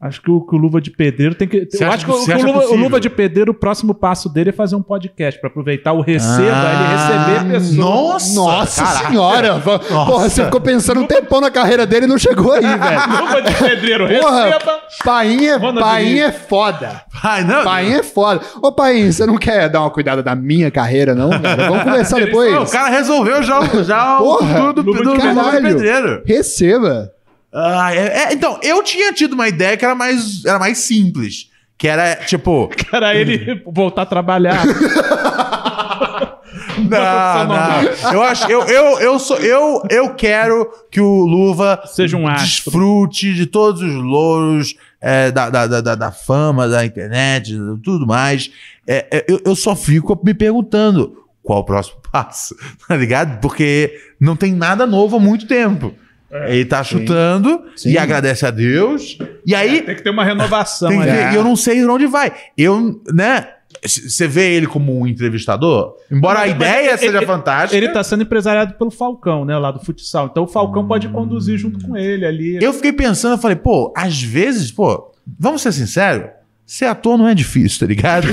acho que o, que o Luva de Pedreiro tem que. Você eu acha acho que, que- o, você que o acha Luva, o possível? Luva de Pedreiro, o próximo passo dele é fazer um podcast pra aproveitar o receba, ele receber pessoas. Ah, Nossa, Nossa caraca. senhora! Va- Porra, você ficou pensando um tempão na carreira dele e não chegou aí, velho. Luva de Pedreiro, Porra, receba. painha, Ronald painha é Rios. foda. Ai, não, painha é foda. Ô, Painha, você não quer dar uma cuidada da minha carreira, não? Velho? Vamos conversar Ele- depois. Não, o cara resolveu já, o- já Porra, o tudo do, do, do, Luva de caralho. Pedreiro. Receba. Ah, é- é, então, eu tinha tido uma ideia que era mais, era mais simples. Que era, tipo. Cara, ele voltar a trabalhar. Não, não. Eu acho, eu, eu, eu, sou, eu, eu quero que o Luva seja um desfrute de todos os louros é, da, da, da, da- da fama, da internet, tudo mais. É, é, eu, eu só fico me perguntando qual o próximo passo, tá ligado? Porque não tem nada novo há muito tempo. Ele tá chutando e agradece a Deus. E aí. É, tem que ter uma renovação. ali. É. E eu não sei pra onde vai. Eu, né? c- Você vê ele como um entrevistador? Embora a Mas- mas ideia tá- ele- seja ele- fantástica. Ele tá sendo empresariado pelo Falcão, né? Lá do futsal. Então o Falcão pode conduzir junto com ele ali. Eu fiquei pensando, eu falei, pô, às vezes, pô, vamos ser sinceros, ser ator não é difícil, tá ligado?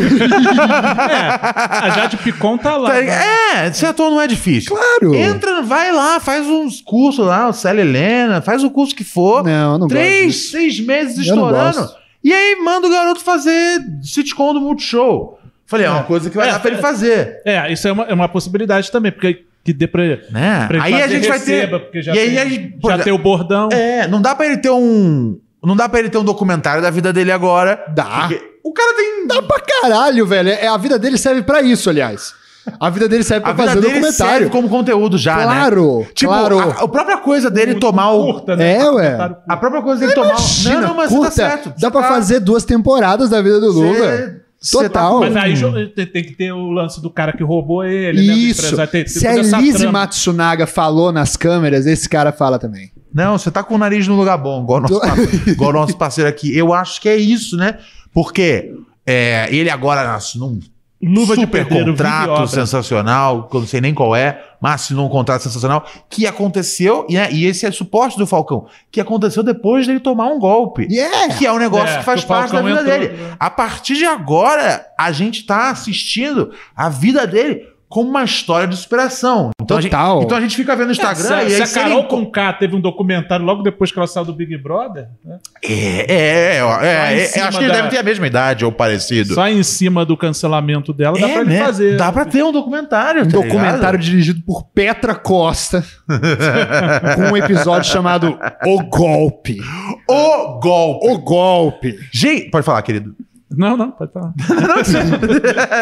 É, A Jade Picon tá lá. Tá ligado? É, ser ator não é difícil. Claro. Entra, vai lá, faz uns cursos lá, o Célia Helena, faz o curso que for. Não, eu não gosto Três, disso. seis meses Eu não estourando. gosto. E aí manda o garoto fazer sitcom do Multishow. Falei, é uma coisa que vai dar pra ele fazer. É, isso é uma, é uma possibilidade também, porque que dê pra, né? pra ele aí a fazer gente vai receba, ter. Porque já e aí tem, a gente- por já exemplo, tem o bordão. É, não dá pra ele ter um. Não dá pra ele ter um documentário da vida dele agora. Dá. o cara tem. Dá Tá pra caralho, velho. É, a vida dele serve pra isso, aliás. A vida dele serve pra A vida fazer um dele documentário. serve como conteúdo já, né? Claro, Tipo, claro. a, a própria coisa dele tomar o. né? Ah, É, ué. A própria coisa dele tomar o. Imagina, Não, não, mas curta. tá certo. Dá pra fazer duas temporadas da vida do Cê- Luva. cê tá Total. Mas aí jo- tem, tem que ter o lance do cara que roubou ele, né? do Isso. empresário, tem- tem é Se a toda essa Elise trama. Matsunaga falou nas câmeras, esse cara fala também. Não, você tá com o nariz no lugar bom, igual o nosso, parceiro, igual o nosso parceiro aqui. Eu acho que é isso, né? Porque é, ele agora assinou um Luva de super pedreiro, vive contrato obra. sensacional, que eu não sei nem qual é, mas assinou um contrato sensacional, que aconteceu, e, né, e esse é suporte do Falcão, que aconteceu depois dele tomar um golpe. Yeah! Que é um negócio É, que faz que o parte da Falcão vida entrou, dele. né? A partir de agora, a gente tá assistindo a vida dele como uma história de superação. Então, A Total. gente, então a gente fica vendo no Instagram É, e se, aí se a se ele Carol Conká teve um documentário logo depois que ela saiu do Big Brother, né? É, é, é, ó, Só Tá em é, é, cima acho que ele da- deve ter a mesma idade ou parecido. só em cima do cancelamento dela, dá É, pra ele né? fazer. Dá pra ter um documentário. Um documentário dirigido por Petra Costa, com um episódio chamado O Golpe. O Golpe. O Golpe. Gente, pode falar, querido. Não, não, pode falar.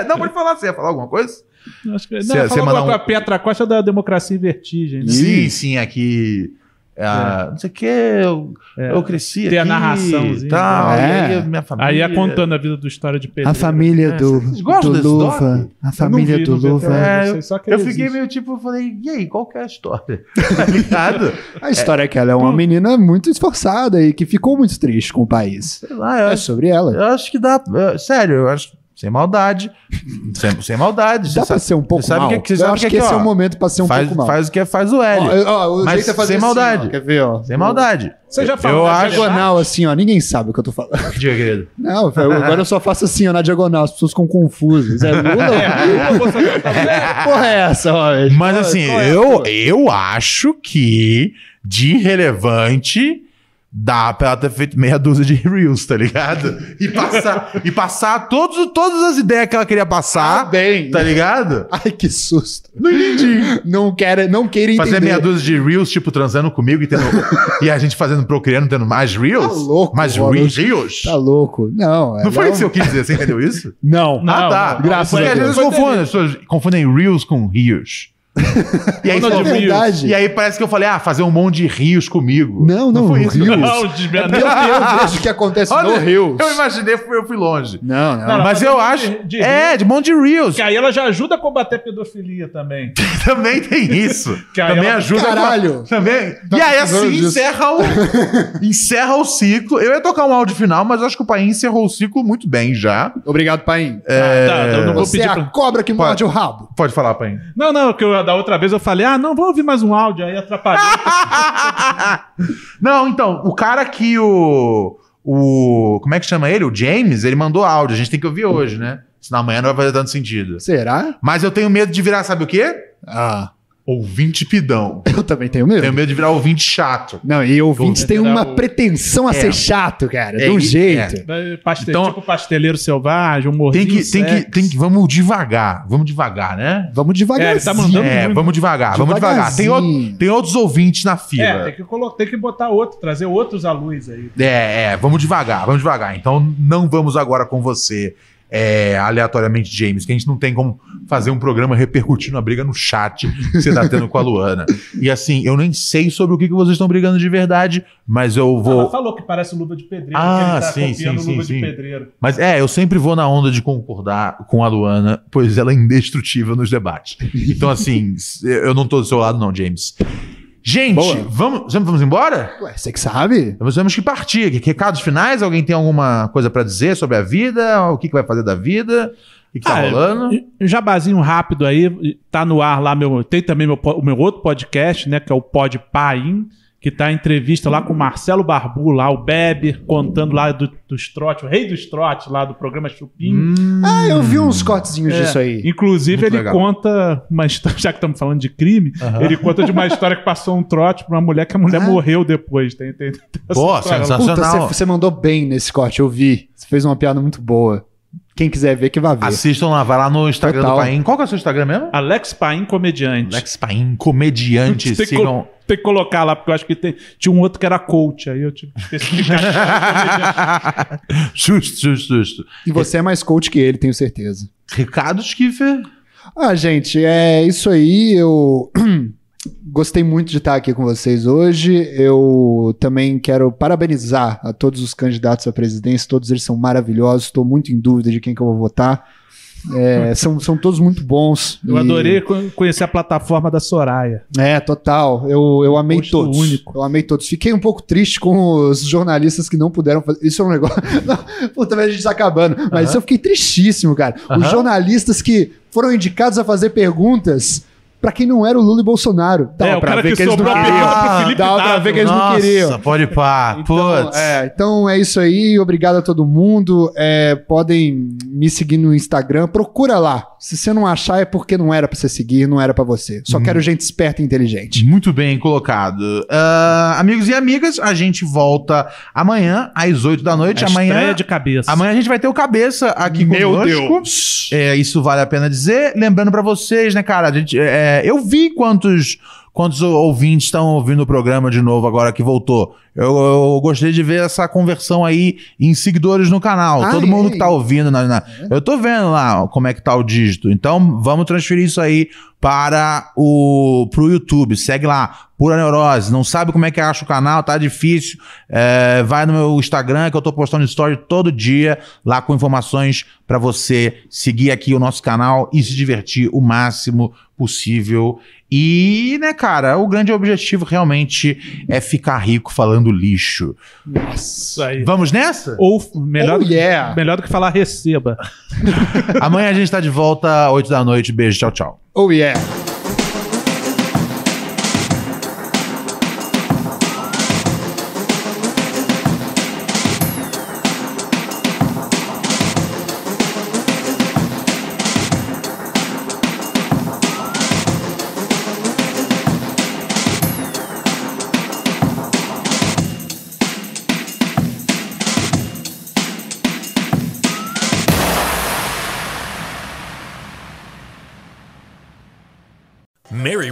não, pode falar, você ia falar alguma coisa? Acho que, não, Cê- falou cê mandar com a- com a um- Petra Costa da Democracia em Vertigem. Né? Sim, sim, aqui. ah, Não sei o que, eu, eu cresci É. Tem a aqui, narraçãozinha. Tal, É. e aí, minha família. Aí é contando a vida do história de Pedro. A família É, do, Vocês gostam do desse Luva. doc? A família vi, do não vi. Luva. É, eu, só que eu ele fiquei existe. meio tipo, eu falei, e aí, qual que é a história? Tá ligado? A história é que ela é uma menina muito esforçada e que ficou muito triste com o país. lá, eu é acho- sobre ela. Eu acho que dá. é, sério, eu acho. Sem maldade. Sem, sem maldade. Dá pra ser um pouco sabe mal. Que, é que- você Eu sabe acho é que esse ó, é o momento pra ser um faz, pouco mal. Faz o que é, faz o L. Ó, ó, o Mas jeito é fazer sem assim, maldade. ó, quer ver, ó? Sem maldade. Você já Eu falou na acho. é Diagonal, assim, ó. Ninguém sabe o que eu tô falando. Diga, querido. Não, velho, agora eu só faço assim, ó, na diagonal. As pessoas ficam confusas. É Lula? É, Lula, Bolsonaro, Que porra é essa, ó? é, Mas assim, eu, eu acho que de relevante dá pra ela ter feito meia dúzia de reels, tá ligado? E passar, e passar todos, todas as ideias que ela queria passar. Ah, bem. Tá ligado? Ai, que susto. Não entendi. Não quero, não queira entender. Fazer meia dúzia de reels, tipo, transando comigo e, tendo, e a gente fazendo procriando, tendo mais reels? Tá louco, mais Ronald. reels? Tá louco. Não, Não foi ela- é um- isso que eu quis dizer, você entendeu isso? Não. ah, tá. Graças Porque a às Deus. vezes confundem, as pessoas confundem reels com rios. E aí, Ronald fala- Reels. Verdade. e aí parece que eu falei, ah, fazer um monte de rios comigo. Não, não, foi isso. reels. Não, desmerda. Meu Deus, vejo o que acontece no Olha, Rios. Eu imaginei, eu fui longe. Não, não. Não, Mas fazer eu um monte acho. de- de é, reels. de um monte de reels. Que aí ela já ajuda a combater a pedofilia também. Também tem isso. Que aí Também ela- ajuda. com a- Caralho. Também. Tá e aí, precisando assim, disso. encerra o, encerra o ciclo. Eu ia tocar um áudio final, mas acho que o Paim encerrou o ciclo muito bem já. Obrigado, Paim. É... tá, eu não vou Você pedir é a pra- cobra que morde o rabo. Pode falar, Paim. Não, não, que eu- da outra vez eu falei, ah, não, vou ouvir mais um áudio, aí atrapalhou. Não, então, o cara que o. O. Como é que chama ele? O James, ele mandou áudio. A gente tem que ouvir hoje, né? Senão amanhã não vai fazer tanto sentido. Será? Mas eu tenho medo de virar, sabe o quê? Ah. Ouvinte pidão. Eu também tenho medo. Tenho medo de virar ouvinte chato. Não, e ouvintes têm uma pretensão a É. ser chato, cara. É, de um e- jeito. Daí, paste- tipo pasteleiro selvagem, um Então- Tem morrinho. que, tem que, tem que, vamos devagar, vamos devagar, né? Vamos devagarzinho. É, ele tá mandando muito. vamos devagar, vamos devagar. Tem, Devagarzinho. outro- tem outros ouvintes na É, fila. tem que, colo- tem que botar outro, trazer outros à luz aí. É, é, vamos devagar, vamos devagar. Então não vamos agora com você, é, aleatoriamente James, que a gente não tem como fazer um programa repercutindo a briga no chat que você tá tendo com a Luana. E assim, eu nem sei sobre o que, que vocês estão brigando de verdade, mas eu vou. Ela falou que parece o Luva de Pedreiro. que Ah, ele tá sim, sim, copiando o sim, Luva sim. de Pedreiro. Mas é, eu sempre vou na onda de concordar com a Luana, pois ela é indestrutível nos debates. Então, assim, s- eu não tô do seu lado, não, James. Gente, vamos, já vamos embora? Ué, você que sabe. Então, Nós temos que partir. Que- Recados finais? Alguém tem alguma coisa pra dizer sobre a vida? O que, que vai fazer da vida? O que, que tá Ah, rolando? Um jabazinho rápido aí, tá no ar lá meu, tem também meu, po- o meu outro podcast, né, que é o Pod Paim, que tá em entrevista lá com o Marcelo Barbu, lá o Bebe, contando lá do, dos trote, o rei dos trote lá do programa Chupim. Hum, Ah, eu vi uns cortezinhos É, disso aí. Inclusive, Muito ele legal. conta uma história, já que estamos falando de crime, Aham. ele conta de uma história que passou um trote pra uma mulher que a Ah. mulher morreu depois. Tem, tem, tem essa história lá. Puta, você- Você mandou bem nesse corte, eu vi. Você fez uma piada muito boa. Quem quiser ver, que vá ver. Assistam lá, vai lá no Instagram do Paim. Qual que é o seu Instagram mesmo? Alex Paim Comediante. Alex Paim Comediante. Ah, Tem que, sigam- col- tem que colocar lá, porque eu acho que tem, tinha um outro que era coach, aí eu tive que especificar. Justo, justo, justo. E você é mais coach que ele, tenho certeza. Recados, Kiffer? Ah, gente, é isso aí. Eu gostei muito de estar aqui com vocês hoje. Eu também quero parabenizar a todos os candidatos à presidência. Todos eles são maravilhosos. Estou muito em dúvida de quem que eu vou votar. É, são, são todos muito bons. eu E- adorei co- conhecer a plataforma da Soraya. É, total. Eu, eu amei todos. Eu amei todos. Fiquei um pouco triste com os jornalistas que não puderam fazer. Isso é um negócio. Não, puta, mas a gente tá acabando. Mas isso eu fiquei tristíssimo, cara. Os Aham. jornalistas que foram indicados a fazer perguntas. Pra quem não era o Lula e Bolsonaro. Dá É, uma o pra cara ver que que, eles não sobrou a queriam. pergunta pro Felipe Dá pra Dávila. ver que eles não Nossa, queriam. pode pá, putz. É, então é isso aí. Obrigado a todo mundo. É, podem me seguir no Instagram. Procura lá. Se você não achar, é porque não era pra você seguir, não era pra você. Uhum. Só quero gente esperta e inteligente. Muito bem colocado. Ah, amigos e amigas, a gente volta amanhã às 8 da noite. A amanhã, estreia de cabeça. Amanhã a gente vai ter o cabeça aqui Meu conosco. É, isso vale a pena dizer. Lembrando pra vocês, né, cara, a gente, é, eu vi quantos quantos ouvintes estão ouvindo o programa de novo agora que voltou. Eu, eu gostei de ver essa conversão aí em seguidores no canal. Ah, Todo é? mundo que tá ouvindo na, na- eu tô vendo lá como é que tá o dígito. Então, vamos transferir isso aí para o pro YouTube. Segue lá, Pura Neurose. Não sabe como é que acha o canal, tá difícil. É, vai no meu Instagram que eu tô postando story todo dia lá com informações para você seguir aqui o nosso canal e se divertir o máximo possível. E, né, cara, o grande objetivo realmente é ficar rico falando lixo. Isso aí. Vamos nessa? Ou melhor, Oh, yeah. melhor do que falar receba. Amanhã a gente tá de volta, 8 da noite. Beijo, tchau, tchau. Oh, yeah. Mary